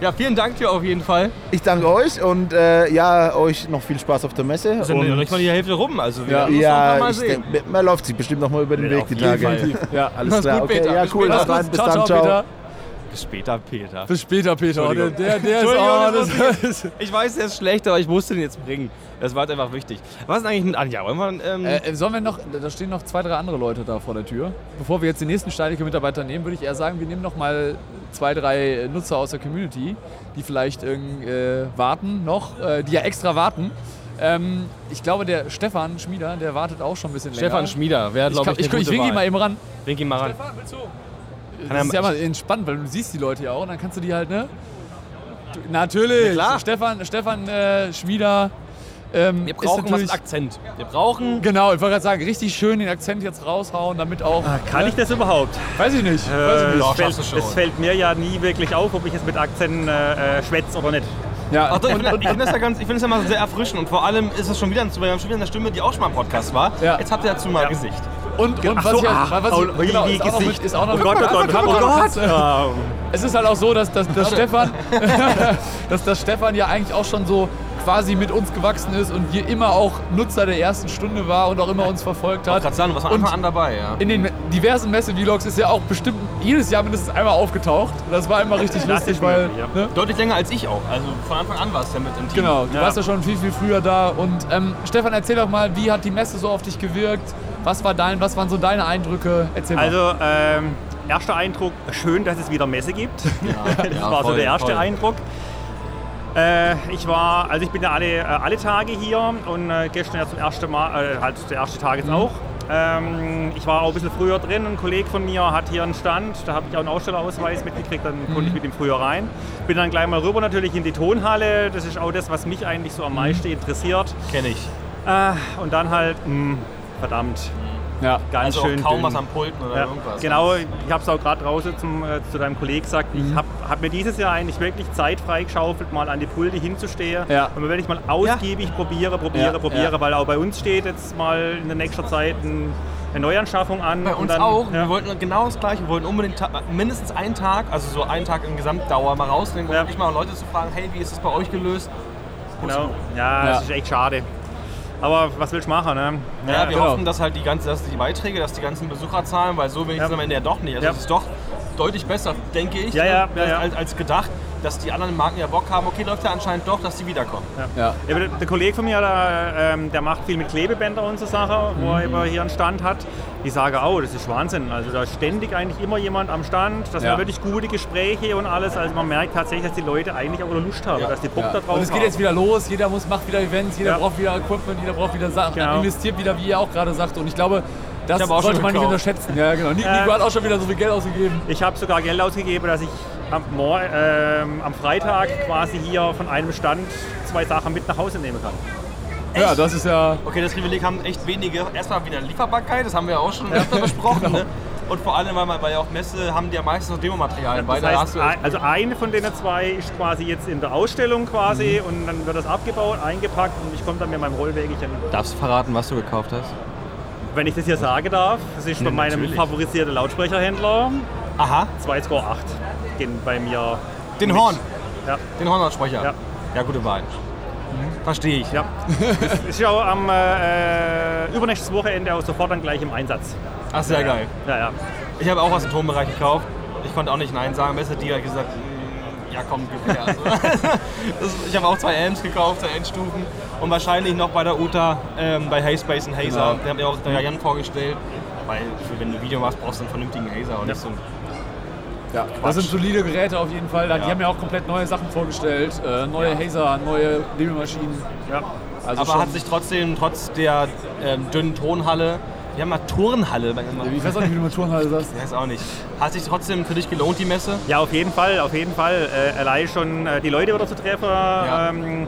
[SPEAKER 2] Ja, vielen Dank dir auf jeden Fall.
[SPEAKER 8] Ich danke euch und äh, ja, euch noch viel Spaß auf der Messe.
[SPEAKER 2] Wir sind
[SPEAKER 8] und
[SPEAKER 2] noch nicht mal die Hälfte rum. Also wir
[SPEAKER 1] Ja.
[SPEAKER 2] müssen noch
[SPEAKER 8] ja,
[SPEAKER 2] mal
[SPEAKER 8] ich
[SPEAKER 2] sehen.
[SPEAKER 8] denk, man läuft sich bestimmt noch mal über den Weg
[SPEAKER 2] auf
[SPEAKER 8] die
[SPEAKER 2] jeden
[SPEAKER 8] Tage.
[SPEAKER 2] Fall.
[SPEAKER 1] Ja,
[SPEAKER 8] alles klar, okay, ja, cool,
[SPEAKER 1] Bis
[SPEAKER 8] haut
[SPEAKER 1] später.
[SPEAKER 8] rein, bis dann, ciao.
[SPEAKER 1] Peter.
[SPEAKER 2] Bis später, Peter.
[SPEAKER 1] Bis später, Peter. Der,
[SPEAKER 2] Entschuldigung.
[SPEAKER 1] der, der ist, oh,
[SPEAKER 2] Entschuldigung, das
[SPEAKER 1] das ist
[SPEAKER 2] Ich weiß, der ist schlecht, aber ich musste den jetzt bringen. Das war halt einfach wichtig. Was ist denn eigentlich mit Anja? Wollen wir, ähm,
[SPEAKER 1] Äh, sollen wir noch, da stehen noch zwei, drei andere Leute da vor der Tür. Bevor wir jetzt den nächsten steilige Mitarbeiter nehmen, würde ich eher sagen, wir nehmen noch mal zwei, drei Nutzer aus der Community, die vielleicht irgend, äh, warten noch, äh, die ja extra warten. Ähm, ich glaube, der Stefan Schmieder, der wartet auch schon ein bisschen
[SPEAKER 2] Stefan
[SPEAKER 1] länger.
[SPEAKER 2] Schmieder wäre,
[SPEAKER 1] ich,
[SPEAKER 2] glaube
[SPEAKER 1] kann-
[SPEAKER 2] ich,
[SPEAKER 1] ich,
[SPEAKER 2] eine
[SPEAKER 1] ich
[SPEAKER 2] gute
[SPEAKER 1] winke
[SPEAKER 2] Wahl.
[SPEAKER 1] ihn mal eben ran.
[SPEAKER 2] Wink ihn mal ran. er-
[SPEAKER 1] Das ist ja mal entspannt, weil du siehst die Leute ja auch und dann kannst du die halt, ne? Du- Natürlich. Stefan, Stefan äh, Schmieder ähm,
[SPEAKER 2] Wir
[SPEAKER 1] ist
[SPEAKER 2] brauchen was
[SPEAKER 1] natürlich...
[SPEAKER 2] mit Akzent. Wir brauchen...
[SPEAKER 1] Genau, ich wollte gerade sagen, richtig schön den Akzent jetzt raushauen, damit auch...
[SPEAKER 9] Ah,
[SPEAKER 2] Ah,
[SPEAKER 9] Kann ich das überhaupt?
[SPEAKER 1] Weiß ich nicht. weiß ich
[SPEAKER 9] Äh,
[SPEAKER 1] nicht.
[SPEAKER 2] doch,
[SPEAKER 9] es, fällt,
[SPEAKER 2] schaffst du schon.
[SPEAKER 9] es fällt mir ja nie wirklich auf, ob ich jetzt mit Akzenten äh, äh, schwätze oder nicht.
[SPEAKER 1] Ja,
[SPEAKER 2] Ach doch, ich finde ich find das ja ganz, ich find das ja mal sehr erfrischend und vor allem ist es schon wieder, ein- wir haben schon wieder eine Stimme, die auch schon mal im Podcast war.
[SPEAKER 1] Ja.
[SPEAKER 2] Jetzt habt ihr dazu mal Gesicht.
[SPEAKER 1] und, und was
[SPEAKER 9] so,
[SPEAKER 1] ich,
[SPEAKER 9] ah,
[SPEAKER 1] was
[SPEAKER 9] oh,
[SPEAKER 1] ich genau,
[SPEAKER 9] wie
[SPEAKER 1] ist, auch noch mit,
[SPEAKER 9] Gesicht.
[SPEAKER 1] ist auch noch
[SPEAKER 9] Oh
[SPEAKER 1] mit,
[SPEAKER 9] Gott, oh Gott, oh Gott! Ah,
[SPEAKER 1] Es ist halt auch so, dass, dass, dass, Stefan, dass, dass Stefan ja eigentlich auch schon so quasi mit uns gewachsen ist und hier immer auch Nutzer der ersten Stunde war und auch immer uns verfolgt
[SPEAKER 2] Ich
[SPEAKER 1] hat.
[SPEAKER 2] wollte gerade sagen, was war
[SPEAKER 1] Und-
[SPEAKER 2] Anfang an dabei, ja.
[SPEAKER 1] In den diversen Messe-Vlogs ist ja auch bestimmt jedes Jahr mindestens einmal aufgetaucht. Das war immer richtig
[SPEAKER 9] Das
[SPEAKER 1] lustig,
[SPEAKER 9] ist
[SPEAKER 1] weil.
[SPEAKER 9] möglich,
[SPEAKER 1] Ne?
[SPEAKER 2] Deutlich länger als ich auch. Also von Anfang an war es ja mit im Team.
[SPEAKER 1] Genau, du
[SPEAKER 9] Ja.
[SPEAKER 1] warst ja schon viel, viel früher da. Und ähm, Stefan, erzähl doch mal, wie hat die Messe so auf dich gewirkt? Was, war dein, was waren so deine Eindrücke? Erzähl mal.
[SPEAKER 9] Also, ähm, erster Eindruck, schön, dass es wieder Messe gibt. das
[SPEAKER 2] ja,
[SPEAKER 9] war
[SPEAKER 2] voll,
[SPEAKER 9] so der erste
[SPEAKER 2] voll.
[SPEAKER 9] Eindruck. Äh, ich war, also ich bin ja alle, äh, alle Tage hier und äh, gestern ja zum ersten Mal, äh, halt der erste Tag
[SPEAKER 2] Mhm.
[SPEAKER 9] jetzt auch. Ähm, ich war auch ein bisschen früher drin, ein Kollege von mir hat hier einen Stand, da habe ich auch einen Ausstellerausweis mitgekriegt, dann
[SPEAKER 2] Mhm.
[SPEAKER 9] konnte ich mit ihm früher rein. Bin dann gleich mal rüber natürlich in die Tonhalle, das ist auch das, was mich eigentlich so am meisten interessiert.
[SPEAKER 2] Kenne Mhm. ich.
[SPEAKER 9] Äh, und dann halt, mh, verdammt,
[SPEAKER 1] ja.
[SPEAKER 9] ganz
[SPEAKER 2] Also
[SPEAKER 9] schön
[SPEAKER 2] auch kaum
[SPEAKER 9] dünn.
[SPEAKER 2] was am Pulten oder
[SPEAKER 9] Ja,
[SPEAKER 2] irgendwas.
[SPEAKER 9] genau, ich habe es auch gerade draußen zum, äh, zu deinem Kollegen gesagt.
[SPEAKER 2] Mhm.
[SPEAKER 9] Ich habe hab mir dieses Jahr eigentlich wirklich Zeit freigeschaufelt, mal an die Pulte hinzustehen.
[SPEAKER 1] Ja.
[SPEAKER 9] Und wenn ich mal ausgiebig probiere, probiere,
[SPEAKER 1] Ja,
[SPEAKER 9] probiere,
[SPEAKER 1] ja.
[SPEAKER 9] weil auch bei uns steht jetzt mal in der nächsten Zeit ein, eine Neuanschaffung an.
[SPEAKER 2] Bei
[SPEAKER 9] und
[SPEAKER 2] uns
[SPEAKER 9] dann,
[SPEAKER 2] auch.
[SPEAKER 9] Ja.
[SPEAKER 2] Wir wollten genau das Gleiche. Wir wollten unbedingt ta- mindestens einen Tag, also so einen Tag in Gesamtdauer mal rausnehmen und
[SPEAKER 9] Ja.
[SPEAKER 2] wirklich mal Leute zu fragen, hey, wie ist das bei euch gelöst?
[SPEAKER 9] Genau. Ja, das
[SPEAKER 1] Ja.
[SPEAKER 9] ist echt schade. Aber was willst du machen? Ne?
[SPEAKER 2] Ja, wir
[SPEAKER 1] genau.
[SPEAKER 2] hoffen, dass halt die ganzen, dass die Beiträge, dass die ganzen Besucher zahlen, weil so wenig
[SPEAKER 9] Ja.
[SPEAKER 2] sind wir in der doch nicht. Also
[SPEAKER 9] Ja.
[SPEAKER 2] es ist doch deutlich besser, denke ich,
[SPEAKER 9] Ja, ja,
[SPEAKER 2] ne,
[SPEAKER 9] ja, ja.
[SPEAKER 2] Als, als gedacht, dass die anderen Marken ja Bock haben, okay, läuft ja anscheinend doch, dass die wiederkommen.
[SPEAKER 1] ja.
[SPEAKER 9] Ja, aber der Kollege von mir, der, ähm, der macht viel mit Klebebänder und so Sachen, wo
[SPEAKER 1] Mhm.
[SPEAKER 9] er eben hier einen Stand hat. Die sagen auch, das ist Wahnsinn. Also da ist ständig eigentlich immer jemand am Stand. Das sind
[SPEAKER 1] Ja.
[SPEAKER 9] wirklich gute Gespräche und alles. Also man merkt tatsächlich, dass die Leute eigentlich auch wieder Lust haben,
[SPEAKER 2] Ja.
[SPEAKER 9] dass die Bock da drauf
[SPEAKER 1] Und es geht
[SPEAKER 9] haben.
[SPEAKER 1] jetzt wieder los, jeder muss, macht wieder Events, jeder
[SPEAKER 9] Ja.
[SPEAKER 1] braucht wieder Equipment, jeder braucht wieder Sachen,
[SPEAKER 9] Genau.
[SPEAKER 1] investiert wieder, wie ihr auch gerade sagt. Und ich glaube, das
[SPEAKER 2] Ich habe auch
[SPEAKER 1] sollte
[SPEAKER 2] schon
[SPEAKER 1] man nicht
[SPEAKER 2] gekauft.
[SPEAKER 1] unterschätzen. Ja, genau. Nico
[SPEAKER 9] Äh.
[SPEAKER 1] hat auch schon wieder so viel Geld ausgegeben.
[SPEAKER 9] Ich habe sogar Geld ausgegeben, dass ich am, Mor ähm, am Freitag quasi hier von einem Stand zwei Sachen mit nach Hause nehmen kann.
[SPEAKER 1] Ja, das ist ja.
[SPEAKER 2] Okay, das Privileg haben echt wenige. Erstmal wieder Lieferbarkeit, das haben wir ja auch schon öfter besprochen. Ne? Und vor allem, weil man bei auf Messe haben die ja meistens noch Demomaterial bei.
[SPEAKER 9] Das
[SPEAKER 2] Da
[SPEAKER 9] heißt,
[SPEAKER 2] hast du
[SPEAKER 9] ein- also eine von denen zwei ist quasi jetzt in der Ausstellung quasi
[SPEAKER 2] Mhm.
[SPEAKER 9] und dann wird das abgebaut, eingepackt und ich komme dann mit meinem Rollwägelchen.
[SPEAKER 2] Darfst du verraten, was du gekauft hast?
[SPEAKER 9] Wenn ich das hier sagen darf, es ist bei meinem favorisierten Lautsprecherhändler
[SPEAKER 2] Aha,
[SPEAKER 9] 2 Score 8. Gehen bei mir.
[SPEAKER 2] den Horn.
[SPEAKER 9] Ja.
[SPEAKER 2] Den Hornaussprecher.
[SPEAKER 9] Ja.
[SPEAKER 2] ja, gute Wahl. Verstehe ich.
[SPEAKER 9] Ja. das ist ja auch am äh, äh, übernächstes Wochenende auch sofort dann gleich im Einsatz.
[SPEAKER 2] Ach, sehr geil.
[SPEAKER 9] Ja, ja.
[SPEAKER 2] Ich habe auch was im Tonbereich gekauft. Ich konnte auch nicht Nein sagen. Besser die hat gesagt, "Mm, ja komm, gib her. Also, das, ich habe auch zwei Amps gekauft, zwei Endstufen. Und wahrscheinlich noch bei der UTA, ähm, bei Hayspace und
[SPEAKER 1] Genau.
[SPEAKER 2] Hazer. Die haben ja auch der Jan vorgestellt. Weil für, wenn du Video machst, brauchst du einen vernünftigen Hazer und nicht so einen
[SPEAKER 1] ja das sind solide Geräte auf jeden Fall. Da- Die haben ja auch komplett neue Sachen vorgestellt. Äh, neue Hazer, neue Demo-Maschinen.
[SPEAKER 9] ja.
[SPEAKER 1] Also
[SPEAKER 2] Aber
[SPEAKER 1] schon-
[SPEAKER 2] hat sich trotzdem, trotz der ähm, dünnen Tonhalle, wir haben mal Turnhalle, wenn man-
[SPEAKER 1] Ich weiß auch nicht, wie du mit Turnhalle sagst.
[SPEAKER 2] ich weiß auch nicht. Hat sich trotzdem für dich gelohnt, die Messe?
[SPEAKER 9] Ja, auf jeden Fall, auf jeden Fall. Äh, allein schon äh, die Leute wieder zu treffen. Ähm,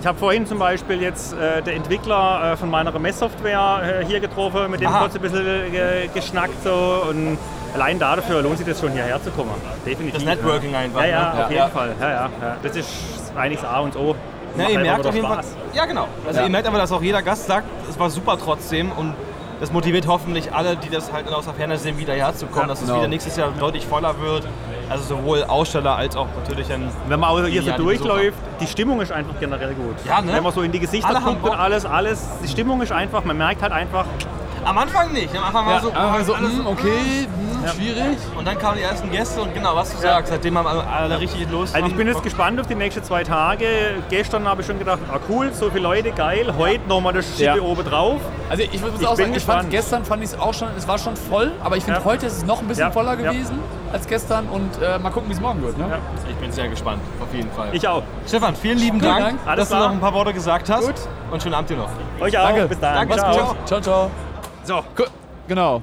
[SPEAKER 9] ich habe vorhin zum Beispiel jetzt äh, der Entwickler äh, von meiner Messsoftware äh, hier getroffen, mit dem
[SPEAKER 2] Aha.
[SPEAKER 9] kurz ein bisschen äh, geschnackt so und allein dafür lohnt sich das schon hierher zu kommen. Definitiv.
[SPEAKER 2] Das Networking einfach.
[SPEAKER 9] Ja, ja,
[SPEAKER 2] ne?
[SPEAKER 9] auf jeden Fall. Ja, ja, ja. Das ist eigentlich das A und O.
[SPEAKER 2] Ja,
[SPEAKER 9] Macht
[SPEAKER 2] ihr
[SPEAKER 9] einfach
[SPEAKER 2] merkt
[SPEAKER 9] wieder
[SPEAKER 2] auf jeden Fall.
[SPEAKER 9] Spaß.
[SPEAKER 2] Ja, genau. Also ihr merkt aber, dass auch jeder Gast sagt, es war super trotzdem und das motiviert hoffentlich alle, die das halt aus der Ferne sehen, wieder herzukommen, dass es
[SPEAKER 1] Genau.
[SPEAKER 2] wieder nächstes Jahr deutlich voller wird. Also sowohl Aussteller als auch natürlich dann
[SPEAKER 9] Wenn man auch hier Also, so
[SPEAKER 2] Ja, die
[SPEAKER 9] durchläuft, die Stimmung ist einfach generell gut.
[SPEAKER 2] Ja, ne?
[SPEAKER 9] Wenn man so in die Gesichter
[SPEAKER 2] Alle haben
[SPEAKER 9] guckt und
[SPEAKER 2] Bock.
[SPEAKER 9] alles, alles, die Stimmung ist einfach, man merkt halt einfach,
[SPEAKER 2] Am Anfang nicht, am Anfang war
[SPEAKER 1] Ja,
[SPEAKER 2] so,
[SPEAKER 9] oh,
[SPEAKER 1] einfach so,
[SPEAKER 2] alles-
[SPEAKER 1] mm, okay, mm, schwierig.
[SPEAKER 2] Und dann kamen die ersten Gäste und genau, was du sagst, seitdem haben alle, alle richtig Lust.
[SPEAKER 9] also ich
[SPEAKER 2] haben.
[SPEAKER 9] bin jetzt gespannt auf die nächsten zwei Tage. Gestern habe ich schon gedacht, ah cool, so viele Leute, geil, heute nochmal das Schippe
[SPEAKER 1] Ja.
[SPEAKER 9] oben drauf.
[SPEAKER 1] Also ich muss
[SPEAKER 9] Ich
[SPEAKER 1] auch
[SPEAKER 9] bin
[SPEAKER 1] sagen, ich fand
[SPEAKER 9] gespannt.
[SPEAKER 1] gestern fand ich es auch schon, es war schon voll, aber ich finde
[SPEAKER 9] Ja.
[SPEAKER 1] heute ist es noch ein bisschen
[SPEAKER 9] Ja,
[SPEAKER 1] voller
[SPEAKER 9] ja.
[SPEAKER 1] gewesen als gestern und äh, mal gucken, wie es morgen wird. Ne?
[SPEAKER 2] ich bin sehr gespannt, auf jeden Fall.
[SPEAKER 9] Ich auch.
[SPEAKER 2] Stefan, vielen lieben
[SPEAKER 1] Vielen
[SPEAKER 2] Dank,
[SPEAKER 1] Dank.
[SPEAKER 2] dass
[SPEAKER 9] Alles
[SPEAKER 2] du
[SPEAKER 9] klar.
[SPEAKER 2] noch ein paar Worte gesagt hast.
[SPEAKER 1] Gut.
[SPEAKER 2] Und schönen Abend dir noch.
[SPEAKER 9] Euch auch,
[SPEAKER 1] Danke.
[SPEAKER 9] bis dann.
[SPEAKER 2] Danke,
[SPEAKER 9] Ciao.
[SPEAKER 2] ciao.
[SPEAKER 1] Ciao, ciao.
[SPEAKER 9] So.
[SPEAKER 1] Gu- Genau.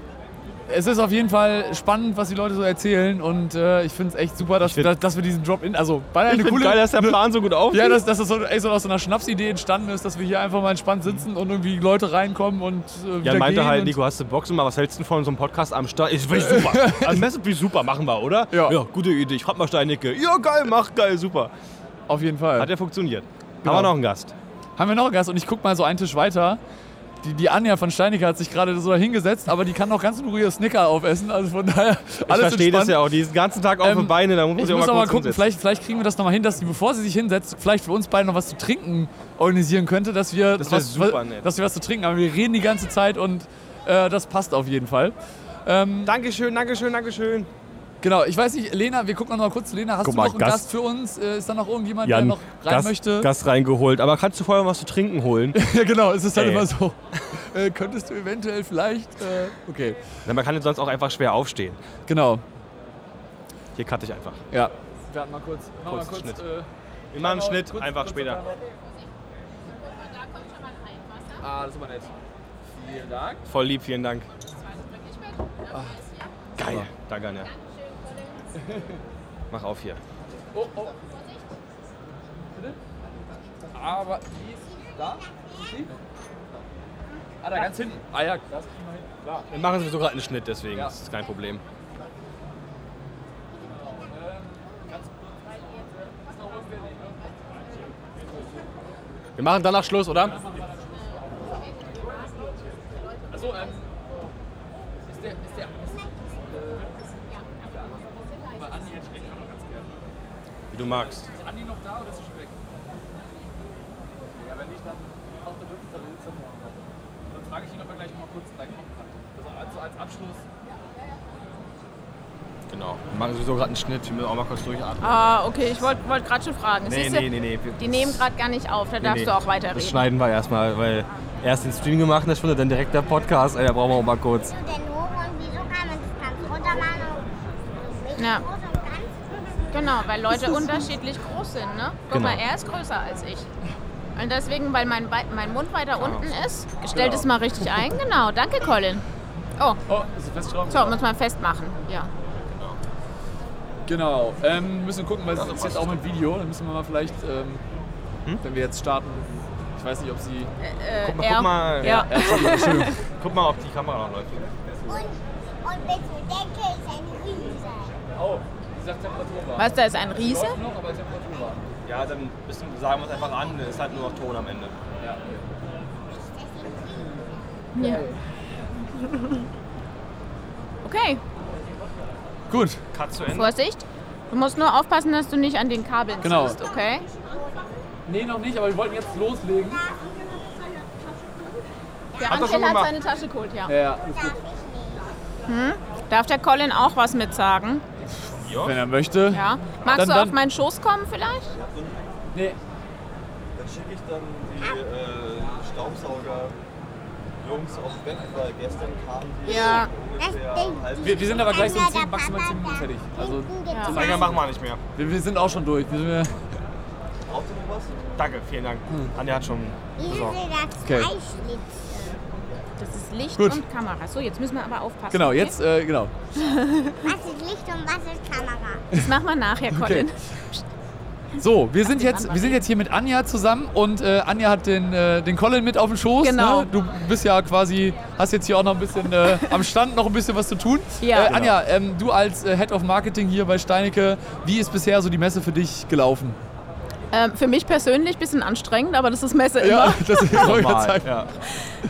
[SPEAKER 1] Es ist auf jeden Fall spannend, was die Leute so erzählen und äh, ich finde es echt super, dass, dass, dass wir diesen Drop-In, also war ja eine coole...
[SPEAKER 2] der Plan so gut auf.
[SPEAKER 1] ja, dass, dass das so, ey, so aus so einer Schnapsidee entstanden ist, dass wir hier einfach mal entspannt sitzen und irgendwie Leute reinkommen und äh, wieder
[SPEAKER 2] Jan meinte
[SPEAKER 1] gehen
[SPEAKER 2] halt,
[SPEAKER 1] und-
[SPEAKER 2] Nico, hast du Bock, so mal, was hältst du von so einem Podcast am Start? Ich will super. Also Message wie super, machen wir, oder?
[SPEAKER 1] Ja.
[SPEAKER 2] gute Idee. Ich hab mal Steinicke. Ja, geil, mach geil, super.
[SPEAKER 1] Auf jeden Fall.
[SPEAKER 2] Hat ja funktioniert.
[SPEAKER 1] Genau.
[SPEAKER 2] Haben wir noch einen Gast?
[SPEAKER 1] Haben wir noch einen Gast und ich guck mal so einen Tisch weiter. Die, die Anja von Steinicke hat sich gerade so hingesetzt, aber die kann noch ganz in Ruhe ihr Snicker aufessen. Also von daher, alles
[SPEAKER 2] ich verstehe das
[SPEAKER 1] entspannt.
[SPEAKER 2] ja auch. Die ist den ganzen Tag auf
[SPEAKER 1] Ähm,
[SPEAKER 2] den Beinen, da muss
[SPEAKER 1] Ich
[SPEAKER 2] ich auch
[SPEAKER 1] muss noch
[SPEAKER 2] mal
[SPEAKER 1] mal
[SPEAKER 2] kurz
[SPEAKER 1] gucken,
[SPEAKER 2] hinsetzen.
[SPEAKER 1] vielleicht, vielleicht kriegen wir das nochmal hin, dass sie, bevor sie sich hinsetzt, vielleicht für uns beide noch was zu trinken organisieren könnte, dass wir,
[SPEAKER 2] Das wär
[SPEAKER 1] was,
[SPEAKER 2] super ne?
[SPEAKER 1] was-
[SPEAKER 2] nett.
[SPEAKER 1] dass wir was zu trinken haben. Wir reden die ganze Zeit und äh, das passt auf jeden Fall. Ähm,
[SPEAKER 2] Dankeschön, Dankeschön, Dankeschön.
[SPEAKER 1] Genau, ich weiß nicht, Lena, wir gucken noch mal kurz zu Lena. Hast
[SPEAKER 2] Guck
[SPEAKER 1] du
[SPEAKER 2] mal,
[SPEAKER 1] noch einen
[SPEAKER 2] Gast.
[SPEAKER 1] Gast, für uns? Äh, Ist da noch irgendjemand, der
[SPEAKER 2] Jan,
[SPEAKER 1] noch rein
[SPEAKER 2] Gast,
[SPEAKER 1] möchte?
[SPEAKER 2] Gast reingeholt. Aber kannst du vorher was zu trinken holen?
[SPEAKER 1] Ja, genau, es ist halt
[SPEAKER 2] Ey.
[SPEAKER 1] immer so. Äh, könntest du eventuell vielleicht. Äh, okay,
[SPEAKER 2] Na, man kann jetzt sonst auch einfach schwer aufstehen.
[SPEAKER 1] genau.
[SPEAKER 2] Hier cutte ich einfach.
[SPEAKER 1] Ja. Wir hatten mal kurz. Mach mal
[SPEAKER 2] Kurz
[SPEAKER 1] kurz
[SPEAKER 2] Schnitt.
[SPEAKER 1] äh,
[SPEAKER 2] Immer einen
[SPEAKER 1] Timeout,
[SPEAKER 2] Schnitt,
[SPEAKER 1] kurz-
[SPEAKER 2] einfach
[SPEAKER 1] kurz
[SPEAKER 2] später.
[SPEAKER 1] Timeout. Ah, das ist aber nett. Vielen Dank.
[SPEAKER 2] Voll lieb, vielen Dank. Geil. Danke, Anja. Mach auf hier.
[SPEAKER 1] Oh, oh. Bitte? Aber die ist da? Ist die? Ah, da ganz hinten. Ah ja, das kriegen wir hin. Klar.
[SPEAKER 2] Wir machen sowieso gerade einen Schnitt, deswegen.
[SPEAKER 1] Ja.
[SPEAKER 2] Das ist kein Problem. Wir machen danach Schluss, oder?
[SPEAKER 1] Achso, ähm. Ist der. Ist äh, der.
[SPEAKER 2] Wie du magst.
[SPEAKER 1] Andi noch da oder ist er schon weg? Ja, wenn nicht, dann auf der dritten Seite sitzt er morgen noch. Dann frage ich ihn, ob er gleich noch mal kurz reinkommen kann. Also als Abschluss.
[SPEAKER 2] Genau. Wir machen sowieso gerade einen Schnitt. Wir müssen auch mal kurz durchatmen.
[SPEAKER 10] Ah, okay, ich wollte wollt gerade schon fragen. Siehst du,
[SPEAKER 2] nee.
[SPEAKER 10] Die nehmen gerade gar nicht auf, da darfst
[SPEAKER 2] nee.
[SPEAKER 10] du auch weiterreden.
[SPEAKER 2] Das schneiden wir erstmal, weil erst den Stream gemacht, eine Stunde, dann direkt der Podcast. Ey, da brauchen wir auch mal kurz.
[SPEAKER 11] du denn hoch und wieso kann man das ganz runtermachen und richtig
[SPEAKER 10] Ja.
[SPEAKER 11] groß und ganz?
[SPEAKER 10] Genau, weil Leute unterschiedlich groß sind, ne? Guck
[SPEAKER 2] Genau.
[SPEAKER 10] mal, er ist größer als ich. Und deswegen, weil mein, Be- mein Mund
[SPEAKER 2] Ah.
[SPEAKER 10] weiter unten ist, stellt es mal richtig ein. Genau, danke Colin. Oh,
[SPEAKER 1] Oh, ist er festgeschraubt?
[SPEAKER 10] so, muss man festmachen. Ja.
[SPEAKER 1] Genau. Ähm, müssen wir gucken, weil es ist jetzt auch mit Video. Dann müssen wir mal vielleicht, ähm, wenn wir jetzt starten, ich weiß nicht, ob sie.
[SPEAKER 10] Hm? Äh,
[SPEAKER 2] Guck mal,
[SPEAKER 10] er,
[SPEAKER 2] guck mal,
[SPEAKER 10] ja.
[SPEAKER 2] guck mal, ob die Kamera noch läuft.
[SPEAKER 11] Und, und bis zur Decke ist ein Riese.
[SPEAKER 1] Oh, sie sagt Temperatur war.
[SPEAKER 10] Was, da ist ein Riese?
[SPEAKER 1] Läuft noch, aber Temperatur war.
[SPEAKER 2] Ja, dann bisschen sagen wir es einfach an. Ist halt nur noch Ton am Ende.
[SPEAKER 1] Ja.
[SPEAKER 10] Ja. Okay,
[SPEAKER 1] Gut.
[SPEAKER 2] Cut zu Ende.
[SPEAKER 10] Vorsicht. Du musst nur aufpassen, dass du nicht an den Kabeln
[SPEAKER 1] Genau.
[SPEAKER 10] ziehst, okay?
[SPEAKER 1] Nee, noch nicht, aber wir wollten jetzt loslegen.
[SPEAKER 10] Der
[SPEAKER 2] Hat er schon
[SPEAKER 10] Angel hat
[SPEAKER 2] gemacht.
[SPEAKER 10] seine Tasche geholt, ja. Hm?
[SPEAKER 1] Ja,
[SPEAKER 10] Darf der Colin auch was mit sagen?
[SPEAKER 1] wenn er möchte.
[SPEAKER 10] Ja. Magst
[SPEAKER 1] Dann-
[SPEAKER 10] du
[SPEAKER 1] dann-
[SPEAKER 10] auf meinen Schoß kommen vielleicht?
[SPEAKER 1] Nee.
[SPEAKER 8] Dann schicke ich dann die äh, Staubsauger-Jungs auf Bett, weil gestern kamen die
[SPEAKER 10] Ja.
[SPEAKER 11] Das Ding.
[SPEAKER 1] Wir, wir sind aber gleich so in
[SPEAKER 11] Einmal
[SPEAKER 1] 10,
[SPEAKER 11] der
[SPEAKER 1] maximal
[SPEAKER 11] Papa
[SPEAKER 1] 10 Minuten
[SPEAKER 11] da
[SPEAKER 1] fertig. Also
[SPEAKER 11] hinten getan.
[SPEAKER 2] Länger machen wir nicht mehr.
[SPEAKER 1] wir, wir sind auch schon durch. Wir sind, wir-
[SPEAKER 8] braucht ihr noch was?
[SPEAKER 2] Danke, vielen Dank. Anja hat schon besorgt.
[SPEAKER 11] Riese, das
[SPEAKER 1] Okay.
[SPEAKER 11] Fleischlitz.
[SPEAKER 10] Das ist Licht
[SPEAKER 1] Gut.
[SPEAKER 10] und Kamera. So, jetzt müssen wir aber aufpassen.
[SPEAKER 1] genau,
[SPEAKER 10] okay?
[SPEAKER 1] jetzt, äh, genau.
[SPEAKER 11] Was ist Licht und was ist Kamera?
[SPEAKER 10] Das machen wir nachher, Colin.
[SPEAKER 1] So, wir sind,
[SPEAKER 10] den
[SPEAKER 1] jetzt,
[SPEAKER 10] anderen
[SPEAKER 1] wir sind jetzt hier mit Anja zusammen und äh, Anja hat den, äh, den Colin mit auf den Schoß.
[SPEAKER 10] Genau.
[SPEAKER 1] Ne? Du bist ja quasi, hast jetzt hier auch noch ein bisschen äh, am Stand noch ein bisschen was zu tun.
[SPEAKER 10] Ja.
[SPEAKER 2] Genau.
[SPEAKER 1] Äh, Anja, ähm, du als äh, Head of Marketing hier bei Steinecke, wie ist bisher so die Messe für dich gelaufen?
[SPEAKER 10] Ähm, für mich persönlich ein bisschen anstrengend, aber das ist Messe immer.
[SPEAKER 1] das ist
[SPEAKER 2] Normal,
[SPEAKER 1] Zeit.
[SPEAKER 2] ja.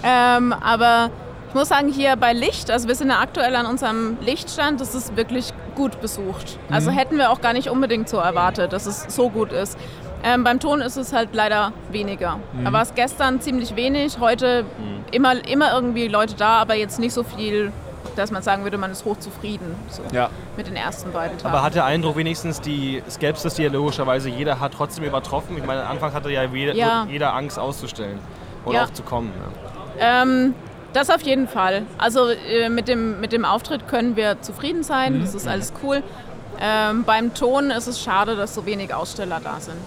[SPEAKER 10] Ähm, aber ich muss sagen, hier bei Licht, also wir sind ja aktuell an unserem Lichtstand, das ist wirklich gut besucht. Also hätten wir auch gar nicht unbedingt so erwartet, dass es so gut ist. Ähm, beim Ton ist es halt leider weniger. Da war es gestern ziemlich wenig, heute immer, immer irgendwie Leute da, aber jetzt nicht so viel, dass man sagen würde, man ist hochzufrieden so
[SPEAKER 1] Ja.
[SPEAKER 10] mit den ersten beiden Tagen.
[SPEAKER 2] Aber hat der Eindruck wenigstens die Skepsis, die ja logischerweise jeder hat, trotzdem übertroffen? Ich meine, anfangs hatte ja jeder,
[SPEAKER 10] Ja.
[SPEAKER 2] jeder Angst auszustellen oder
[SPEAKER 10] Ja.
[SPEAKER 2] auch zu kommen. ne? Ja.
[SPEAKER 10] Ähm, das auf jeden Fall. Also äh, mit, dem, mit dem Auftritt können wir zufrieden
[SPEAKER 1] Mhm.
[SPEAKER 10] sein, das ist alles cool. Ähm, beim Ton ist es schade, dass so wenig Aussteller da sind.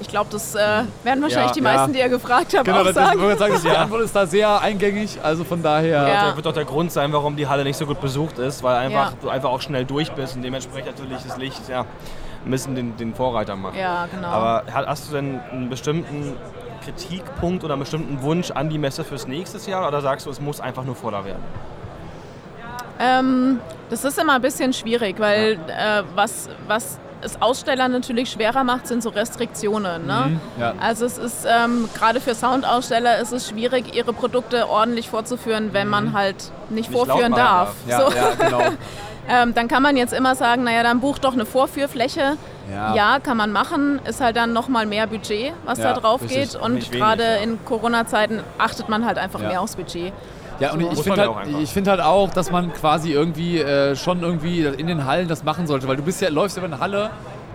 [SPEAKER 10] Ich glaube, das äh, werden wahrscheinlich
[SPEAKER 1] Ja,
[SPEAKER 10] die
[SPEAKER 1] ja.
[SPEAKER 10] meisten, die ihr gefragt habt,
[SPEAKER 1] Genau,
[SPEAKER 10] auch
[SPEAKER 1] das ist,
[SPEAKER 10] sagen.
[SPEAKER 1] ich sagen, die Antwort ist da sehr eingängig. Also von daher.
[SPEAKER 10] Ja.
[SPEAKER 2] Das wird auch der Grund sein, warum die Halle nicht so gut besucht ist, weil einfach,
[SPEAKER 10] Ja.
[SPEAKER 2] du einfach auch schnell durch bist und dementsprechend natürlich das Licht ja, ein bisschen den, den Vorreiter machen.
[SPEAKER 10] Ja, genau.
[SPEAKER 2] Aber ha- hast du denn einen bestimmten Kritikpunkt oder einen bestimmten Wunsch an die Messe fürs nächste Jahr oder sagst du, es muss einfach nur voller werden?
[SPEAKER 10] Ähm, das ist immer ein bisschen schwierig, weil äh, was, was es Ausstellern natürlich schwerer macht, sind so Restriktionen. Ne?
[SPEAKER 1] Mhm, ja.
[SPEAKER 10] Also es ist ähm, gerade für Soundaussteller ist es schwierig, ihre Produkte ordentlich vorzuführen, wenn
[SPEAKER 1] Mhm.
[SPEAKER 10] man halt nicht,
[SPEAKER 2] Nicht laut
[SPEAKER 10] vorführen
[SPEAKER 2] machen
[SPEAKER 10] darf.
[SPEAKER 1] Ja,
[SPEAKER 10] so.
[SPEAKER 1] ja, genau.
[SPEAKER 10] ähm, dann kann man jetzt immer sagen, naja, dann bucht doch eine Vorführfläche.
[SPEAKER 1] Ja.
[SPEAKER 10] Ja, kann man machen, ist halt dann nochmal mehr Budget, was
[SPEAKER 1] Ja,
[SPEAKER 10] da drauf
[SPEAKER 1] richtig.
[SPEAKER 10] geht. Und
[SPEAKER 2] Nicht wenig,
[SPEAKER 10] gerade
[SPEAKER 2] ja.
[SPEAKER 10] in Corona-Zeiten achtet man halt einfach
[SPEAKER 1] Ja.
[SPEAKER 10] mehr aufs Budget.
[SPEAKER 1] Ja, und ich- ich
[SPEAKER 2] Muss
[SPEAKER 1] finde
[SPEAKER 2] man ja
[SPEAKER 1] halt,
[SPEAKER 2] auch einfach.
[SPEAKER 1] ich find halt auch, dass man quasi irgendwie äh, schon irgendwie in den Hallen das machen sollte, weil du bist ja, läufst über eine Halle,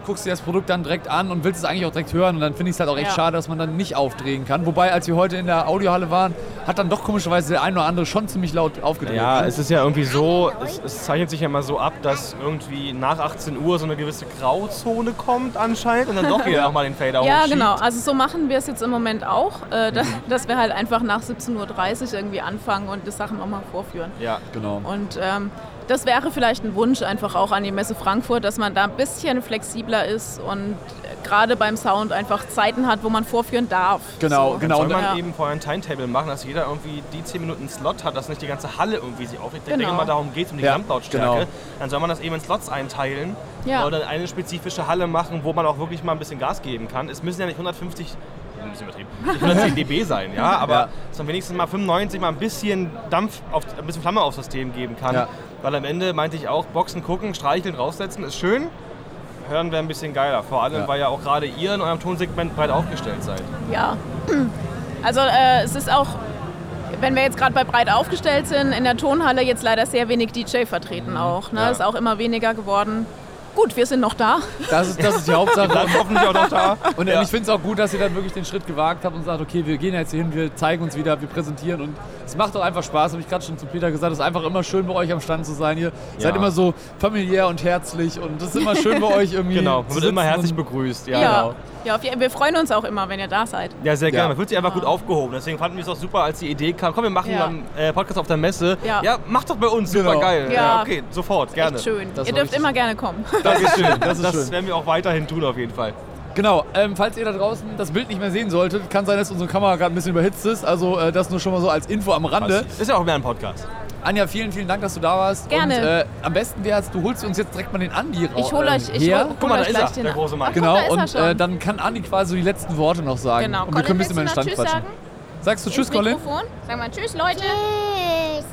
[SPEAKER 1] guckst dir das Produkt dann direkt an und willst es eigentlich auch direkt hören und dann finde ich es halt auch echt
[SPEAKER 10] Ja.
[SPEAKER 1] schade, dass man dann nicht aufdrehen kann. Wobei, als wir heute in der Audiohalle waren, hat dann doch komischerweise der ein oder andere schon ziemlich laut aufgedreht.
[SPEAKER 2] Ja,
[SPEAKER 1] ne?
[SPEAKER 2] es ist ja irgendwie so, es, es zeichnet sich ja mal so ab, dass irgendwie nach 18 Uhr so eine gewisse Grauzone kommt anscheinend und dann doch wieder nochmal den Fader
[SPEAKER 10] Ja,
[SPEAKER 2] hochschiebt. Mhm.
[SPEAKER 10] genau. Also so machen wir es jetzt im Moment auch, äh, dass, dass wir halt einfach nach 17.30 Uhr irgendwie anfangen und die Sachen auch mal vorführen.
[SPEAKER 2] Ja,
[SPEAKER 1] genau.
[SPEAKER 10] Und ähm, das wäre vielleicht ein Wunsch einfach auch an die Messe Frankfurt, dass man da ein bisschen flexibler ist und äh, gerade beim Sound einfach Zeiten hat, wo man vorführen darf.
[SPEAKER 1] Genau,
[SPEAKER 10] so.
[SPEAKER 1] genau.
[SPEAKER 2] Soll man
[SPEAKER 10] Ja.
[SPEAKER 2] eben vorher ein Timetable machen, dass jeder irgendwie die 10 Minuten Slot hat, dass nicht die ganze Halle irgendwie sich aufregt. Ich
[SPEAKER 10] Genau.
[SPEAKER 2] denke mal, darum geht es, um die
[SPEAKER 1] Ja,
[SPEAKER 2] Gesamtlautstärke.
[SPEAKER 1] genau.
[SPEAKER 2] Dann soll man das eben in Slots einteilen
[SPEAKER 10] Ja.
[SPEAKER 2] oder eine spezifische Halle machen, wo man auch wirklich mal ein bisschen Gas geben kann. Es müssen ja nicht 150, ein bisschen übertrieben, nicht 110 dB sein, ja, aber
[SPEAKER 1] Ja.
[SPEAKER 2] dass man wenigstens mal 95 mal ein bisschen Dampf, auf, ein bisschen Flamme aufs System geben kann.
[SPEAKER 1] Ja.
[SPEAKER 2] Weil am Ende meinte ich auch, Boxen gucken, streicheln, raussetzen ist schön. Hören wäre ein bisschen geiler, vor allem
[SPEAKER 1] Ja.
[SPEAKER 2] weil ja auch gerade ihr in eurem Tonsegment breit aufgestellt seid.
[SPEAKER 10] Ja. Also äh, es ist auch, wenn wir jetzt gerade bei breit aufgestellt sind, in der Tonhalle jetzt leider sehr wenig DJ vertreten auch. Ne?
[SPEAKER 2] ja.
[SPEAKER 10] Ist auch immer weniger geworden. Gut, wir sind noch da.
[SPEAKER 1] Das ist, das ist die Hauptsache.
[SPEAKER 2] Dann hoffentlich auch noch da.
[SPEAKER 1] Und ich finde es auch gut, dass ihr dann wirklich den Schritt gewagt habt und sagt, okay, wir gehen jetzt hier hin, wir zeigen uns wieder, wir präsentieren und es macht auch einfach Spaß, habe ich gerade schon zu Peter gesagt, es ist einfach immer schön bei euch am Stand zu sein. Ihr seid immer so familiär und herzlich und es ist immer schön bei euch irgendwie.
[SPEAKER 2] Genau,
[SPEAKER 1] zu
[SPEAKER 2] man wird immer
[SPEAKER 1] sitzen
[SPEAKER 2] herzlich
[SPEAKER 1] und-
[SPEAKER 2] begrüßt. Ja,
[SPEAKER 10] ja.
[SPEAKER 2] genau.
[SPEAKER 10] Ja, auf jeden- wir freuen uns auch immer, wenn ihr da seid.
[SPEAKER 2] Ja, sehr
[SPEAKER 1] Ja.
[SPEAKER 2] gerne. Man fühlt sich einfach gut aufgehoben. Deswegen fanden wir es auch super, als die Idee kam. Komm, wir machen
[SPEAKER 10] Genau. Ja.
[SPEAKER 2] mal einen äh, Podcast auf der Messe.
[SPEAKER 10] Ja.
[SPEAKER 2] mach doch bei uns.
[SPEAKER 1] Genau.
[SPEAKER 2] Super geil.
[SPEAKER 10] Ja.
[SPEAKER 2] okay, sofort, gerne.
[SPEAKER 10] Echt schön.
[SPEAKER 1] Das
[SPEAKER 10] ihr
[SPEAKER 1] war
[SPEAKER 10] dürft
[SPEAKER 1] richtig
[SPEAKER 10] immer gerne kommen.
[SPEAKER 2] Das ist schön. Das,
[SPEAKER 1] ist schön.
[SPEAKER 2] werden wir auch weiterhin tun, auf jeden Fall.
[SPEAKER 1] Genau, ähm, falls ihr da draußen das Bild nicht mehr sehen solltet, kann sein, dass unsere Kamera gerade ein bisschen überhitzt ist, also äh, das nur schon mal so als Info am Rande.
[SPEAKER 2] Ist ja auch mehr ein Podcast.
[SPEAKER 1] Anja, vielen, vielen Dank, dass du da warst.
[SPEAKER 10] Gerne.
[SPEAKER 1] Und, äh, am besten wär's, du holst uns jetzt direkt mal den Andi raus.
[SPEAKER 10] Ich hole euch, ich
[SPEAKER 1] her.
[SPEAKER 10] hol, hol
[SPEAKER 2] Guck mal,
[SPEAKER 10] euch
[SPEAKER 2] da ist
[SPEAKER 10] gleich
[SPEAKER 2] er,
[SPEAKER 10] den
[SPEAKER 2] der große Mann.
[SPEAKER 10] Ach, guck,
[SPEAKER 1] Genau,
[SPEAKER 10] da ist er
[SPEAKER 1] und
[SPEAKER 10] schon.
[SPEAKER 1] äh, dann kann Andi quasi so die letzten Worte noch sagen.
[SPEAKER 10] genau.
[SPEAKER 1] Und wir können ein bisschen über den
[SPEAKER 10] willst du
[SPEAKER 1] Stand
[SPEAKER 10] noch Tschüss
[SPEAKER 1] quatschen.
[SPEAKER 10] sagen?
[SPEAKER 1] Sagst du Tschüss,
[SPEAKER 10] Ins
[SPEAKER 1] Colin?
[SPEAKER 10] Mikrofon? Sag mal Tschüss, Leute.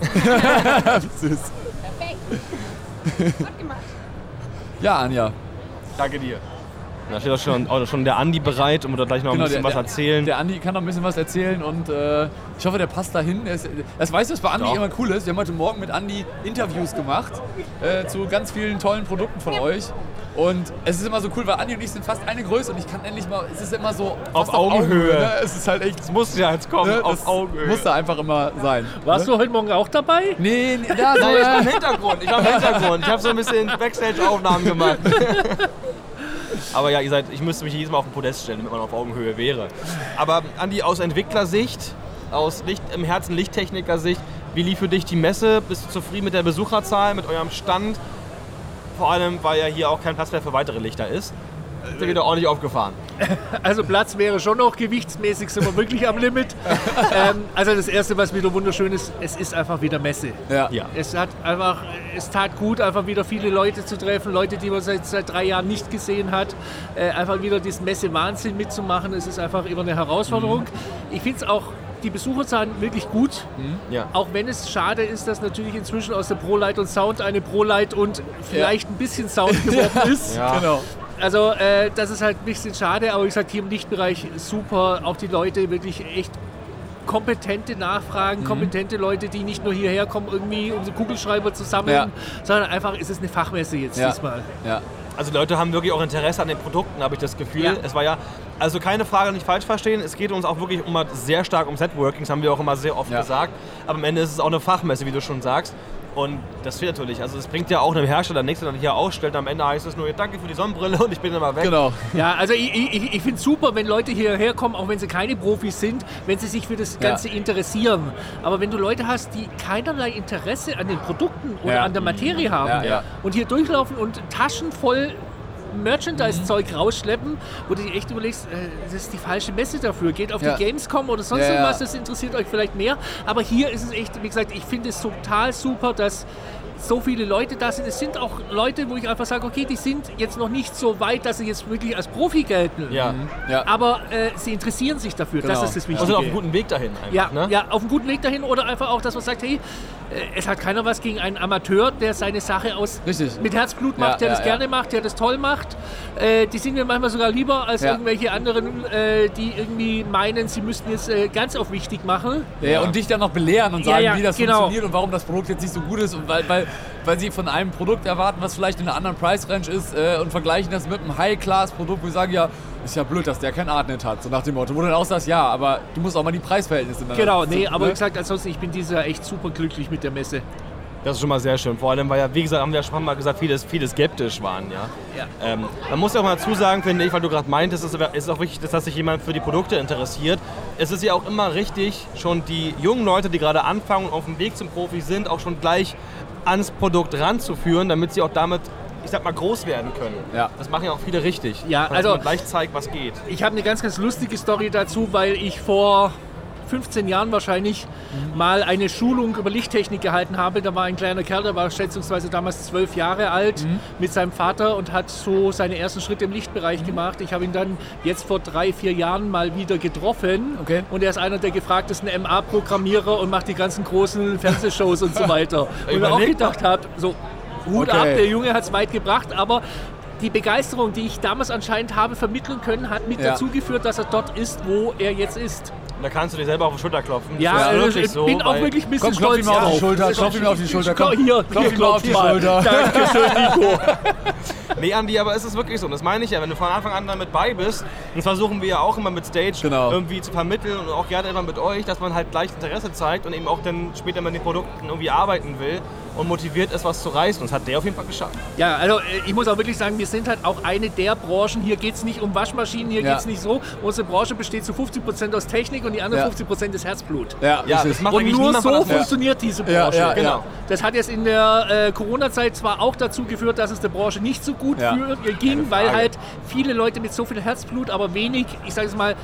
[SPEAKER 11] Tschüss.
[SPEAKER 1] Tschüss.
[SPEAKER 10] Gut gemacht.
[SPEAKER 1] Ja, Anja.
[SPEAKER 2] Danke dir. Da steht auch schon, auch schon der Andi bereit, um da gleich noch ein
[SPEAKER 1] Genau,
[SPEAKER 2] bisschen
[SPEAKER 1] der-
[SPEAKER 2] was erzählen.
[SPEAKER 1] Der Andi kann noch ein bisschen was erzählen und äh, ich hoffe, der passt dahin. Er ist, das weißt du, was bei Andi
[SPEAKER 2] Doch.
[SPEAKER 1] immer cool ist? Wir haben heute Morgen mit Andi Interviews gemacht äh, zu ganz vielen tollen Produkten von euch. Und es ist immer so cool, weil Andi und ich sind fast eine Größe und ich kann endlich mal, es ist immer so fast
[SPEAKER 2] Auf Augenhöhe.
[SPEAKER 1] ne? Es ist halt echt,
[SPEAKER 2] das muss ja jetzt kommen,
[SPEAKER 1] ne?
[SPEAKER 2] auf
[SPEAKER 1] das
[SPEAKER 2] Augenhöhe.
[SPEAKER 1] muss da einfach immer sein. ne?
[SPEAKER 5] Warst du heute Morgen auch dabei?
[SPEAKER 1] Nee, nee, da,
[SPEAKER 2] Nein, ich war
[SPEAKER 1] da.
[SPEAKER 2] im Hintergrund. Ich war im Hintergrund. Ich habe so ein bisschen Backstage-Aufnahmen gemacht. Aber ja, ihr seid, ich müsste mich jedes Mal auf den Podest stellen, damit man auf Augenhöhe wäre. Aber Andi, aus Entwicklersicht, aus Licht, im Herzen Lichttechniker-Sicht, wie lief für dich die Messe? Bist du zufrieden mit der Besucherzahl, mit eurem Stand? Vor allem, weil ja hier auch kein Platz mehr für weitere Lichter ist. Sind wir wieder ordentlich aufgefahren.
[SPEAKER 5] Also Platz wäre schon noch, gewichtsmäßig sind wir wirklich am Limit. ähm, also das Erste, was wieder wunderschön ist, es ist einfach wieder Messe.
[SPEAKER 1] Ja.
[SPEAKER 2] Ja.
[SPEAKER 5] Es hat einfach, es tat gut, einfach wieder viele Leute zu treffen, Leute, die man seit, seit drei Jahren nicht gesehen hat, äh, einfach wieder diesen Messe-Wahnsinn mitzumachen. Es ist einfach immer eine Herausforderung. Ich finde es auch
[SPEAKER 12] die Besucherzahlen wirklich gut.
[SPEAKER 2] Ja.
[SPEAKER 12] Auch wenn es schade ist, dass natürlich inzwischen aus der ProLight und Sound eine ProLight und vielleicht ein bisschen Sound geworden ist.
[SPEAKER 2] Ja.
[SPEAKER 12] Genau. Also äh, das ist halt ein bisschen schade, aber wie gesagt, hier im Lichtbereich super. Auch die Leute wirklich echt kompetente
[SPEAKER 2] Mhm.
[SPEAKER 12] Nachfragen, kompetente Leute, die nicht nur hierher kommen, irgendwie um so Kugelschreiber zu sammeln,
[SPEAKER 1] Ja.
[SPEAKER 12] sondern einfach ist es eine Fachmesse jetzt
[SPEAKER 1] Ja.
[SPEAKER 12] diesmal.
[SPEAKER 1] Ja.
[SPEAKER 2] Also die Leute haben wirklich auch Interesse an den Produkten, habe ich das Gefühl.
[SPEAKER 12] Ja.
[SPEAKER 2] Es war ja, also keine Frage, nicht falsch verstehen, es geht uns auch wirklich immer sehr stark ums Networking, das haben wir auch immer sehr oft
[SPEAKER 1] Ja.
[SPEAKER 2] gesagt. Aber am Ende ist es auch eine Fachmesse, wie du schon sagst. Und das fehlt natürlich. Also es bringt ja auch einem Hersteller nichts, der dann hier ausstellt. Am Ende heißt es nur, danke für die Sonnenbrille und ich bin dann mal weg.
[SPEAKER 1] Genau.
[SPEAKER 12] Ja, also ich, ich, ich finde es super, wenn Leute hierher kommen, auch wenn sie keine Profis sind, wenn sie sich für das Ganze interessieren. Aber wenn du Leute hast, die keinerlei Interesse an den Produkten oder
[SPEAKER 1] Ja.
[SPEAKER 12] an der Materie haben
[SPEAKER 1] Ja, ja.
[SPEAKER 12] und hier durchlaufen und Taschen voll Merchandise-Zeug rausschleppen, wo du dir echt überlegst, äh, das ist die falsche Messe dafür. Geht auf
[SPEAKER 1] Ja.
[SPEAKER 12] die Gamescom oder sonst
[SPEAKER 1] Ja, ja.
[SPEAKER 12] irgendwas, das interessiert euch vielleicht mehr. Aber hier ist es echt, wie gesagt, ich finde es total super, dass so viele Leute da sind. Es sind auch Leute, wo ich einfach sage, okay, die sind jetzt noch nicht so weit, dass sie jetzt wirklich als Profi gelten. Mhm.
[SPEAKER 2] Ja.
[SPEAKER 1] Ja.
[SPEAKER 12] Aber äh, sie interessieren sich dafür.
[SPEAKER 1] Genau.
[SPEAKER 12] Das ist das
[SPEAKER 2] Und sind
[SPEAKER 12] Wichtige.
[SPEAKER 2] Also auf einem guten Weg dahin einfach.
[SPEAKER 12] ja,
[SPEAKER 2] ne?
[SPEAKER 12] ja, auf einem guten Weg dahin oder einfach auch, dass man sagt, hey, äh, es hat keiner was gegen einen Amateur, der seine Sache aus
[SPEAKER 1] Richtig.
[SPEAKER 12] mit Herzblut
[SPEAKER 1] Ja,
[SPEAKER 12] macht, der
[SPEAKER 1] ja,
[SPEAKER 12] das
[SPEAKER 1] ja.
[SPEAKER 12] gerne macht, der das toll macht. Äh, die sind mir manchmal sogar lieber als
[SPEAKER 1] Ja.
[SPEAKER 12] irgendwelche anderen, äh, die irgendwie meinen, sie müssten jetzt äh, ganz auf wichtig machen.
[SPEAKER 1] Ja, und dich dann noch belehren und
[SPEAKER 12] Ja,
[SPEAKER 1] sagen,
[SPEAKER 12] ja,
[SPEAKER 1] wie das
[SPEAKER 12] genau.
[SPEAKER 1] funktioniert und warum das Produkt jetzt nicht so gut ist und weil, weil, weil sie von einem Produkt erwarten, was vielleicht in einer anderen Preisrange ist äh, und vergleichen das mit einem High-Class-Produkt, wo sie sagen, ja, ist ja blöd, dass der kein Artnet hat, so nach dem Motto. Wo du dann auch sagst, ja, aber du musst auch mal die Preisverhältnisse ne? dann
[SPEAKER 12] Genau, nee, aber wie gesagt, ansonsten, ich bin dieser echt super glücklich mit der Messe.
[SPEAKER 2] Das ist schon mal sehr schön. Vor allem, weil ja, wie gesagt, haben wir ja schon mal gesagt, viele, viele skeptisch waren. Ja?
[SPEAKER 12] Ja.
[SPEAKER 2] Ähm, man muss ja auch mal dazu sagen, finde ich, weil du gerade meintest, es ist auch wichtig, dass sich jemand für die Produkte interessiert. Es ist ja auch immer richtig, schon die jungen Leute, die gerade anfangen und auf dem Weg zum Profi sind, auch schon gleich ans Produkt ranzuführen, damit sie auch damit, ich sag mal, groß werden können.
[SPEAKER 1] Ja.
[SPEAKER 2] Das machen ja auch viele richtig.
[SPEAKER 12] Ja,
[SPEAKER 2] dass
[SPEAKER 12] also-
[SPEAKER 2] man gleich zeigt, was geht.
[SPEAKER 12] Ich habe eine ganz, ganz lustige Story dazu, weil ich vor 15 Jahren wahrscheinlich
[SPEAKER 1] Mhm.
[SPEAKER 12] mal eine Schulung über Lichttechnik gehalten habe. Da war ein kleiner Kerl, der war schätzungsweise damals zwölf Jahre alt,
[SPEAKER 1] Mhm.
[SPEAKER 12] mit seinem Vater und hat so seine ersten Schritte im
[SPEAKER 1] Mhm.
[SPEAKER 12] Lichtbereich gemacht. Ich habe ihn dann jetzt vor drei, vier Jahren mal wieder getroffen.
[SPEAKER 1] Okay.
[SPEAKER 12] Und er ist einer der gefragtesten MA-Programmierer und macht die ganzen großen Fernsehshows und so weiter. Und mir auch
[SPEAKER 2] Überlegt
[SPEAKER 12] gedacht habe, so Hut
[SPEAKER 1] Okay.
[SPEAKER 12] ab, der Junge hat es weit gebracht, aber die Begeisterung, die ich damals anscheinend habe vermitteln können, hat mit
[SPEAKER 1] Ja.
[SPEAKER 12] dazu geführt, dass er dort ist, wo er jetzt ist.
[SPEAKER 2] Und da kannst du dir selber auf die Schulter klopfen.
[SPEAKER 12] Ja,
[SPEAKER 2] das ist
[SPEAKER 12] äh,
[SPEAKER 2] wirklich
[SPEAKER 12] ich
[SPEAKER 2] so.
[SPEAKER 12] bin auch
[SPEAKER 2] weil-
[SPEAKER 12] wirklich ein bisschen
[SPEAKER 1] Komm, klopf
[SPEAKER 12] stolz
[SPEAKER 1] ihm auf die
[SPEAKER 12] drauf.
[SPEAKER 1] Schulter, klopf ihm auf die Schulter, komm,
[SPEAKER 12] hier,
[SPEAKER 1] klopf
[SPEAKER 12] hier,
[SPEAKER 1] ihm auf die
[SPEAKER 12] mal.
[SPEAKER 1] Schulter.
[SPEAKER 12] Dankeschön, Nico.
[SPEAKER 2] Nee, Andi, aber es ist wirklich so. Und das meine ich ja, wenn du von Anfang an damit bei bist, das versuchen wir ja auch immer mit Stage
[SPEAKER 1] Genau.
[SPEAKER 2] irgendwie zu vermitteln und auch gerne immer mit euch, dass man halt gleich Interesse zeigt und eben auch dann später mit den Produkten irgendwie arbeiten will und motiviert ist, was zu reißen. Und das hat der auf jeden Fall geschafft.
[SPEAKER 12] Ja, also äh, ich muss auch wirklich sagen, wir sind halt auch eine der Branchen. Hier geht es nicht um Waschmaschinen, hier
[SPEAKER 1] Ja.
[SPEAKER 12] geht es nicht so. Unsere Branche besteht zu 50% aus Technik und die anderen
[SPEAKER 1] Ja.
[SPEAKER 12] 50% ist Herzblut.
[SPEAKER 1] Ja,
[SPEAKER 2] Ja,
[SPEAKER 1] richtig.
[SPEAKER 2] das macht
[SPEAKER 12] Und
[SPEAKER 2] eigentlich
[SPEAKER 12] nur
[SPEAKER 2] niemand von
[SPEAKER 12] so
[SPEAKER 2] uns.
[SPEAKER 12] funktioniert diese
[SPEAKER 1] Ja,
[SPEAKER 12] Branche.
[SPEAKER 1] ja, ja.
[SPEAKER 2] Genau.
[SPEAKER 12] Das hat jetzt in der äh, Corona-Zeit zwar auch dazu geführt, dass es der Branche nicht so gut
[SPEAKER 1] Ja.
[SPEAKER 12] für, äh, ging, weil halt viele Leute mit so viel Herzblut, aber wenig, ich sage es mal,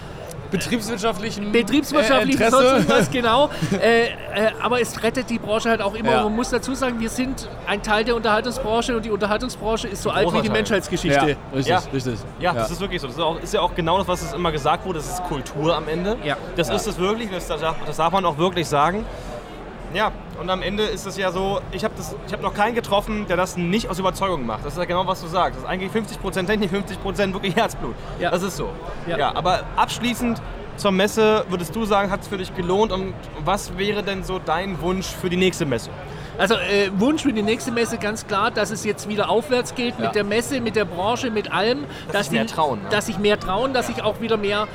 [SPEAKER 1] betriebswirtschaftlichen
[SPEAKER 12] betriebswirtschaftlich
[SPEAKER 1] äh,
[SPEAKER 12] sonst irgendwas,
[SPEAKER 1] Interesse.
[SPEAKER 12] genau. äh, äh, aber es rettet die Branche halt auch immer.
[SPEAKER 1] Ja.
[SPEAKER 12] Man muss dazu sagen, wir sind ein Teil der Unterhaltungsbranche und die Unterhaltungsbranche ist so alt wie
[SPEAKER 2] großer
[SPEAKER 12] die
[SPEAKER 2] Teil.
[SPEAKER 1] Ja,
[SPEAKER 12] Menschheitsgeschichte.
[SPEAKER 1] richtig,
[SPEAKER 2] Ja.
[SPEAKER 1] richtig.
[SPEAKER 2] Ja, das ist wirklich so. Das ist, auch, ist ja auch genau das, was es immer gesagt wurde. Das ist Kultur am Ende.
[SPEAKER 12] Ja.
[SPEAKER 2] Das ist es wirklich. Das darf, das darf man auch wirklich sagen. Ja, und am Ende ist es ja so, ich habe hab noch keinen getroffen, der das nicht aus Überzeugung macht. Das ist ja genau, was du sagst. Das ist eigentlich 50% Technik, 50% wirklich Herzblut.
[SPEAKER 12] Ja.
[SPEAKER 2] Das ist so.
[SPEAKER 12] Ja.
[SPEAKER 2] aber abschließend zur Messe, würdest du sagen, hat es für dich gelohnt und was wäre denn so dein Wunsch für die nächste Messe?
[SPEAKER 12] Also äh, Wunsch für die nächste Messe ganz klar, dass es jetzt wieder aufwärts geht
[SPEAKER 1] Ja.
[SPEAKER 12] mit der Messe, mit der Branche, mit allem.
[SPEAKER 2] Dass sich mehr
[SPEAKER 12] die-
[SPEAKER 2] trauen, ne?
[SPEAKER 12] Dass sich mehr trauen, dass sich auch wieder mehr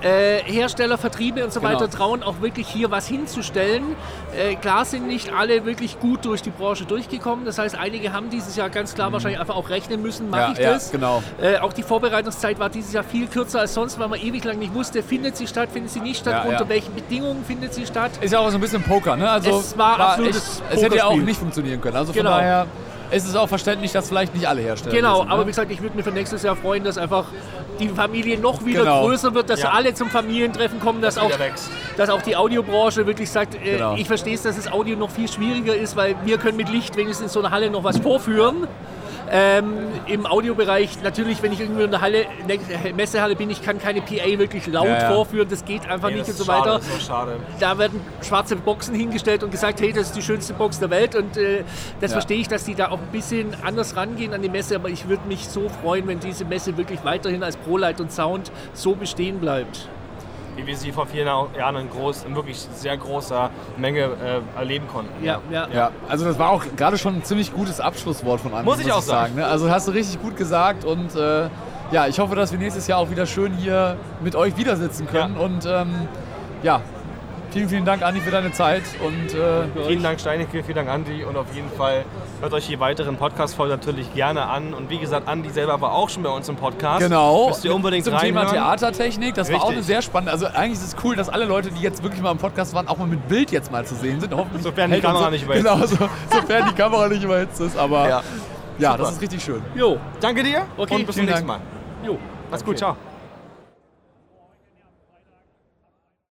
[SPEAKER 12] äh, Hersteller, Vertriebe und so
[SPEAKER 1] Genau.
[SPEAKER 12] weiter trauen, auch wirklich hier was hinzustellen. Äh, klar sind nicht alle wirklich gut durch die Branche durchgekommen. Das heißt, einige haben dieses Jahr ganz klar wahrscheinlich einfach auch rechnen müssen, mache
[SPEAKER 1] Mhm. Ja,
[SPEAKER 12] ich
[SPEAKER 1] ja,
[SPEAKER 12] das?
[SPEAKER 1] genau.
[SPEAKER 12] Äh, auch die Vorbereitungszeit war dieses Jahr viel kürzer als sonst, weil man ewig lang nicht wusste, findet sie statt, findet sie nicht statt,
[SPEAKER 1] Ja, ja.
[SPEAKER 12] unter welchen Bedingungen findet sie statt.
[SPEAKER 1] Ist ja auch so ein bisschen Poker, ne? Also
[SPEAKER 12] Es war absolutes
[SPEAKER 1] echt, Es hätte ja auch
[SPEAKER 12] Pokerspiel.
[SPEAKER 1] nicht funktionieren können. Also von
[SPEAKER 12] Genau.
[SPEAKER 1] daher ist es auch verständlich, dass vielleicht nicht alle herstellen.
[SPEAKER 12] Genau,
[SPEAKER 1] müssen,
[SPEAKER 12] aber wie
[SPEAKER 1] ne?
[SPEAKER 12] gesagt, ich würde mir für nächstes Jahr freuen, dass einfach die Familie noch wieder
[SPEAKER 1] Genau.
[SPEAKER 12] größer wird, dass
[SPEAKER 1] Ja.
[SPEAKER 12] alle zum Familientreffen kommen, dass,
[SPEAKER 1] Dass
[SPEAKER 12] auch,
[SPEAKER 1] wieder wächst.
[SPEAKER 12] dass auch die Audiobranche wirklich sagt, äh,
[SPEAKER 1] Genau.
[SPEAKER 12] ich verstehe es, dass das Audio noch viel schwieriger ist, weil wir können mit Licht wenigstens in so einer Halle noch was vorführen. Ähm, Im Audiobereich natürlich, wenn ich irgendwo in der Halle, in der Messehalle bin, ich kann keine PA wirklich laut
[SPEAKER 2] Ja, ja.
[SPEAKER 12] vorführen, das geht einfach
[SPEAKER 2] Nee,
[SPEAKER 12] nicht
[SPEAKER 2] das
[SPEAKER 12] und so
[SPEAKER 2] ist schade,
[SPEAKER 12] weiter.
[SPEAKER 2] das ist auch schade.
[SPEAKER 12] Da werden schwarze Boxen hingestellt und gesagt, hey, das ist die schönste Box der Welt. Und äh, das
[SPEAKER 1] Ja.
[SPEAKER 12] verstehe ich, dass die da auch ein bisschen anders rangehen an die Messe. Aber ich würde mich so freuen, wenn diese Messe wirklich weiterhin als ProLight und Sound so bestehen bleibt.
[SPEAKER 2] wie wir sie vor vielen Jahren in, groß, in wirklich sehr großer Menge äh, erleben konnten.
[SPEAKER 12] Ja, ja.
[SPEAKER 1] Ja, also das war auch gerade schon ein ziemlich gutes Abschlusswort von Andi.
[SPEAKER 2] Muss ich auch sagen.
[SPEAKER 1] ne? Also hast du richtig gut gesagt und äh, ja, ich hoffe, dass wir nächstes Jahr auch wieder schön hier mit euch wieder sitzen können. Und ähm, ja, vielen, vielen Dank, Andi, für deine Zeit. Und äh,
[SPEAKER 2] Vielen Dank Steinecke, vielen Dank Andi und auf jeden Fall hört euch die weiteren Podcast-Folgen natürlich gerne an. Und wie gesagt, Andi selber war auch schon bei uns im Podcast.
[SPEAKER 1] Genau.
[SPEAKER 2] Müsst ihr unbedingt
[SPEAKER 1] Zum Thema
[SPEAKER 2] reinhören.
[SPEAKER 1] Theatertechnik. Das war auch
[SPEAKER 2] Richtig.
[SPEAKER 1] eine sehr spannende. Also eigentlich ist es cool, dass alle Leute, die jetzt wirklich mal im Podcast waren, auch mal mit Bild jetzt mal zu sehen sind. Hoffentlich
[SPEAKER 2] Sofern die
[SPEAKER 1] hält uns
[SPEAKER 2] Kamera
[SPEAKER 1] so-
[SPEAKER 2] nicht überhitzt
[SPEAKER 1] Genau, so, sofern die Kamera nicht überhitzt ist. Aber ja,
[SPEAKER 2] Ja.
[SPEAKER 1] das
[SPEAKER 2] Super.
[SPEAKER 1] ist richtig schön.
[SPEAKER 12] Jo,
[SPEAKER 2] Danke dir
[SPEAKER 12] Okay,
[SPEAKER 2] und bis
[SPEAKER 1] vielen
[SPEAKER 2] zum nächsten
[SPEAKER 1] Dank.
[SPEAKER 2] Mal.
[SPEAKER 12] jo.
[SPEAKER 2] Mach's gut, ciao.